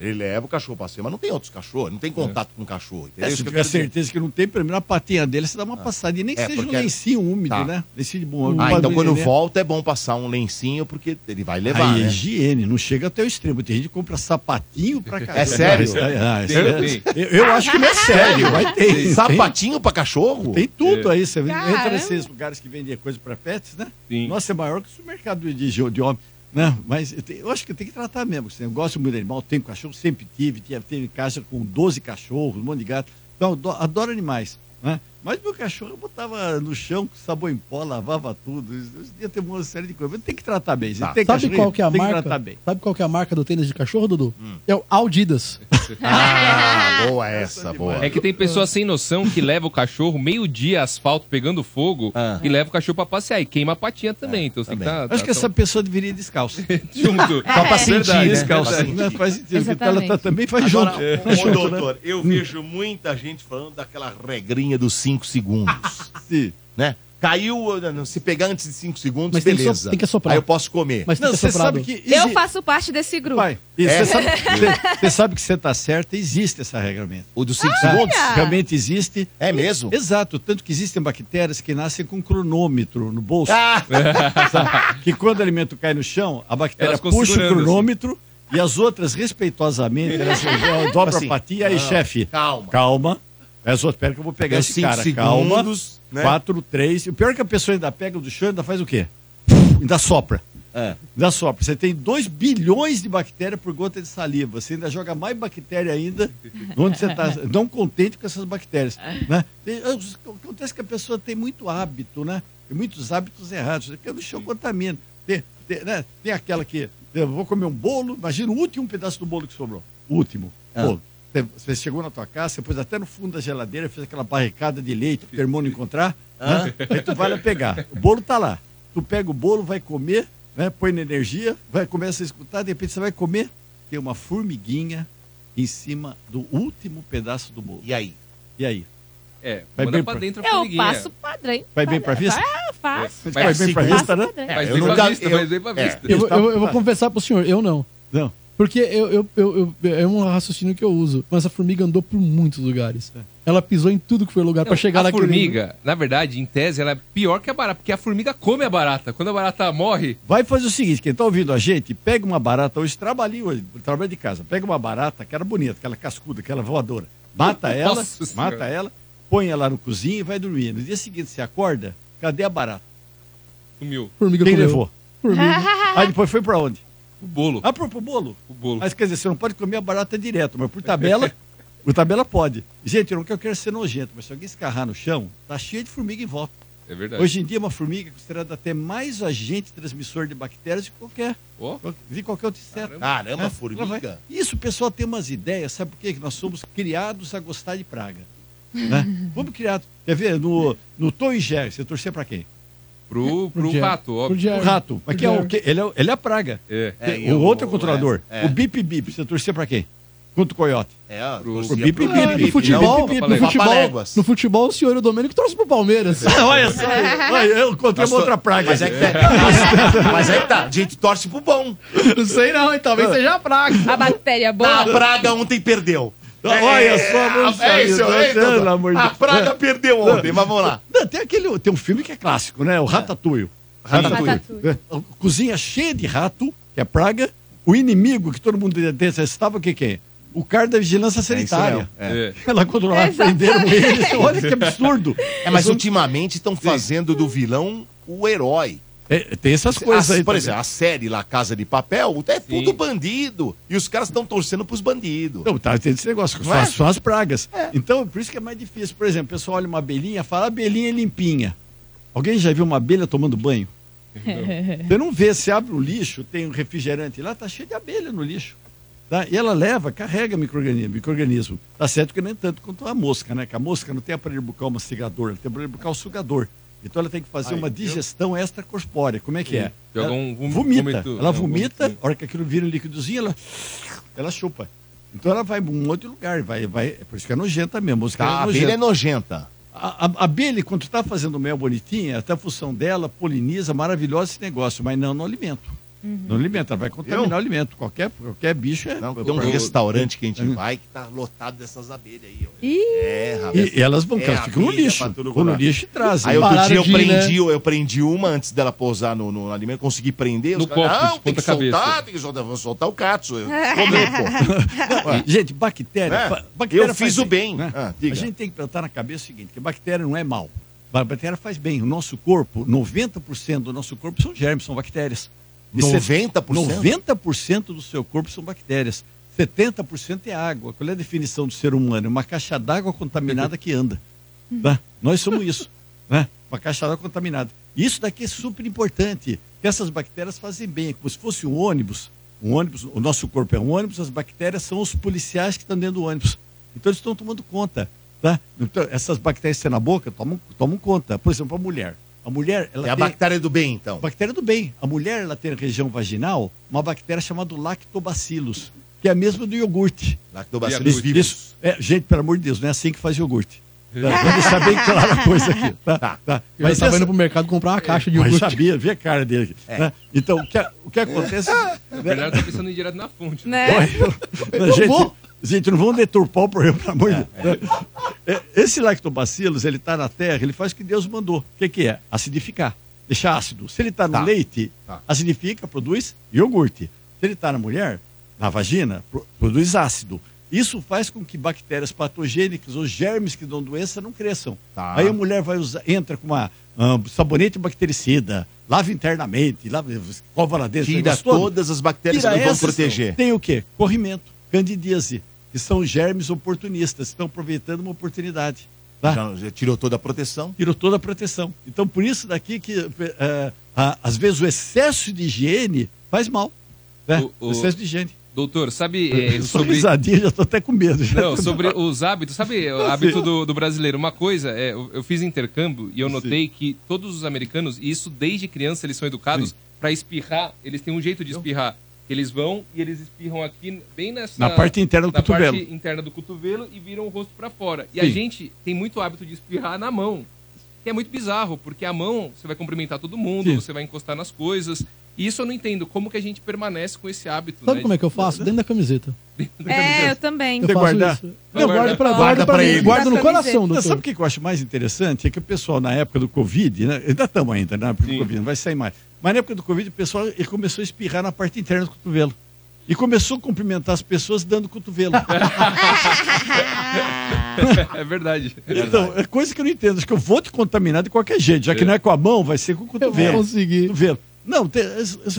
Ele leva o cachorro pra passear, mas não tem outros cachorros, não tem contato com cachorro.
É,
Entendeu?
se
Isso que eu
tiver
quero dizer.
certeza que não tem, pelo menos a patinha dele, você dá uma passadinha. Nem que
É,
seja
porque-
um lencinho úmido,
Tá.
né? Lencinho de bom.
Ah,
pra
então quando
neném.
volta é bom passar um lencinho, porque ele vai levar,
né? Aí é
né?
higiene, não chega até o extremo. Tem gente que compra sapatinho pra cachorro.
[laughs] sério?
Ah, é
Tem,
[laughs] sério.
tem.
Eu, eu acho que não é sério, mas tem. tem.
Sapatinho pra cachorro?
Tem tudo
É.
aí. Você entra
Caramba.
nesses lugares que vendem coisa para pets, né? Nossa, é maior que o supermercado de, de, de homem. Né? Mas eu, te- eu acho que tem que tratar mesmo. assim, Eu gosto muito de animal, tenho cachorro, sempre tive. Tinha, teve casa com 12 cachorros, um monte de gato. Então, eu do- adoro animais. Né? Mas meu cachorro eu botava no chão, com sabão em pó, lavava tudo. Eu ia ter uma série de coisas. Mas tem que tratar bem. gente.
Sabe
Tem cachorrinho,
qual que é a
tem
marca?
que tratar bem.
Sabe qual que é a marca do tênis de cachorro, Dudu? É o Aldidas.
Ah, boa essa, boa.
É que tem pessoa sem noção que leva o cachorro meio-dia asfalto pegando fogo
Ah.
e leva o cachorro pra passear e queima a patinha também. Então, assim, tá,
É, Acho que essa pessoa deveria ir descalço.
[laughs] Junto.
Só pra sentir, né?
Descalço.
Pra sentir.
Não, faz sentido. porque Ela tá, também faz
Agora,
junto.
ô,
Faz junto, né?
doutor, eu vejo muita gente falando daquela regrinha dos 5 segundos.
Sim.
Né? Caiu, não, se pegar antes de 5 segundos,
Mas tem que
beleza.
so- tem que assoprar.
Aí eu posso comer.
Mas tem Não, que você assoprar, sabe Dudu.
Eu faço parte desse grupo.
Isso,
É.
Você, sabe, você- você sabe que você está certa, existe essa regramento.
O dos cinco
Tá?
segundos?
Realmente existe.
É mesmo?
Exato, tanto que existem bactérias que nascem com cronômetro no bolso.
Ah,
Sabe? Que quando o alimento cai no chão, a bactéria
Elas ficam
puxa o
segurando, assim.
cronômetro e as outras, respeitosamente,
[laughs]
elas eh, dobram
É. Assim,
a patinha. Aí,
não,
chefe, calma. calma.
É,
As outras, pera que eu vou pegar
Deu
esse
cinco
cara.
segundos,
calma.
né?
Quatro, três. E o pior é que a pessoa ainda pega o do chão e ainda faz o quê? Ainda sopra. Ainda sopra. Você tem 2 bilhões de bactérias por gota de saliva. Você ainda joga mais bactéria ainda onde você está. Não contente com essas bactérias. Né? Tem- Acontece que a pessoa tem muito hábito, né? Tem muitos hábitos errados. Porque o chão contamina. Tem, tem, né? tem aquela que. Eu vou comer um bolo, imagina o último pedaço do bolo que sobrou. O último. Bolo. Você- Você chegou na tua casa, você pôs até no fundo da geladeira, fez aquela barricada de leite, pro teu irmão não encontrar.
Ah.
né? Aí tu vai lá pegar. O bolo tá lá. Tu pega o bolo, vai comer, né? põe na energia, vai começa a escutar, de repente você vai comer, tem uma formiguinha em cima do último pedaço do bolo.
E aí?
E aí?
É,
Vai
manda
bem
pra
pra-
dentro a
Eu
formiguinha.
passo padrão.
Vai bem pra vista?
Ah, faço.
Mas É, vai bem pra vista, né?
É,
Mas
eu
vem pra
nunca-
vista,
eu-
mas vem pra
é.
vista.
Eu, vou- eu vou- eu vou confessar pro senhor, eu não.
Não.
Porque eu, eu, eu, eu- é um raciocínio que eu uso. Mas a formiga andou por muitos lugares.
É.
Ela pisou em tudo que foi lugar pra chegar
a
naquele...
formiga, na verdade, em tese, ela é pior que a barata, porque a formiga come a barata. Quando a barata morre,
Vai fazer o seguinte, quem tá ouvindo a gente, pega uma barata, hoje trabalhinho hoje, trabalho de casa, pega uma barata, aquela bonita, aquela cascuda, aquela voadora, mata ela,
Nossa Senhora.
mata ela, põe ela no cozinho e vai dormir. No dia seguinte você acorda, cadê a barata?
Sumiu.
Formiga Quem levou?
Formiga.
Aí depois foi pra onde?
O bolo.
Ah, pro, pro bolo?
O bolo.
Mas quer dizer, você não pode comer a barata direto, mas por tabela, [laughs] por tabela pode. Gente, eu não quero, eu quero ser nojento, mas se alguém escarrar no chão, tá cheio de formiga em volta.
É verdade.
Hoje em dia, uma formiga é considerada até mais agente transmissor de bactérias de qualquer,
Ó.
de qualquer outro inseto.
Caramba,
Ela
formiga.
vai- Isso, o pessoal tem umas ideias, sabe por quê? Que nós somos criados a gostar de praga. né? [laughs] Vamos criar. Quer ver? No, no Tom e Jerry, você torcer pra quem?
Pro, pro,
Jerry.
rato, óbvio.
O rato. Mas que é o quê? Ele é, o- ele é a praga.
É.
É,
o
e o-
outro é o controlador.
é, é.
O bip bip, você torcia pra quem? Contra o coiote.
É, ó,
Pro-
torcia
pro bip,
pro
bip,
Leão,
bip,
não
No futebol,
pro
no, futebol,
Papaléguas.
no futebol, o senhor Domênico trouxe pro [laughs] Palmeiras.
Olha só, olha, eu encontrei
Nós
uma
to-
outra praga.
[laughs] Mas é que mas, mas é que tá, a gente torce pro bom.
Não sei não, e talvez
Ah.
seja a praga.
A bactéria boa.
A praga ontem perdeu.
Olha só, vamos
é,
sair,
isso,
tá
é,
vendo,
isso.
amor de
A
Deus.
praga perdeu ontem, mas vamos lá.
Não, tem, aquele, tem um filme que é clássico, né? O Ratatouille.
Ratatouille.
É, a Cozinha cheia de rato, que é praga. O inimigo que todo mundo detestava, o que, que é? O cara da vigilância sanitária.
É.
Ela controlava,
Exatamente.
prenderam ele. Olha que absurdo.
É, mas ultimamente estão fazendo do vilão o herói.
É, tem essas coisas
As-
aí.
por
também.
exemplo, a série lá Casa de Papel é tudo bandido. E os caras estão torcendo pros bandidos.
Não, tá, tem esse negócio,
Não
são,
é?
as, são as pragas. Então, por isso que é mais difícil. Por exemplo, o pessoal olha uma abelhinha e fala, abelhinha é limpinha. Alguém já viu uma abelha tomando banho? Você não vê, você abre o lixo, tem um refrigerante lá, tá cheio de abelha no lixo. tá? E ela leva, carrega micro-organismo. micro-organismo. Tá certo que nem tanto quanto a mosca, né? Que a mosca não tem aparelho bucal mastigador, ela tem aparelho bucal sugador. Então ela tem que fazer uma digestão extracorpórea. Como é que é?
Joga
Ela
um vom-
vomita.
vômito,
ela
né? Um
vomita,
vômito.
a hora que aquilo vira um líquidozinho, ela, ela chupa. Então ela vai pra um outro lugar, vai, vai. é Por isso que é nojenta mesmo. A, mosca
Tá, a
é nojenta.
abelha é nojenta.
A- a- a abelha, quando está fazendo mel bonitinha, até a função dela poliniza, maravilhosa esse negócio, mas não no alimento. Não alimenta, ela vai contaminar
Eu?
o alimento. Qualquer, qualquer bicho é.
Não, tem um
eu-
restaurante que a gente vai que tá lotado dessas abelhas aí. ó.
Ih.
É, rapaz.
E, e elas vão,
É
elas ficam no
abelha
lixo.
pra tudo
Ficam no
quanto é.
lixo e trazem.
Aí outro
Pararam
dia eu
de ir, né?
prendi, eu prendi uma antes dela pousar no, no alimento, consegui prender.
No
os caras,
cóccix,
não, tem que
ponta-cabeça.
soltar, tem que soltar, vamos soltar o catso. Eu, comer,
Ué, gente, bactéria.
É,
fa- né? bactéria
eu fiz
faz
o bem.
né?
Ah, diga.
a gente tem que plantar na cabeça o seguinte: que bactéria não é mal. Ba- Bactéria faz bem. O nosso corpo, 90% do nosso corpo são germes, são bactérias. E
pô.
cê-
90%?
90% do seu corpo são bactérias. 70% é água. Qual é a definição do ser humano? É uma caixa d'água contaminada que anda. tá? Nós somos isso. [laughs] Né? Uma caixa d'água contaminada. E Isso daqui é super importante. Que essas bactérias fazem bem. É como se fosse um ônibus. Um ônibus, o nosso corpo é um ônibus, as bactérias são os policiais que estão dentro do ônibus. Então eles estão tomando conta. Tá? Então, essas bactérias que estão na boca tomam, tomam conta. Por exemplo, a mulher. A mulher, ela
É a
tem-
bactéria do bem, então.
Bactéria do bem. A mulher ela tem na região vaginal uma bactéria chamada lactobacillus, que é a mesma do iogurte.
Lactobacilos
Isso,
vivos.
Isso. É, gente, pelo amor de Deus, não é assim que faz iogurte. Tá?
É,
Vamos deixar bem clara a coisa aqui. Tá? Tá.
Eu
Mas
tava
essa- É.
indo pro mercado comprar uma caixa de
mas
iogurte.
sabia, vê a cara dele. aqui, né? Então, o que, a- o que acontece.
Na verdade, eu tô pensando em ir direto na fonte.
Né?
Não, gente, gente, não vamos deturpar o programa, pelo amor de
é.
Deus. É, Esse lactobacillus, ele está na terra, ele faz o que Deus mandou. O que, que é? Acidificar, deixar ácido. Se ele está no
Tá.
leite,
Tá.
acidifica, produz iogurte. Se ele está na mulher, na vagina, pro- produz ácido. Isso faz com que bactérias patogênicas ou germes que dão doença não cresçam.
Tá.
Aí a mulher vai usar, entra com uma ah, sabonete bactericida, lava internamente, lava, escova lá dentro. esse
Tira
negócio todo.
todas as bactérias
Tira
que não vão
essas,
proteger.
Tem o quê? Corrimento, candidíase, que são germes oportunistas, estão aproveitando uma oportunidade. Tá?
Já, já tirou toda a proteção.
Tirou toda a proteção. Então, por isso daqui que, eh, ah, às vezes, o excesso de higiene faz mal. Né?
O- o-
excesso de higiene.
Doutor, sabe é,
Só
sobre...
risadinha, já tô até com medo. já.
Não, sobre os hábitos, sabe
[laughs]
o hábito do, do brasileiro? Uma coisa, é, eu, eu fiz intercâmbio e eu notei que todos os americanos, e isso desde criança eles são educados, pra espirrar, eles têm um jeito de espirrar. Eles vão e eles espirram aqui, bem nessa...
Na parte interna do
na
cotovelo.
parte interna do cotovelo e viram o rosto pra fora. E a
Sim.
gente tem muito hábito de espirrar na mão, que é muito bizarro, porque a mão, você vai cumprimentar todo mundo,
Sim.
você vai encostar nas coisas... E isso eu não entendo, como que a gente permanece com esse hábito,
Sabe
né?
como é que eu faço? Dentro da camiseta.
É, eu também.
Eu
Você
faço
guarda?
isso. Não,
Guarda.
guardo pra,
Guarda
guardo pra
pra
mim.
ele.
Guardo no
Guarda pra
coração,
Não,
doutor.
sabe o que eu acho mais interessante? É que o pessoal, na época do Covid, né? ainda estamos ainda na época do Covid, não vai sair mais. Mas na época do Covid, o pessoal ele começou a espirrar na parte interna do cotovelo. E começou a cumprimentar as pessoas dando cotovelo.
[laughs] É verdade.
Então, é coisa que eu não entendo. Acho que eu vou te contaminar de qualquer jeito. Já que não é com a mão, vai ser com o cotovelo.
vou conseguir.
Cotovelo. Não, tem-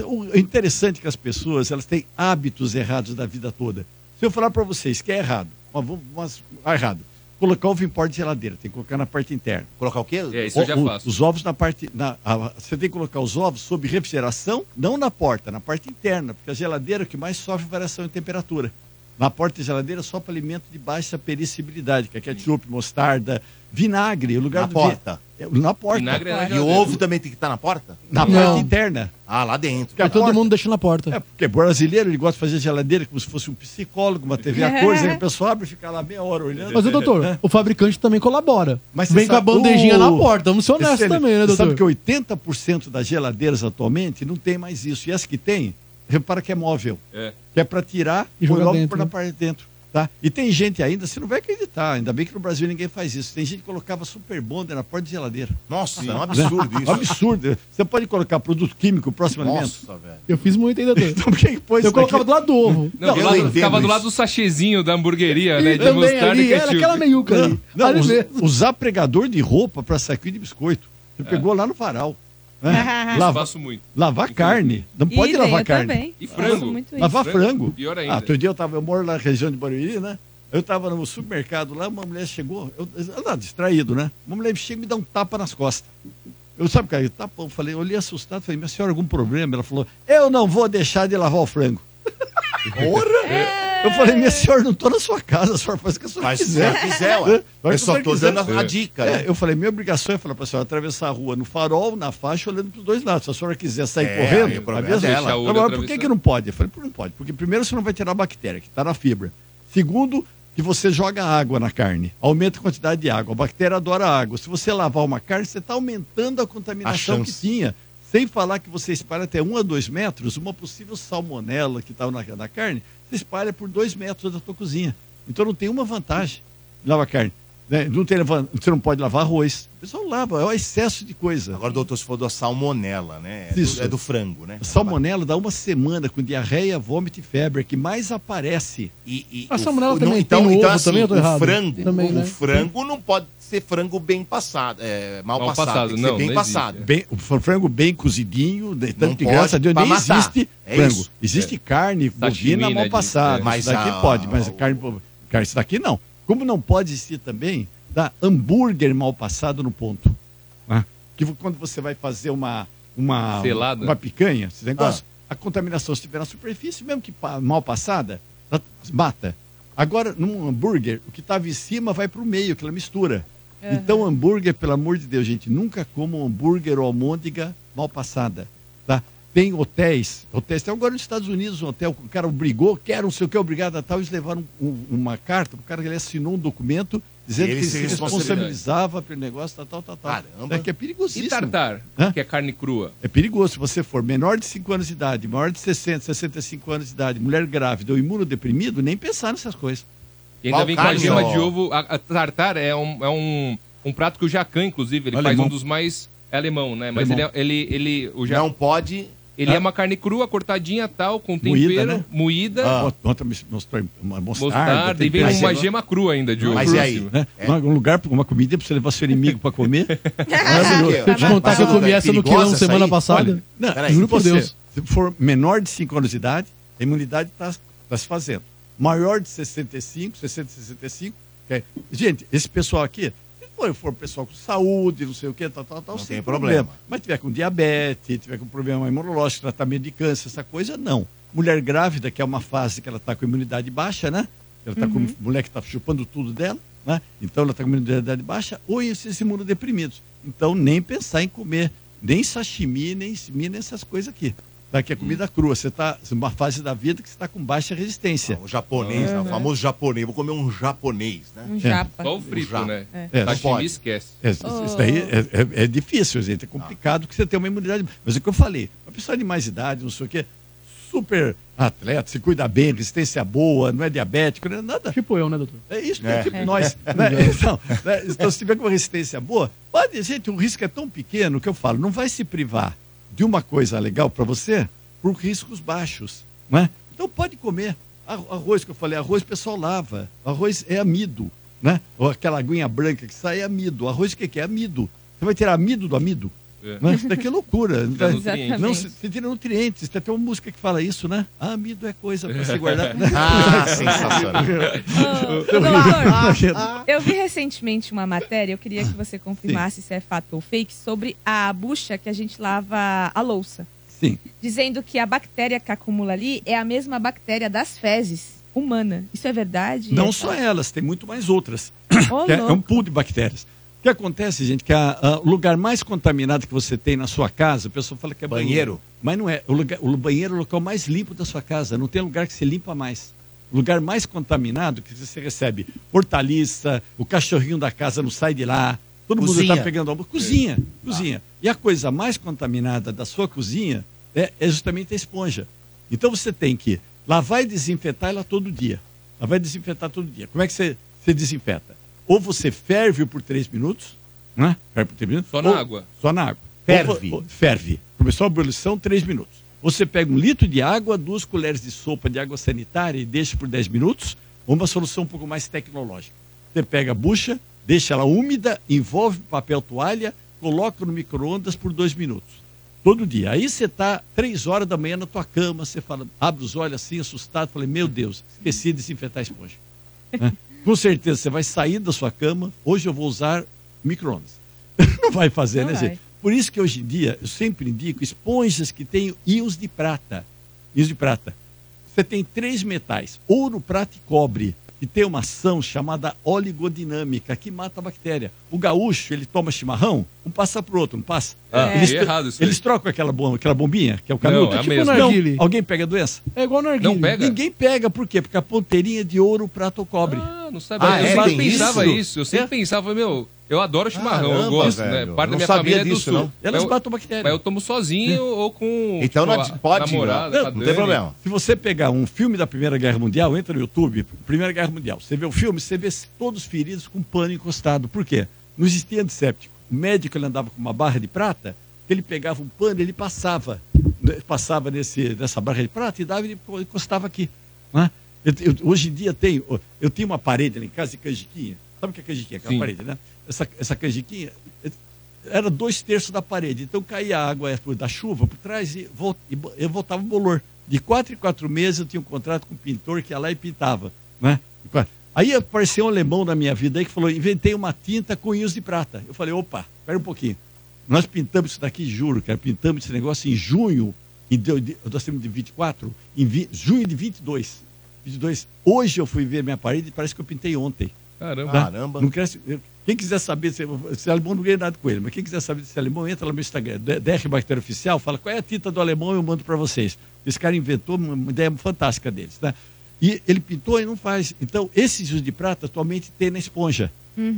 o- é interessante que as pessoas elas têm hábitos errados da vida toda. Se eu falar para vocês que é errado, ó, vamos, vamos- ah, errado. Colocar ovo em pó de geladeira, tem que colocar na parte interna.
Colocar o quê?
É, isso eu
O-
já
o-
faço.
Os ovos na parte. na- a- você tem que colocar os ovos sob refrigeração, não na porta, na parte interna, porque a geladeira é o que mais sofre variação em temperatura. Na porta da geladeira só para alimento de baixa perecibilidade, que é ketchup, mostarda, vinagre, o lugar
Na
do
porta.
vi- é, na porta.
Vinagre é na
E o
geladeira.
ovo também tem que estar na porta?
Na
Não.
parte interna.
Ah, lá dentro.
Porque a
Todo
porta-
mundo deixa na porta.
É, porque brasileiro ele gosta de fazer geladeira como se fosse um psicólogo, uma TV a cores, aí a pessoa abre e fica lá meia hora olhando.
Mas, ô, doutor, o fabricante também colabora.
Mas você
Vem com a
sabe-
bandejinha
Uh,
na porta. Vamos ser honestos
Excelente.
também, né,
Você Sabe
doutor?
que 80% das geladeiras atualmente não tem mais isso. E as que tem, repara que é móvel.
É.
Que é para tirar
E
e
jogar
jogar logo
dentro,
por na
né?
parte de dentro. Tá? E tem gente ainda, você não vai acreditar, ainda bem que no Brasil ninguém faz isso. Tem gente que colocava super bonder na porta de geladeira.
Nossa, é um absurdo
É [laughs] um
isso.
absurdo. Você pode colocar produto químico próximo ao alimento?
Nossa, velho.
Eu fiz muito ainda, doutor.
[laughs] Então por que que pôs
Eu
isso daqui? é
colocava do lado do
[laughs]
ovo.
Não, do
eu
lado-
entendo
ficava do
isso.
lado do sachezinho da hamburgueria,
é
né?
E
De
também
mostarda e
ali, era
ketchup.
aquela meiuca ali.
Não,
ali
us-
mesmo.
usar pregador de roupa para saquinho de biscoito. Você pegou lá no varal.
[laughs]
né?
Isso eu
Lava-
faço muito.
lavar carne. Não pode
Idem,
lavar
eu
carne.
Também.
E
Eu
frango?
faço muito isso.
Lavar frango.
Pior ainda.
Ah, outro dia eu tava, eu moro na região de Barueri, né? Eu tava no supermercado lá, uma mulher chegou, eu, eu lá, distraído, né? Uma mulher chega e me dá um tapa nas costas. Eu sabe, cara, eu tapão, falei, eu olhei assustado, falei, minha senhora, algum problema? Ela falou, eu não vou deixar de lavar o frango. Porra! Eu falei, minha senhora, não tô na sua casa, a senhora faz o que a senhora
Mas se
quiser.
ela quiser,
Vai
ué.
que
Eu só
você
tô
quiser.
dando a- a
É.
dica,
É,
né?
eu falei, minha obrigação é falar pra senhora atravessar a rua no farol, na faixa, olhando pros dois lados. Se a senhora quiser sair
É, aí o
correndo, a
problema
mesma
é
dela.
Agora,
Outra
por que,
atravessando.
que não pode? Eu falei, por que não pode? Porque primeiro você não vai tirar a bactéria, que está na fibra. Segundo, que você joga água na carne. Aumenta a quantidade de água. A bactéria adora água. Se você lavar uma carne, você está aumentando a
A
contaminação
chance.
que tinha. Sem falar que você espalha até um a dois metros, uma possível salmonela que estava na, na carne, você espalha por dois metros da tua cozinha. Então não tem uma vantagem lavar carne. né? Não tem, levan- você não pode lavar arroz. O pessoal lava, é o excesso de coisa.
Agora, doutor, se for da salmonela, né? É
Isso.
do, é do frango, né?
Salmonela dá uma semana com diarreia, vômito e febre, que mais aparece.
E, e
A
o- o-
salmonela também
não,
tem
então,
no
então,
ovo
assim,
também, eu tô
o
errado?
frango,
Também,
o
né?
frango não pode ser frango bem passado, é, mal,
Mal
passado,
passado,
tem que ser
não,
bem
não existe,
passado.
Bem, o frango bem cozidinho, né? de- tanto que
pode,
graças a Deus
pra
nem
matar.
existe
É
frango.
isso.
Existe carne,
Sashimi,
bovina
né,
mal
de-
passada.
é.
Mas
Mas
isso daqui
a-
pode, mas a
o-
carne, carne isso daqui não. Como não pode existir também, dá hambúrguer mal passado no ponto. né? Que vo- quando você vai fazer uma, uma,
Selada.
uma picanha, esse negócio, a contaminação se estiver na superfície, mesmo que pa- mal passada, ela mata. Agora, num hambúrguer, o que estava em cima vai para o meio, que ela mistura. Então, hambúrguer, pelo amor de Deus, gente, nunca comam hambúrguer ou almôndega mal passada, tá? Tem hotéis, hotéis, tem agora nos Estados Unidos um hotel, o cara brigou, quer não sei o que, obrigado a tal, eles levaram um- uma carta, o cara ele assinou um documento dizendo
Ele
que ele
se
se responsabilizava pelo negócio, tal, tal, tal. tal.
Caramba.
É que é perigosíssimo.
E tartar,
Hã?
que é carne crua.
É perigoso se você for menor de 5 anos de idade, maior de 60, 65 anos de idade, mulher grávida ou imunodeprimido, nem pensar nessas coisas.
E ainda vem com a
Balcalho.
gema de ovo. A, a tartar é um, é um, um prato que o Jacan, inclusive, ele
Alemão.
faz um dos mais. É alemão, né? Mas
Alemão.
ele é. Ele, ele, o Jacan-
Não pode.
Ele
Ah.
é uma carne crua, cortadinha tal, com tempero,
Moída,
moída,
né?
Ah.
Bota- Bota mis- mostrou uma mostarda,
mostarda, e vem
tempero.
uma gema crua ainda de ovo.
Mas e aí?
né?
É.
Uma- Um lugar, pra- uma comida pra você levar seu inimigo
[laughs]
pra comer. é
Deixa eu te contar que eu comi essa no quilão semana passada.
Não,
Peraí,
juro
juro por
por
você,
Deus.
Se for menor de 5 anos de idade, a imunidade está se fazendo. Maior de 65, 60, 65. que é- Gente, esse pessoal aqui, se for, for pessoal com saúde, não sei o que, tal, tal, tal,
Não
sem
tem problema.
Mas tiver com diabetes, tiver com problema imunológico, tratamento de câncer, essa coisa, não. Mulher grávida, que é uma fase que ela está com imunidade baixa, né? Ela tá com mulher que está chupando tudo dela, né? Então ela está com imunidade
[laughs]
baixa, ou esses imunodeprimidos. Então nem pensar em comer nem sashimi, nem simi, nem essas coisas aqui. Tá? Que é comida crua. Você está numa fase da vida que você está com baixa resistência.
O japonês, né? o famoso japonês. Vou comer um japonês, né?
Um japa. Oh,
Só o frito,
Já.
né?
Uhum. É,
Sashimi
pode.
[laughs]
esquece.
É, Isso daí é, é- é difícil, gente. É complicado que você tem uma imunidade. Mas é o que eu falei, uma pessoa de mais idade, não sei o quê, super atleta, se cuida bem, resistência boa, não é diabético, não é nada.
Tipo eu, né, doutor?
É isso,
É.
é. tipo nós. né? Então, né? Então, se tiver com uma resistência boa, pode, gente, o risco é tão pequeno que eu falo, não vai se privar de uma coisa legal para você por riscos baixos, né? Então pode comer. Arroz que eu falei, arroz o pessoal lava. Arroz é amido, né? Ou aquela aguinha branca que sai é amido. Arroz o que, que é? Amido. Você vai tirar amido do amido?
É.
Mas isso daqui é
[laughs]
loucura.
Tira
Não-
nutrientes.
Não, se- se tira nutrientes. Tem até uma música que fala isso, né? Ah, amido é coisa pra
[laughs]
se guardar.
Ah, sensacional.
Ah,
Ô, doutor, eu vi recentemente uma matéria, eu queria que você confirmasse se é fato ou fake, sobre a bucha que a gente lava a louça.
Sim.
Dizendo que a bactéria que acumula ali é a mesma bactéria das fezes humana. Isso é verdade?
Não
É
só
fato?
elas, tem muito mais outras.
Ô,
Que é, é um
louco.
pool de bactérias. O que acontece, gente, que a- a- o lugar mais contaminado que você tem na sua casa, a pessoa fala que é banheiro.
Banheiro.
Mas não é. O, lugar- o banheiro é o local mais limpo da sua casa. Não tem lugar que você limpa mais. O lugar mais contaminado que você recebe hortaliça, o cachorrinho da casa não sai de lá. Todo mundo tá
Cozinha.
está pegando almoço. Cozinha, cozinha. E a coisa mais contaminada da sua cozinha é, é justamente a esponja. Então você tem que lavar e desinfetar ela todo dia. Ela vai desinfetar todo dia. Como é que você, você desinfeta? Ou você ferve por três minutos, né? Ferve por três minutos.
Só na
ou-
água.
Só na água.
Ferve.
Ou- ou- ferve. Começou a ebulição, três minutos. Você pega um litro de água, duas colheres de sopa de água sanitária e deixa por 10 minutos. Ou uma solução um pouco mais tecnológica. Você pega a bucha, deixa ela úmida, envolve papel toalha, coloca no micro-ondas por dois minutos. Todo dia. Aí você tá três horas da manhã na tua cama, você fala, abre os olhos assim, assustado, falei, meu Deus, esqueci de desinfetar a esponja. Né? Com certeza, você vai sair da sua cama, hoje eu vou usar micro-ondas. Não vai fazer,
Não
né,
vai.
gente? Por isso que hoje em dia, eu sempre indico esponjas que têm íons de prata. Íons de prata. Você tem três metais, ouro, prata e cobre, que tem uma ação chamada oligodinâmica, que mata a bactéria. O gaúcho, ele toma chimarrão, um passa pro outro, não passa?
Ah,
eles,
é errado isso
eles
daí.
trocam aquela, bom- aquela bombinha, que é o canudo.
Não, é a
Tipo
mesma.
Não,
narguile.
alguém pega a doença?
É igual narguilha.
Não pega?
Ninguém pega, por quê? Porque a ponteirinha é de ouro, prata ou cobre.
Ah, não sabia.
Ah,
eu
é?
sempre
Tem
pensava
isso? É?
isso. Eu sempre pensava, meu, eu adoro chimarrão,
Caramba,
eu gosto,
velho.
né? Parte da
Não
minha
sabia
família
disso,
é do sul.
não.
Elas
Mas eu-
matam bactéria.
Mas eu tomo
[laughs]
sozinho ou com
Então
tipo,
não
a-
pode,
namorada, tá
não.
com a
Não tem
Dani.
problema.
Se você pegar um filme da Primeira Guerra Mundial, entra no YouTube, Primeira Guerra Mundial, você vê o filme, você vê todos feridos com pano encostado. Por quê? Não existia antisséptico. O médico ele andava com uma barra de prata, ele pegava um pano, ele passava, né, passava nesse, nessa barra de prata e dava e ele encostava aqui. né? Eu- eu- hoje em dia tem, eu tenho uma parede lá em casa de canjiquinha. Sabe o que é canjiquinha? Aquela
Sim.
parede, né? Essa, essa canjiquinha era dois terços da parede. Então caía a água da chuva por trás e, vol- e bo- eu voltava o bolor. De quatro em quatro meses eu tinha um contrato com um pintor que ia lá e pintava. Né? De quatro- Aí apareceu um alemão na minha vida aí que falou: inventei uma tinta com íons de prata. Eu falei: opa, espera um pouquinho. Nós pintamos isso daqui, juro, cara, pintamos esse negócio em junho, e deu, de- nós temos de 24, em vi- junho de 22. 22. Hoje eu fui ver minha parede e parece que eu pintei ontem.
Caramba.
Caramba.
Não quer, se- eu- quem quiser saber, se, se alemão não ganha nada com ele, mas quem quiser saber desse alemão, entra lá no Instagram, D- DR Bactéria Oficial, fala qual é a tinta do alemão eu mando para vocês. Esse cara inventou uma uma ideia fantástica deles, né? E ele pintou e não faz. Então, esse giz de prata atualmente tem na esponja.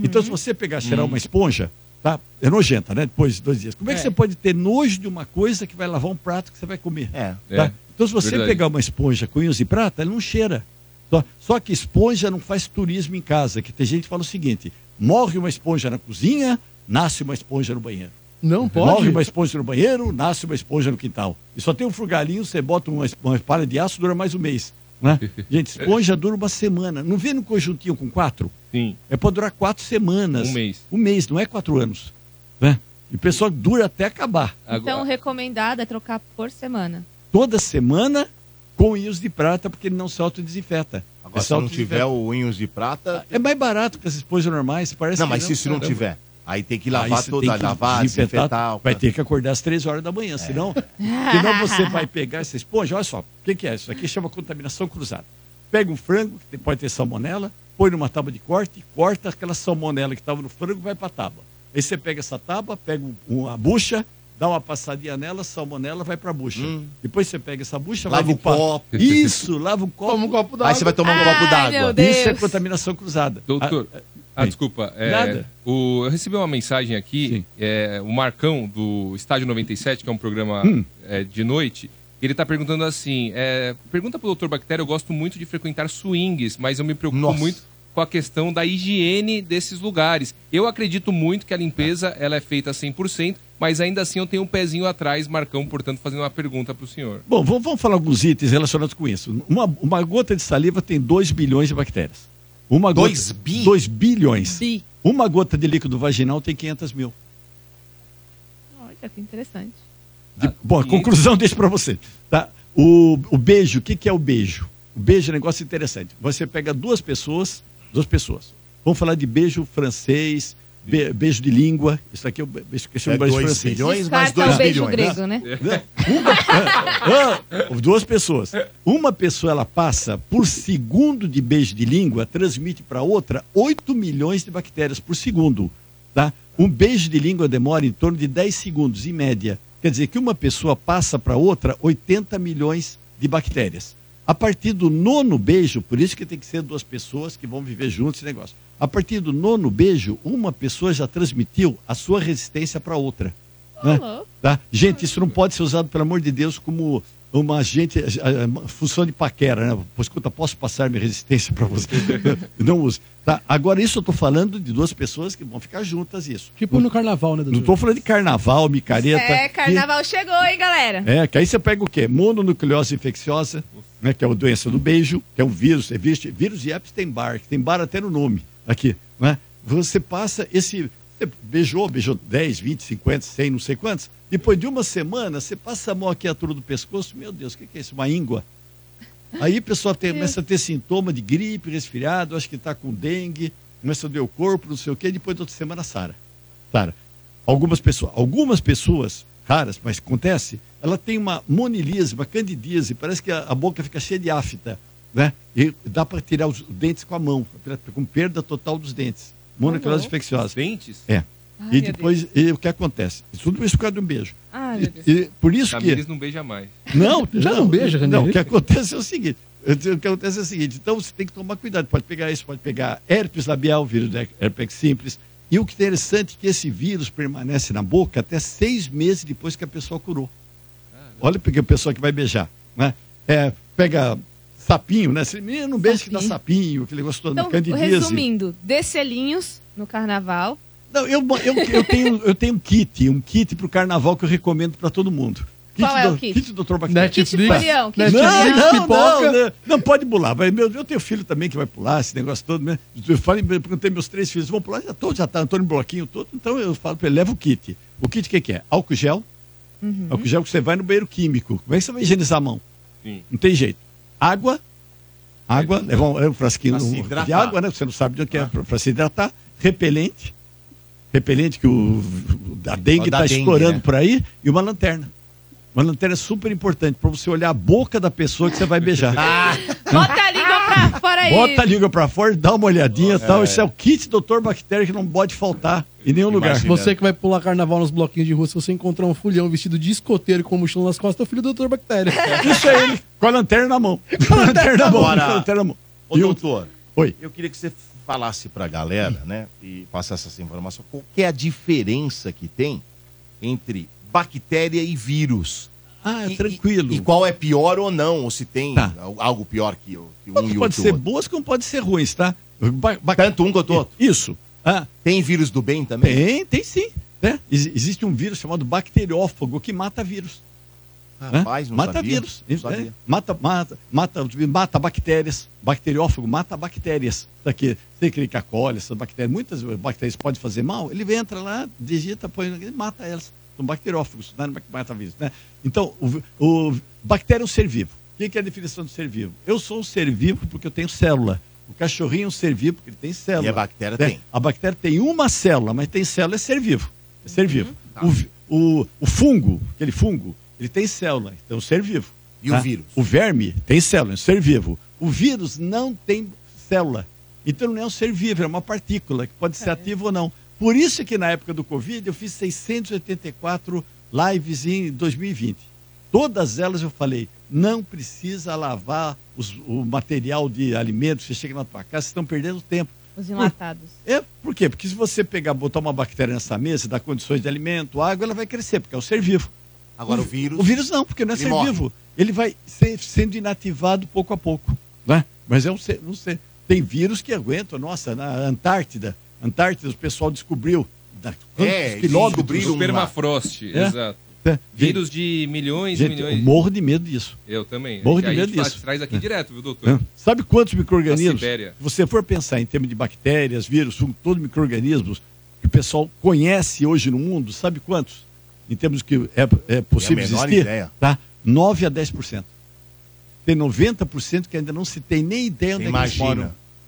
Então, se você pegar, cheirar uma esponja, tá? É nojenta, né? Depois de dois dias. Como é que
É.
você pode ter nojo de uma coisa que vai lavar um prato que você vai comer?
É.
É.
Tá? Então, se você
Verdade.
pegar uma esponja com íons de prata, ela não cheira. Só, só que esponja não faz turismo em casa, que tem gente que fala o seguinte: morre uma esponja na cozinha, nasce uma esponja no banheiro.
Não
Morre
pode.
uma esponja no banheiro, nasce uma esponja no quintal. E só tem um frugalinho, você bota uma, esp- uma palha de aço, dura mais um mês.
[laughs]
Né? Gente, esponja dura uma semana. Não vê no conjuntinho com quatro?
Sim.
É pode durar quatro semanas.
Um mês.
Um mês, não é quatro anos. Né? E o pessoal dura até acabar.
Então,
Agora-
recomendado é trocar por semana.
Toda semana com íons de prata, porque ele não se autodesinfeta.
Agora,
Ele
se não
autodesinfeta.
tiver o Inhos de Prata.
É mais barato que as esponjas normais, parece
Não,
que
mas se isso não
Caramba.
tiver. Aí tem que
Aí
lavar
você
toda,
tem que
lavar, desinfetar.
Vai ter que acordar às três horas da manhã, senão, senão é você vai pegar essa esponja. Olha só, o que, que é isso? Aqui chama contaminação cruzada. Pega um frango, que pode ter salmonela, põe numa tábua de corte, corta aquela salmonela que estava no frango vai para a tábua. Aí você pega essa tábua, pega um- uma bucha, dá uma passadinha nela, salmonela vai para a bucha.
Hum.
Depois você pega essa bucha,
Lava
vai
o
limpar.
copo.
um Isso, lava o copo. Ah,
Toma um copo
Aí você vai
d'água.
tomar um
Ai,
copo
meu
d'água.
Deus.
Isso é contaminação cruzada.
Doutor,
Ah,
ah,
bem.
desculpa. é,
Nada.
o- eu recebi uma mensagem aqui,
Sim.
é, o Marcão, do Estádio 97, que é um programa
Hum.
é, de noite, ele tá perguntando assim, é, pergunta pro doutor Bactéria, eu gosto muito de frequentar swings, mas eu me preocupo
Nossa.
muito com a
Tá.
questão da higiene desses lugares. Eu acredito muito que a limpeza ela é feita 100%, mas ainda assim eu tenho um pezinho atrás, Marcão, portanto, fazendo uma pergunta para o senhor.
Bom, vamos, vamos falar alguns itens relacionados com isso. Uma, uma gota de saliva tem 2 bilhões de bactérias. Uma gota,
Dois bi?
2 bilhões.
Bi.
Uma gota de líquido vaginal tem 500 mil.
Olha, que interessante.
De- bom, a conclusão deixo para você. Tá? O, o beijo, o que, que é o beijo? O beijo é um negócio interessante. Você pega duas pessoas, duas pessoas. Vamos falar de beijo francês, be- beijo de língua. Isso aqui é o be- beijo que chama
É
beijo
dois
francês.
bilhões,
mais Descarta dois
tá
o beijo bilhões, grego, né?
Né? Uma, Ah, ah, duas pessoas. Uma pessoa ela passa por segundo de beijo de língua, transmite para outra 8 milhões de bactérias por segundo. Tá? Um beijo de língua demora em torno de 10 segundos, em média. Quer dizer que uma pessoa passa para outra 80 milhões de bactérias. A partir do nono beijo, por isso que tem que ser duas pessoas que vão viver juntos esse negócio. A partir do nono beijo, uma pessoa já transmitiu a sua resistência para outra. né? Tá? Gente, isso não pode ser usado, pelo amor de Deus, como uma agente, a- a- uma função de paquera, né? Pô, escuta, posso passar minha resistência para você? não use. Tá? Agora, isso eu tô falando de duas pessoas que vão ficar juntas, isso.
Tipo no carnaval, né,
Não tô falando de carnaval, micareta.
É,
que-
carnaval chegou, hein, galera?
é, que aí você pega o quê? Mononucleose infecciosa, né, que é a doença do beijo, que é um vírus, é vírus, vírus de Epstein-Barr, que tem bar até no nome aqui, né? Você passa esse você beijou, beijou 10, 20, 50, 100, não sei quantos. Depois de uma semana, você passa a mão aqui à altura do pescoço, meu Deus, o que que é isso? Uma íngua? Aí a pessoa tem- começa a ter sintoma de gripe, resfriado, acho que está com dengue, começa a doer o corpo, não sei o quê, depois da outra semana sara. Sara. Algumas pessoas, algumas pessoas, raras, mas acontece, ela tem uma monilise, uma candidíase, parece que a, a boca fica cheia de afta, né? E dá para tirar os dentes com a mão, com perda total dos dentes. Mononucleose
louco.
infecciosa.
Dentes?
É.
Tá Ai,
e
meu
depois, e o que acontece? Tudo isso por causa de um beijo.
Ai, meu Deus.
E, e por isso que... é.
Tamires não beija mais.
[laughs] Não,
Já não beija, Renan
um Não, o
Henrique?
que acontece é o seguinte. O que acontece é o seguinte, então você tem que tomar cuidado, pode pegar isso, pode pegar herpes labial, vírus da herpes simples. E o que é interessante é que esse vírus permanece na boca até seis meses depois que a pessoa curou. Olha porque a pessoa que vai beijar, né? É, pega sapinho, né? Esse menino não beija que dá
Sapinho.
sapinho, aquele gostoso,
Então,
então, candidíase.
resumindo, descelinhos no carnaval.
Não, eu, eu, eu tenho, eu tenho um kit, um kit pro carnaval que eu recomendo para todo mundo.
Qual é o
do-
kit?
do Dr. Bactéria.
Netflix,
Kit folião, kit
Não,
Netflix,
não,
pipoca.
não, não. Não, pode pular. Mas meu, eu tenho filho também que vai pular esse negócio todo, né? Eu falei, eu perguntei meus três filhos, vão pular, já tô, já tá, Antônio Bloquinho todo. Então eu falo pra ele, leva o kit. O kit o que, que é? Álcool gel. Álcool gel que você vai no banheiro químico. Como é que você vai higienizar a mão?
Sim.
Não tem jeito. Água. Água, leva um, leva um frasquinho
Pra se
um- de
hidratar. Ah.
água, né? Você não sabe de onde que é pra, pra se hidratar. Repelente. Repelente que o, a dengue
da
está
dengue,
estourando
né?
por aí. E uma lanterna. Uma lanterna super importante para você olhar a boca da pessoa que você vai beijar.
Bota a língua pra fora aí.
Ah! Bota a língua para fora, dá uma olhadinha e tal. Esse é o kit Doutor Bactéria que não pode faltar em nenhum um lugar.
Imagina.
Você que vai pular carnaval nos bloquinhos de rua, se você encontrar um fulhão vestido de escoteiro com mochila nas costas, é o filho do Dr.
[laughs]
Bactéria.
Isso é ele, com a lanterna na mão. [laughs] Com a lanterna na mão. Com
Agora-
a lanterna na mão.
Ô,
E o-
doutor,
um Oi.
eu queria que você falasse pra galera, né, e passasse essa informação, qual que é a diferença que tem entre bactéria e vírus?
Ah,
E- e-
tranquilo.
E, qual é pior ou não, ou se tem
Tá.
al- algo pior que, o- que um
Tanto
e
pode
outro.
ser boas como pode ser ruins, tá? Ba- ba-
Tanto um quanto outro.
Isso. Ah,
Tem vírus do bem também?
tem, tem sim. Né? Ex- existe um vírus chamado bacteriófago que mata vírus. né?
Rapaz, não
mata
sabia.
vírus.
Não
né?
sabia.
Mata, mata, mata, mata bactérias. Bacteriófago mata bactérias. Daqui, tem Escherichia coli, essas bactérias, muitas bactérias podem fazer mal. Ele entra lá, digita, põe, ele mata elas. São bacteriófagos, né? Não mata vírus, né? Então, o, vi- o bactéria é um ser vivo. O que que é a definição de ser vivo? Eu sou um ser vivo porque eu tenho célula. O cachorrinho é um ser vivo porque ele tem célula.
E a bactéria
né?
tem.
A bactéria tem uma célula, mas tem célula é ser vivo. É ser vivo. O vi- O, o fungo, aquele fungo, ele tem célula, então é um ser vivo.
E o vírus?
O verme tem célula, é um ser vivo. O vírus não tem célula. Então não é um ser vivo, é uma partícula que pode ser ativa ou não. Por isso que na época do Covid eu fiz 684 lives em 2020. Todas elas eu falei, não precisa lavar os- o material de alimentos, você chega na tua casa, vocês estão perdendo tempo.
Os enlatados.
É, por quê? Porque se você pegar, botar uma bactéria nessa mesa, dar condições de alimento, água, ela vai crescer, porque é um ser vivo.
Agora o vírus...
O vírus não, porque não é
Ele
ser
morre.
vivo. Ele vai ser- sendo inativado pouco a pouco, né? Mas é um ser, não sei. Tem vírus que um aguentam, nossa, na Antártida, Antártida, o pessoal descobriu da,
É,
quantos quilômetros.
descobriram o permafrost,
É.
exato.
É.
Vírus de milhões e
Gente,
milhões.
eu morro de medo disso.
Eu também.
Morro de
Aí a
medo
gente faz-
disso.
Traz aqui
É.
direto, viu, doutor?
É. Sabe quantos
Da
micro-organismos?
Sibéria.
Se você for pensar em termos de bactérias, vírus, fungo, todos micro-organismos que o pessoal conhece hoje no mundo, sabe quantos? Em termos que é, é possível
menor
existir?
ideia.
Tá? 9 a 10%. Tem 90% que ainda não se tem nem ideia onde é que eles
Imagina.
moram.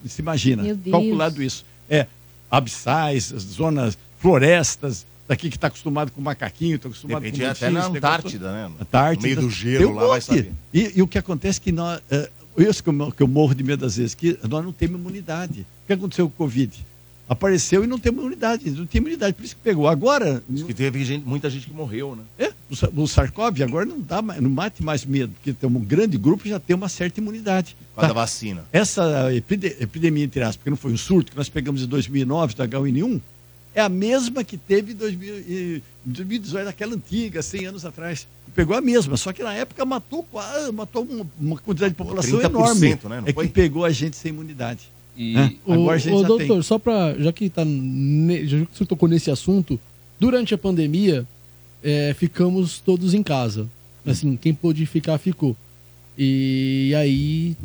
Não Se imagina.
Meu Deus.
Calculado isso. É, abissais, zonas, florestas, daqui que está acostumado com macaquinho, está acostumado
Depende
com
é até
mantis,
na
esse negócio
Antártida,
todo.
né? No
Antártida.
meio do gelo
Tem um
lá, vai
monte.
saber.
E, e o que acontece é que nós. eh, isso que eu, que eu morro de medo às vezes, que nós não temos imunidade. O que aconteceu com o Covid? Apareceu e não tem imunidade, não tem imunidade, por isso que pegou. Agora.
Que teve gente- muita gente que morreu, né?
É, o, Sa- o Sarkov agora não, dá, mais- não mate mais medo, porque tem um grande grupo que já tem uma certa imunidade.
Por causa da vacina.
Essa epide- epidemia, entre aspas, que não foi um surto, que nós pegamos em 2009 do H1N1, é a mesma que teve em 2000 e- em 2018, aquela antiga, 100 anos atrás. Pegou a mesma, só que na época matou, qua- matou uma, uma quantidade de população
30%,
enorme.
né? Não
É
foi?
que pegou a gente sem imunidade.
Né?
Agora a
Ô,
gente
ô,
já
doutor,
tem.
só pra. Já que, tá ne- já que você tocou nesse assunto, durante a pandemia, é, ficamos todos em casa. Assim, quem pôde ficar, ficou. E aí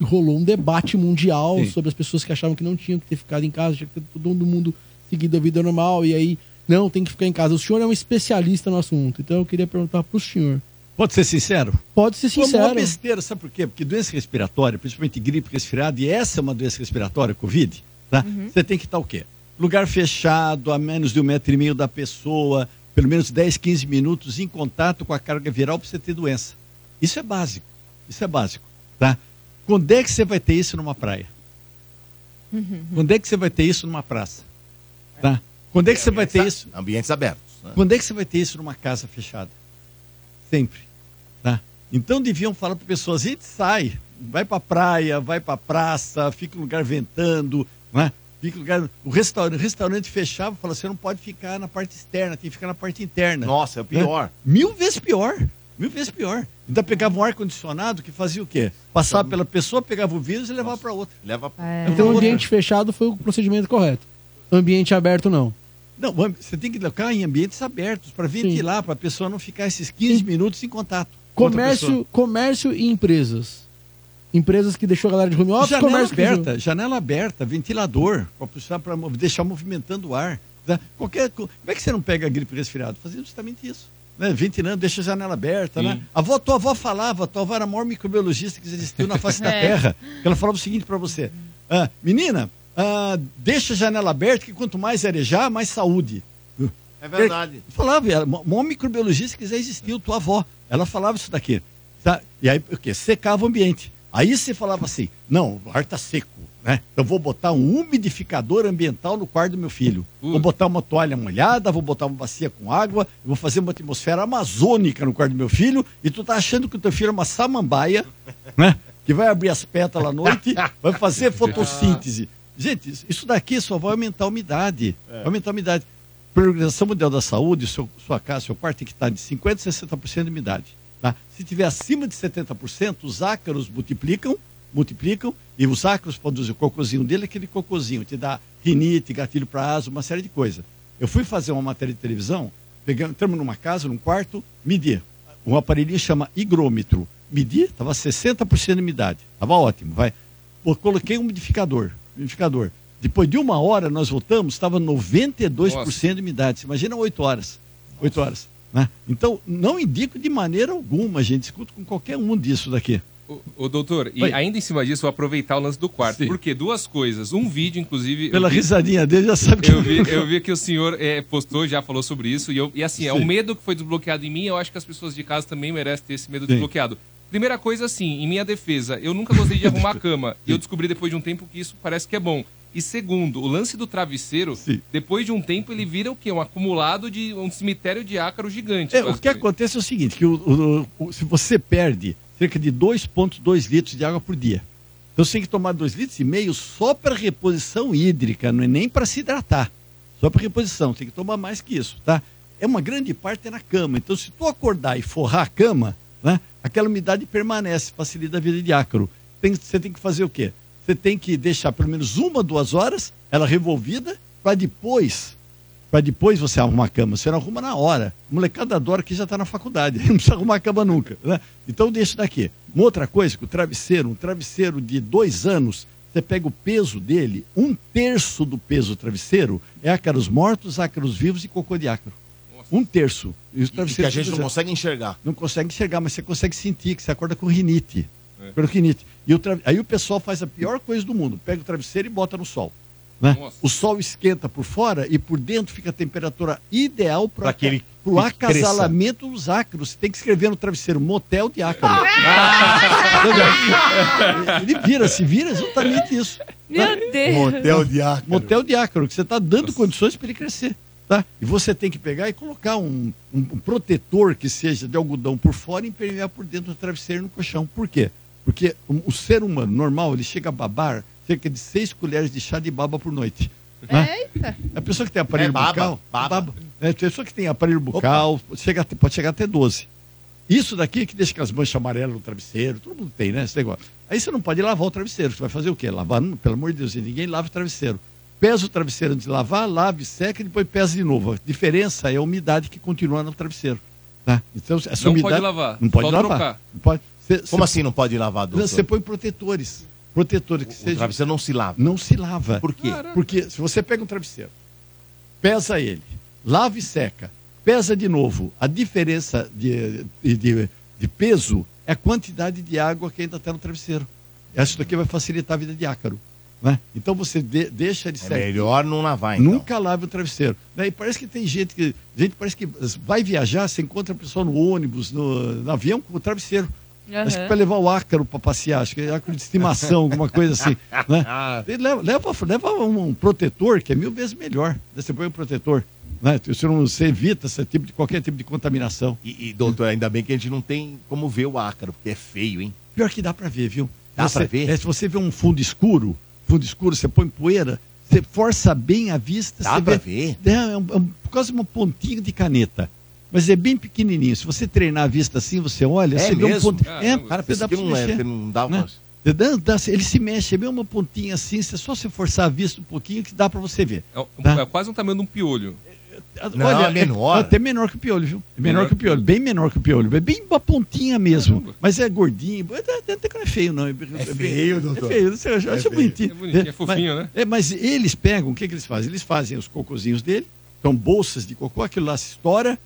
rolou um debate mundial
Sim.
sobre as pessoas que achavam que não tinham que ter ficado em casa, tinha que ter todo mundo seguido a vida normal. E aí, não, tem que ficar em casa. O senhor é um especialista no assunto, então eu queria perguntar pro senhor.
Pode ser sincero?
Pode ser
Foi uma
sincero.
besteira, sabe por quê? Porque doença respiratória, principalmente gripe resfriada, e essa é uma doença respiratória, Covid, tá? Você tem que estar o quê? Lugar fechado, a menos de um metro e meio da pessoa, pelo menos 10, 15 minutos em contato com a carga viral para você ter doença. Isso é básico. Isso é básico, tá? Quando é que você vai ter isso numa praia? Quando é que você vai ter isso numa praça? Tá? Quando é que você vai ter isso?
Ambientes abertos. né?
Quando é que você vai ter isso numa casa fechada? Sempre. Tá? Então deviam falar para pessoas, e sai, vai para praia, vai para praça, fica em um lugar ventando, né? Fica em lugar, o restaurante, o restaurante fechava, fala, você não pode ficar na parte externa, tem que ficar na parte interna.
Nossa, é o pior.
Né? Mil vezes pior. Mil vezes pior. Ainda pegava um ar-condicionado que fazia o quê? Passava pela pessoa, pegava o vírus e levava para outra.
Leva
É.
Então, ambiente fechado foi o procedimento correto. Ambiente aberto, não.
Não, o ambi- você tem que colocar em ambientes abertos para ventilar, para a pessoa não ficar esses 15 minutos em contato. com outra pessoa.
Comércio, comércio e empresas. Empresas que deixou a galera de home office,
janela
comércio que
aberta, janela aberta, ventilador, para deixar movimentando o ar. tá? Qualquer, co- como é que você não pega a gripe resfriado? Fazendo justamente isso. Né? Ventilando, deixa a janela aberta. Né? A avó, tua avó falava, tua avó era a maior microbiologista que existiu na face da
É.
Terra. que Ela falava o seguinte para você: ah, Menina, ah, deixa a janela aberta, que quanto mais arejar, mais saúde.
É verdade.
Eu Falava, ela, uma uma microbiologista que já existiu, tua avó. Ela falava isso daqui. tá? E aí, o quê? Secava o ambiente. Aí você falava assim, não, o ar tá seco, né? Então vou botar um umidificador ambiental no quarto do meu filho. Vou botar uma toalha molhada, vou botar uma bacia com água, eu vou fazer uma atmosfera amazônica no quarto do meu filho, e tu tá achando que o teu filho é uma samambaia, né? Que vai abrir as pétalas à noite, vai fazer fotossíntese. Gente, isso- isso daqui só vai aumentar a umidade. Vai aumentar a umidade. Pela Organização Mundial da Saúde, seu- sua casa, seu quarto tem que estar de 50% a 60% de umidade. Tá? Se tiver acima de 70%, os ácaros multiplicam, multiplicam, e os ácaros produzem o cocôzinho dele, aquele cocôzinho, te dá rinite, gatilho para asa, uma série de coisas. Eu fui fazer uma matéria de televisão, pegamos, entramos numa casa, num quarto, medir. Um aparelhinho chama higrômetro. Medir, estava 60% de umidade. Estava ótimo, vai. Pô, coloquei um umidificador. umidificador. Depois de uma hora, nós voltamos, estava 92% de umidade. Você imagina 8 horas. 8 horas. Né? Então, não indico de maneira alguma, gente. Escuto com qualquer um disso daqui.
Ô, ô, doutor, e
Oi.
ainda em cima disso, vou aproveitar o lance do quarto. Porque duas coisas. Um vídeo, inclusive. eu
Pela
vi-
risadinha dele, já sabe que
Eu vi, eu vi que o senhor eh, postou, já falou sobre isso. E, eu- e assim, é o
Sim.
medo que foi desbloqueado em mim, eu acho que as pessoas de casa também merecem ter esse medo
Sim.
desbloqueado. Primeira coisa, assim, em minha defesa, eu nunca gostei de arrumar
[laughs]
a cama. E eu descobri depois de um tempo que isso parece que é bom. E segundo, o lance do travesseiro, depois de um tempo, ele vira o quê? Um acumulado de um cemitério de ácaro gigante.
É, o que acontece é o seguinte, que o- o- o- se você perde cerca de 2,2 litros de água por dia, então você tem que tomar 2 litros e meio só para reposição hídrica, não é nem para se hidratar, só para reposição, tem que tomar mais que isso, tá? É uma grande parte é na cama, então se tu acordar e forrar a cama, né, aquela umidade permanece, facilita a vida de ácaro. Tem- você tem que fazer o quê? Você tem que deixar pelo menos uma, duas horas ela revolvida para depois para depois você arrumar a cama. Você não arruma na hora. O molecada adora que já está na faculdade, [laughs] não precisa arrumar a cama nunca. Né? Então deixa daqui. Uma outra coisa, que o travesseiro, um travesseiro de dois anos, você pega o peso dele, um terço do peso do travesseiro é ácaros mortos, ácaros vivos e cocô de ácaro. Um terço.
E, e que a gente não consegue enxergar.
Não consegue enxergar, mas você consegue sentir que você acorda com rinite. É. Com rinite. E o tra... Aí o pessoal faz a pior coisa do mundo. Pega o travesseiro e bota no sol. Né? O sol esquenta por fora e por dentro fica a temperatura ideal para
aquele
o acasalamento cresça. dos ácaros. Você tem que escrever no travesseiro motel de ácaro. Ah! Ele vira, se vira exatamente isso.
Meu tá? Deus.
Motel de ácaro. Motel de ácaro, que você está dando Nossa. condições para ele crescer. Tá? E você tem que pegar e colocar um, um, um protetor que seja de algodão por fora e impermear por dentro do travesseiro no colchão. Por quê? Porque o, o ser humano normal, ele chega a babar cerca de 6 colheres de chá de baba por noite. Né? Eita! A pessoa que tem aparelho é baba, bucal. Baba. Baba, né? A pessoa que tem aparelho bucal chega, pode chegar até 12. Isso daqui é que deixa aquelas manchas amarelas no travesseiro, todo mundo tem, né? Esse negócio. Aí você não pode lavar o travesseiro. Você vai fazer o quê? Lavar, pelo amor de Deus, ninguém lava o travesseiro. Pesa o travesseiro antes de lavar, lave, seca e depois pesa de novo. A diferença é a umidade que continua no travesseiro. Tá? Então, essa
não
umidade,
pode lavar.
Não pode
Só
lavar.
Trocar.
Não pode. Cê,
Como assim não pode lavar, doutor?
Você põe protetores protetor que
o,
seja.
O travesseiro não se lava.
Não se lava.
Por quê?
Caraca. Porque se você pega um travesseiro, pesa ele, lava e seca, pesa de novo. A diferença de, de, de peso é a quantidade de água que ainda está no travesseiro. Isso daqui vai facilitar a vida de ácaro. Né? Então você de, deixa ele
seco. É melhor não lavar, então.
Nunca lave o travesseiro. Né? E parece que tem gente que. Gente, parece que vai viajar, você encontra a pessoa no ônibus, no, no avião, com o travesseiro. Uhum. Acho que para levar o ácaro para passear, acho que é ácaro de estimação, alguma coisa assim. Né? Leva, leva, leva um, um, protetor, que é mil vezes melhor. Você põe um protetor. Né? Você, não, você evita esse tipo de, qualquer tipo de contaminação.
E, e, doutor, ainda bem que a gente não tem como ver o ácaro, porque é feio, hein?
Pior que dá para ver, viu?
Dá
para
ver?
É, se você vê um fundo escuro, fundo escuro, você põe poeira, você força bem a vista.
Dá
para
ver?
É, é, um, é um, por causa de um pontinho de caneta mas é bem pequenininho. Se você treinar a vista assim, você olha,
é
você
mesmo?
vê um ponto.
Ah, é, não,
cara, você dá pra
não,
mexer, é,
não dá
né? Ele se mexe, é bem uma pontinha assim, se é só você forçar a vista um pouquinho que dá para você ver.
É, tá? é, quase um tamanho de um piolho.
Não, olha, é menor.
até menor que o piolho, viu? É menor, menor que o piolho, bem menor que o piolho. É bem uma pontinha mesmo. Caramba. Mas é gordinho. Até que não é feio, não. É,
feio, doutor.
É feio, você acha é bonitinho.
É bonitinho, é fofinho,
mas,
né?
É, mas eles pegam, o que, que eles fazem? Eles fazem os cocôzinhos dele, são bolsas de cocô, aquilo lá se estoura,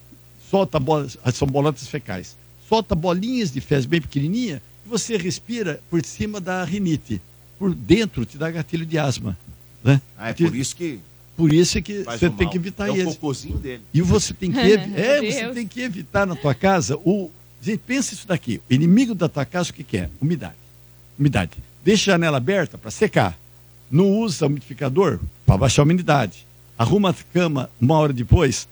solta bolas, são bolotas fecais, solta bolinhas de fezes bem pequenininha e você respira por cima da rinite. Por dentro te dá gatilho de asma. Né?
Ah, é por isso que.
Por isso é que você tem que evitar
é
isso.
o cocôzinho dele.
E você tem que, evi... é, você tem que evitar na tua casa o. Gente, pensa isso daqui. O inimigo da tua casa, o que, que é? Umidade. Umidade. Deixa a janela aberta para secar. Não usa umidificador para baixar a umidade. Arruma a cama uma hora depois,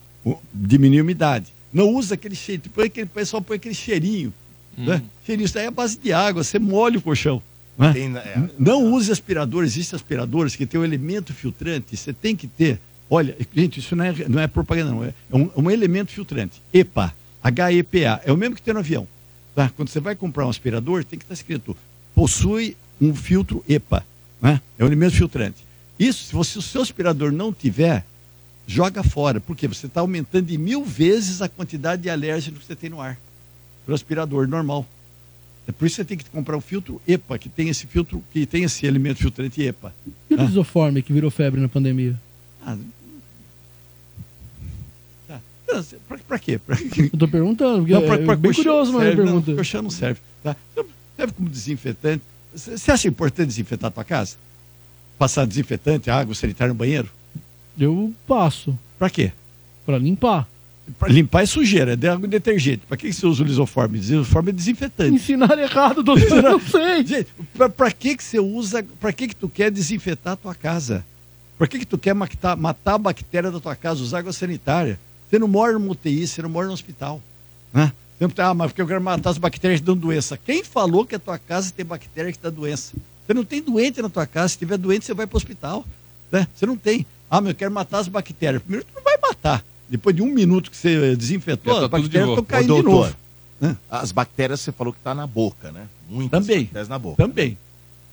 diminui a umidade não usa aquele cheiro, põe aquele, o pessoal põe aquele cheirinho. Hum. Né? Cheirinho, isso daí é a base de água, você molha o colchão. Né? Tem, é, não é. use aspirador, existem aspiradores que tem um elemento filtrante, você tem que ter. Olha, gente, isso não é, não é propaganda, não. É um, um elemento filtrante. EPA, HEPA, é o mesmo que tem no avião. Tá? Quando você vai comprar um aspirador, tem que estar escrito: possui um filtro EPA. Né? É um elemento filtrante. Isso, se você, o seu aspirador não tiver, joga fora, porque você está aumentando de mil vezes a quantidade de alérgeno que você tem no ar, para aspirador normal. É por isso que você tem que comprar um filtro EPA, que tem esse filtro, que tem esse elemento filtrante EPA.
E o isoforme que virou febre na pandemia?
Ah, tá. Pra, pra quê? Pra...
Eu tô perguntando, porque não, pra, pra é bem curioso, mas
serve,
pergunta.
Não, coxão não serve. Tá? Serve como desinfetante. Você acha importante desinfetar a tua casa? Passar desinfetante, água sanitária no banheiro?
Eu passo.
Pra quê?
Pra limpar.
Pra limpar é sujeira, é água e detergente. Pra que você usa o lisoforme? Lisoforme é desinfetante.
Ensinar errado, doutor, eu
[laughs]
não sei.
Gente, pra, pra, que que você usa, pra que que tu quer desinfetar a tua casa? Pra que que tu quer matar, matar a bactéria da tua casa, usar água sanitária? Você não mora no UTI, você não mora no hospital, né? Ah, mas porque eu quero matar as bactérias que dão doença. Quem falou que a tua casa tem bactéria que dá doença? Você não tem doente na tua casa. Se tiver doente, você vai pro hospital, né? Você não tem. Ah, mas eu quero matar as bactérias. Primeiro, tu não vai matar. Depois de um minuto que você desinfetou,
Já tá
as bactérias
tudo de
estão caindo de novo.
As bactérias, você falou que está tá na boca, né? Muitas
Também.
bactérias na boca.
Também.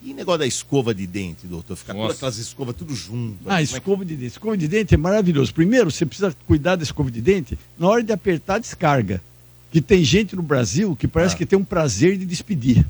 E negócio da escova de dente, doutor? Ficar todas aquelas escovas tudo junto. é
Ah, escova de dente. Escova de dente é maravilhoso. Primeiro, você precisa cuidar da escova de dente na hora de apertar descarga. Que tem gente no Brasil que parece
Ah.
que tem um prazer de despedir.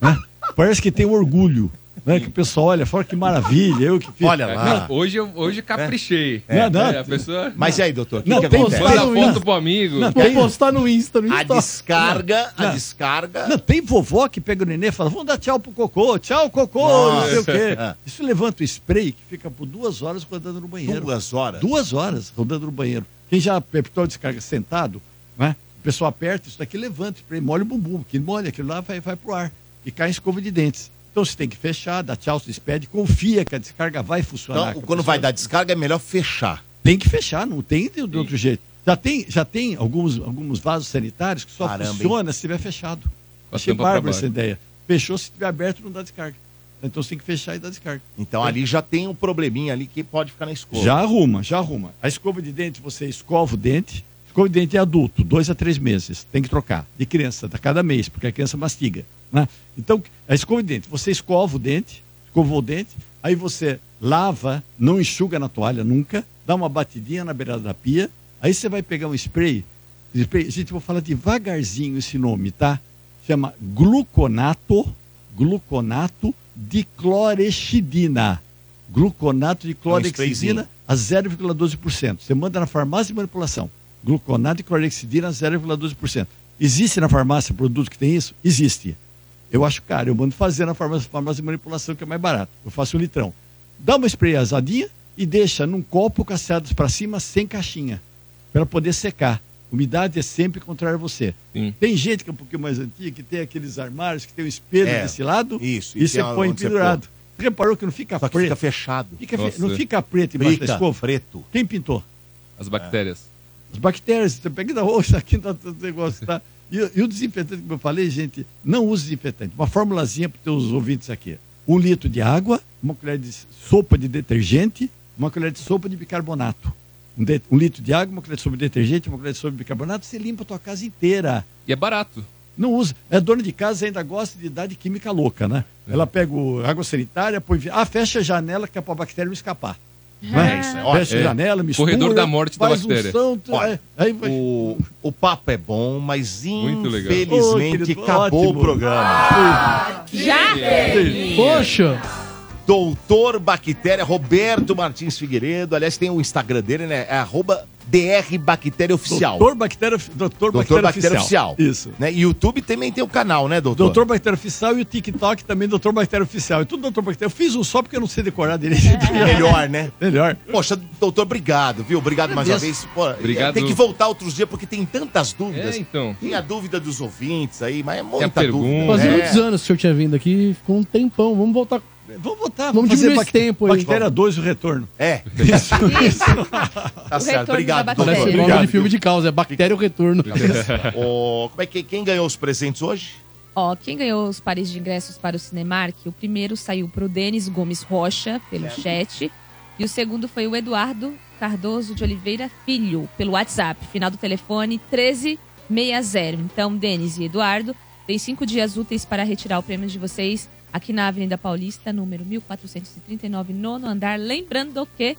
né? Parece que tem um orgulho. Né? Que o pessoal olha, fala que maravilha, eu que fiz.
Olha lá. Hoje, eu- hoje caprichei.
É. Não, não.
a pessoa...
Mas e aí, doutor?
Não,
que
tem-
acontece?
tá
Manda
no
foto
Insta.
pro amigo.
Não,
Quer-
tem- postar no Insta, no
A descarga, a descarga.
Não, tem vovó que pega o neném e fala, vamos dar tchau pro cocô, tchau ah, cocô,
Nossa.
não sei o quê.
[laughs] Ah.
Isso levanta o spray que fica por duas horas rodando no banheiro.
Duas horas?
Duas horas rodando no banheiro. Quem já apertou a descarga sentado, né? O pessoal aperta, isso daqui levanta o spray, molha o bumbum, que molha, aquilo lá vai, vai pro ar e cai em escova de dentes. Então você tem que fechar, dar tchau, se despede, confia que a descarga vai funcionar.
Então, quando vai dar descarga, é melhor fechar.
Tem que fechar, não tem de, de outro jeito. Já tem, já tem alguns, alguns vasos sanitários que só
Caramba, hein?
funciona se tiver fechado.
Com a
Achei
tampa pra
bárbaro
baixo.
essa ideia. Fechou, se tiver aberto, não dá descarga. Então você tem que fechar e dar descarga.
Então ali já tem um probleminha ali que pode ficar na escova.
Já arruma, já arruma. A escova de dente, você escova o dente. Escova de dente é adulto, dois a três meses. Tem que trocar. De criança, a cada mês, porque a criança mastiga. né? Então, a escova de dente, você escova o dente, escovou o dente, aí você lava, não enxuga na toalha nunca, dá uma batidinha na beirada da pia, aí você vai pegar um spray. spray gente, eu vou falar devagarzinho esse nome, tá? Chama gluconato, gluconato de clorexidina. Gluconato de clorexidina
um sprayzinho.
a 0,12%. Você manda na farmácia de manipulação. Gluconato e clorexidina a 0,12%. Existe na farmácia produto que tem isso? Existe. Eu acho caro. Eu mando fazer na farmácia, farmácia de manipulação, que é mais barato. Eu faço um litrão. Dá uma esprayazadinha e deixa num copo caceados para cima, sem caixinha, para poder secar. Umidade é sempre contrária a você. Tem gente que é um pouquinho mais antiga, que tem aqueles armários, que tem um espelho
É,
desse lado,
isso, e
e você
tem
põe
onde você
pendurado. Reparou que não fica
Só que
preto?
fica fechado.
Fica fe-
Nossa.
Não fica preto embaixo
Fica
da escova?
preto.
Quem pintou?
As bactérias.
As bactérias, você pega da roxa aqui, tá todo negócio, tá? E, e o desinfetante que eu falei, gente, não use desinfetante. Uma formulazinha para os teus ouvintes aqui. Um litro de água, uma colher de sopa de detergente, uma colher de sopa de bicarbonato. Um, de- um litro de água, uma colher de sopa de detergente, uma colher de sopa de bicarbonato, você limpa a tua casa inteira.
E é barato.
Não usa. É dona de casa ainda gosta de dar de química louca, né? Ela pega o água sanitária, põe. vi- Ah, fecha a janela que é para a bactéria não escapar. né?
É isso, é ótimo.
fecha a janela, mistura.
Corredor da morte da
faz
bactéria.
unção, tu-
Olha,
é, aí vai-
o, o papo é bom, mas
Muito legal.
infelizmente
Ô, querido,
acabou
ótimo.
o programa.
Já teve.
Poxa!
Doutor Bactéria, Roberto Martins Figueiredo. Aliás, tem o Instagram dele, né? É arroba DR Bactéria Oficial.
Doutor Bactéria, doutor
Doutor
bactéria,
Bactéria
Oficial.
Oficial.
Isso.
Né? YouTube também tem o canal, né, doutor?
Doutor Bactéria Oficial e o TikTok também, Doutor Bactéria Oficial. E tudo Doutor Bactéria. Eu fiz um só porque eu não sei decorar direito.
Melhor, né?
Melhor.
Poxa, doutor, obrigado, viu?
É
Obrigado mais uma vez. Pô, é,
Obrigado.
Tem que voltar outros dias, porque tem tantas dúvidas.
É, então.
Tem a dúvida dos ouvintes aí, mas é muita
pergunta.
dúvida.
Fazia
É.
muitos anos que o senhor tinha vindo aqui, ficou um tempão. Vamos voltar.
Vamos botar.
Vamos
fazer
diminuir esse
bacté-
tempo aí.
Bactéria 2, o retorno.
É, [laughs]
Isso.
tá certo.
retorno da bactéria.
Obrigado, doutor.
Parece
Obrigado,
nome de filme de causa, é Bactéria o Retorno.
Ô, como é que, quem ganhou os presentes hoje?
Ó, quem ganhou os pares de ingressos para o Cinemark, o primeiro saiu pro Denis Gomes Rocha, pelo chat. E o segundo foi o Eduardo Cardoso de Oliveira Filho, pelo WhatsApp. Final do telefone 1360. Então, Denis e Eduardo, tem cinco dias úteis para retirar o prêmio de vocês aqui na Avenida Paulista, número 1439, nono andar. Lembrando que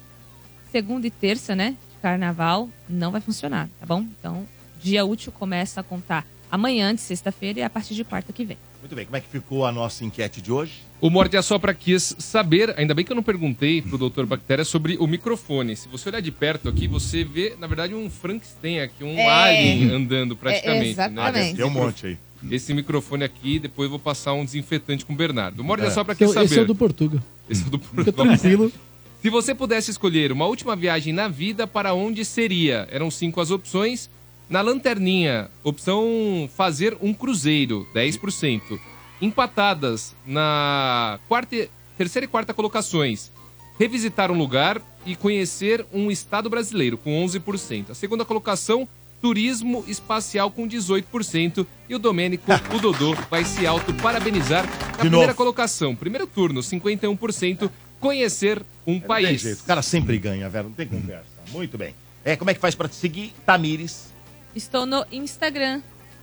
segunda e terça, né? De carnaval, não vai funcionar, tá bom? Então, dia útil começa a contar amanhã, de sexta-feira, e a partir de quarta que vem.
Muito bem, como é que ficou a nossa enquete de hoje?
O Morte Assopra quis saber, ainda bem que eu não perguntei pro Dr. Bactéria sobre o microfone. Se você olhar de perto aqui, você vê, na verdade, um Frankenstein aqui, um
É.
alien andando praticamente.
É, exatamente.
Né?
Tem um monte aí.
Esse microfone aqui, depois eu vou passar um desinfetante com o Bernardo. O Morte
É.
Assopra quis
Então,
Esse
saber.
é o- esse é o do Portuga.
Esse
[laughs]
é o do
Fica tranquilo.
Se você pudesse escolher uma última viagem na vida, para onde seria? Eram cinco as opções. Na lanterninha, opção fazer um cruzeiro, 10%. Empatadas na quarta, e- terceira e quarta colocações. Revisitar um lugar e conhecer um estado brasileiro, com 11%. A segunda colocação, turismo espacial, com 18%. E o Domênico, o Dodô, vai se auto-parabenizar na primeira
novo.
colocação. Primeiro turno, 51%. Conhecer um
Não tem
país.
jeito, o cara sempre ganha, velho, não tem conversa. Muito bem. É, como é que faz pra te seguir? Tamires.
Estou no Instagram,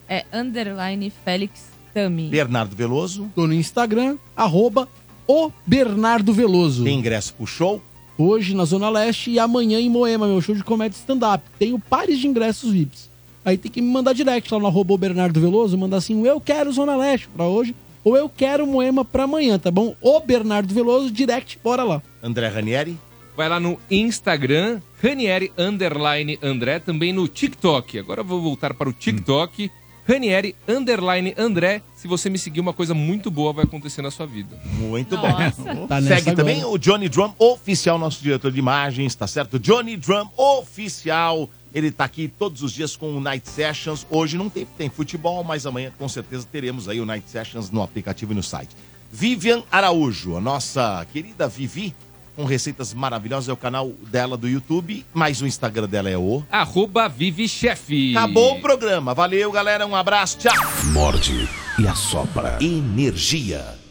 é underline Félix certame.
Bernardo Veloso.
Tô no Instagram, arroba o Bernardo Veloso.
Tem ingresso pro show?
Hoje na Zona Leste e amanhã em Moema, meu show de comédia stand-up. Tenho pares de ingressos VIPs. Aí tem que me mandar direct lá no arroba o Bernardo Veloso, mandar assim, eu quero Zona Leste pra hoje, ou eu quero Moema pra amanhã, tá bom? O Bernardo Veloso, direct, bora lá.
André Ranieri.
Vai lá no Instagram, Ranieri Underline André, também no TikTok. Agora eu vou voltar para o TikTok. Ranieri Underline André. Se você me seguir, uma coisa muito boa vai acontecer na sua vida.
Muito bem.
Tá nessa
Segue
agora.
também o Johnny Drum Oficial, nosso diretor de imagens, tá certo? Johnny Drum Oficial. Ele tá aqui todos os dias com o Night Sessions. Hoje não tem, tem futebol, mas amanhã com certeza teremos aí o Night Sessions no aplicativo e no site. Vivian Araújo, a nossa querida Vivi, com receitas maravilhosas, é o canal dela do YouTube, mas o Instagram dela é o.
Arroba Vive Chefe.
Acabou o programa. Valeu, galera. Um abraço. Tchau.
Morde e assopra. Energia.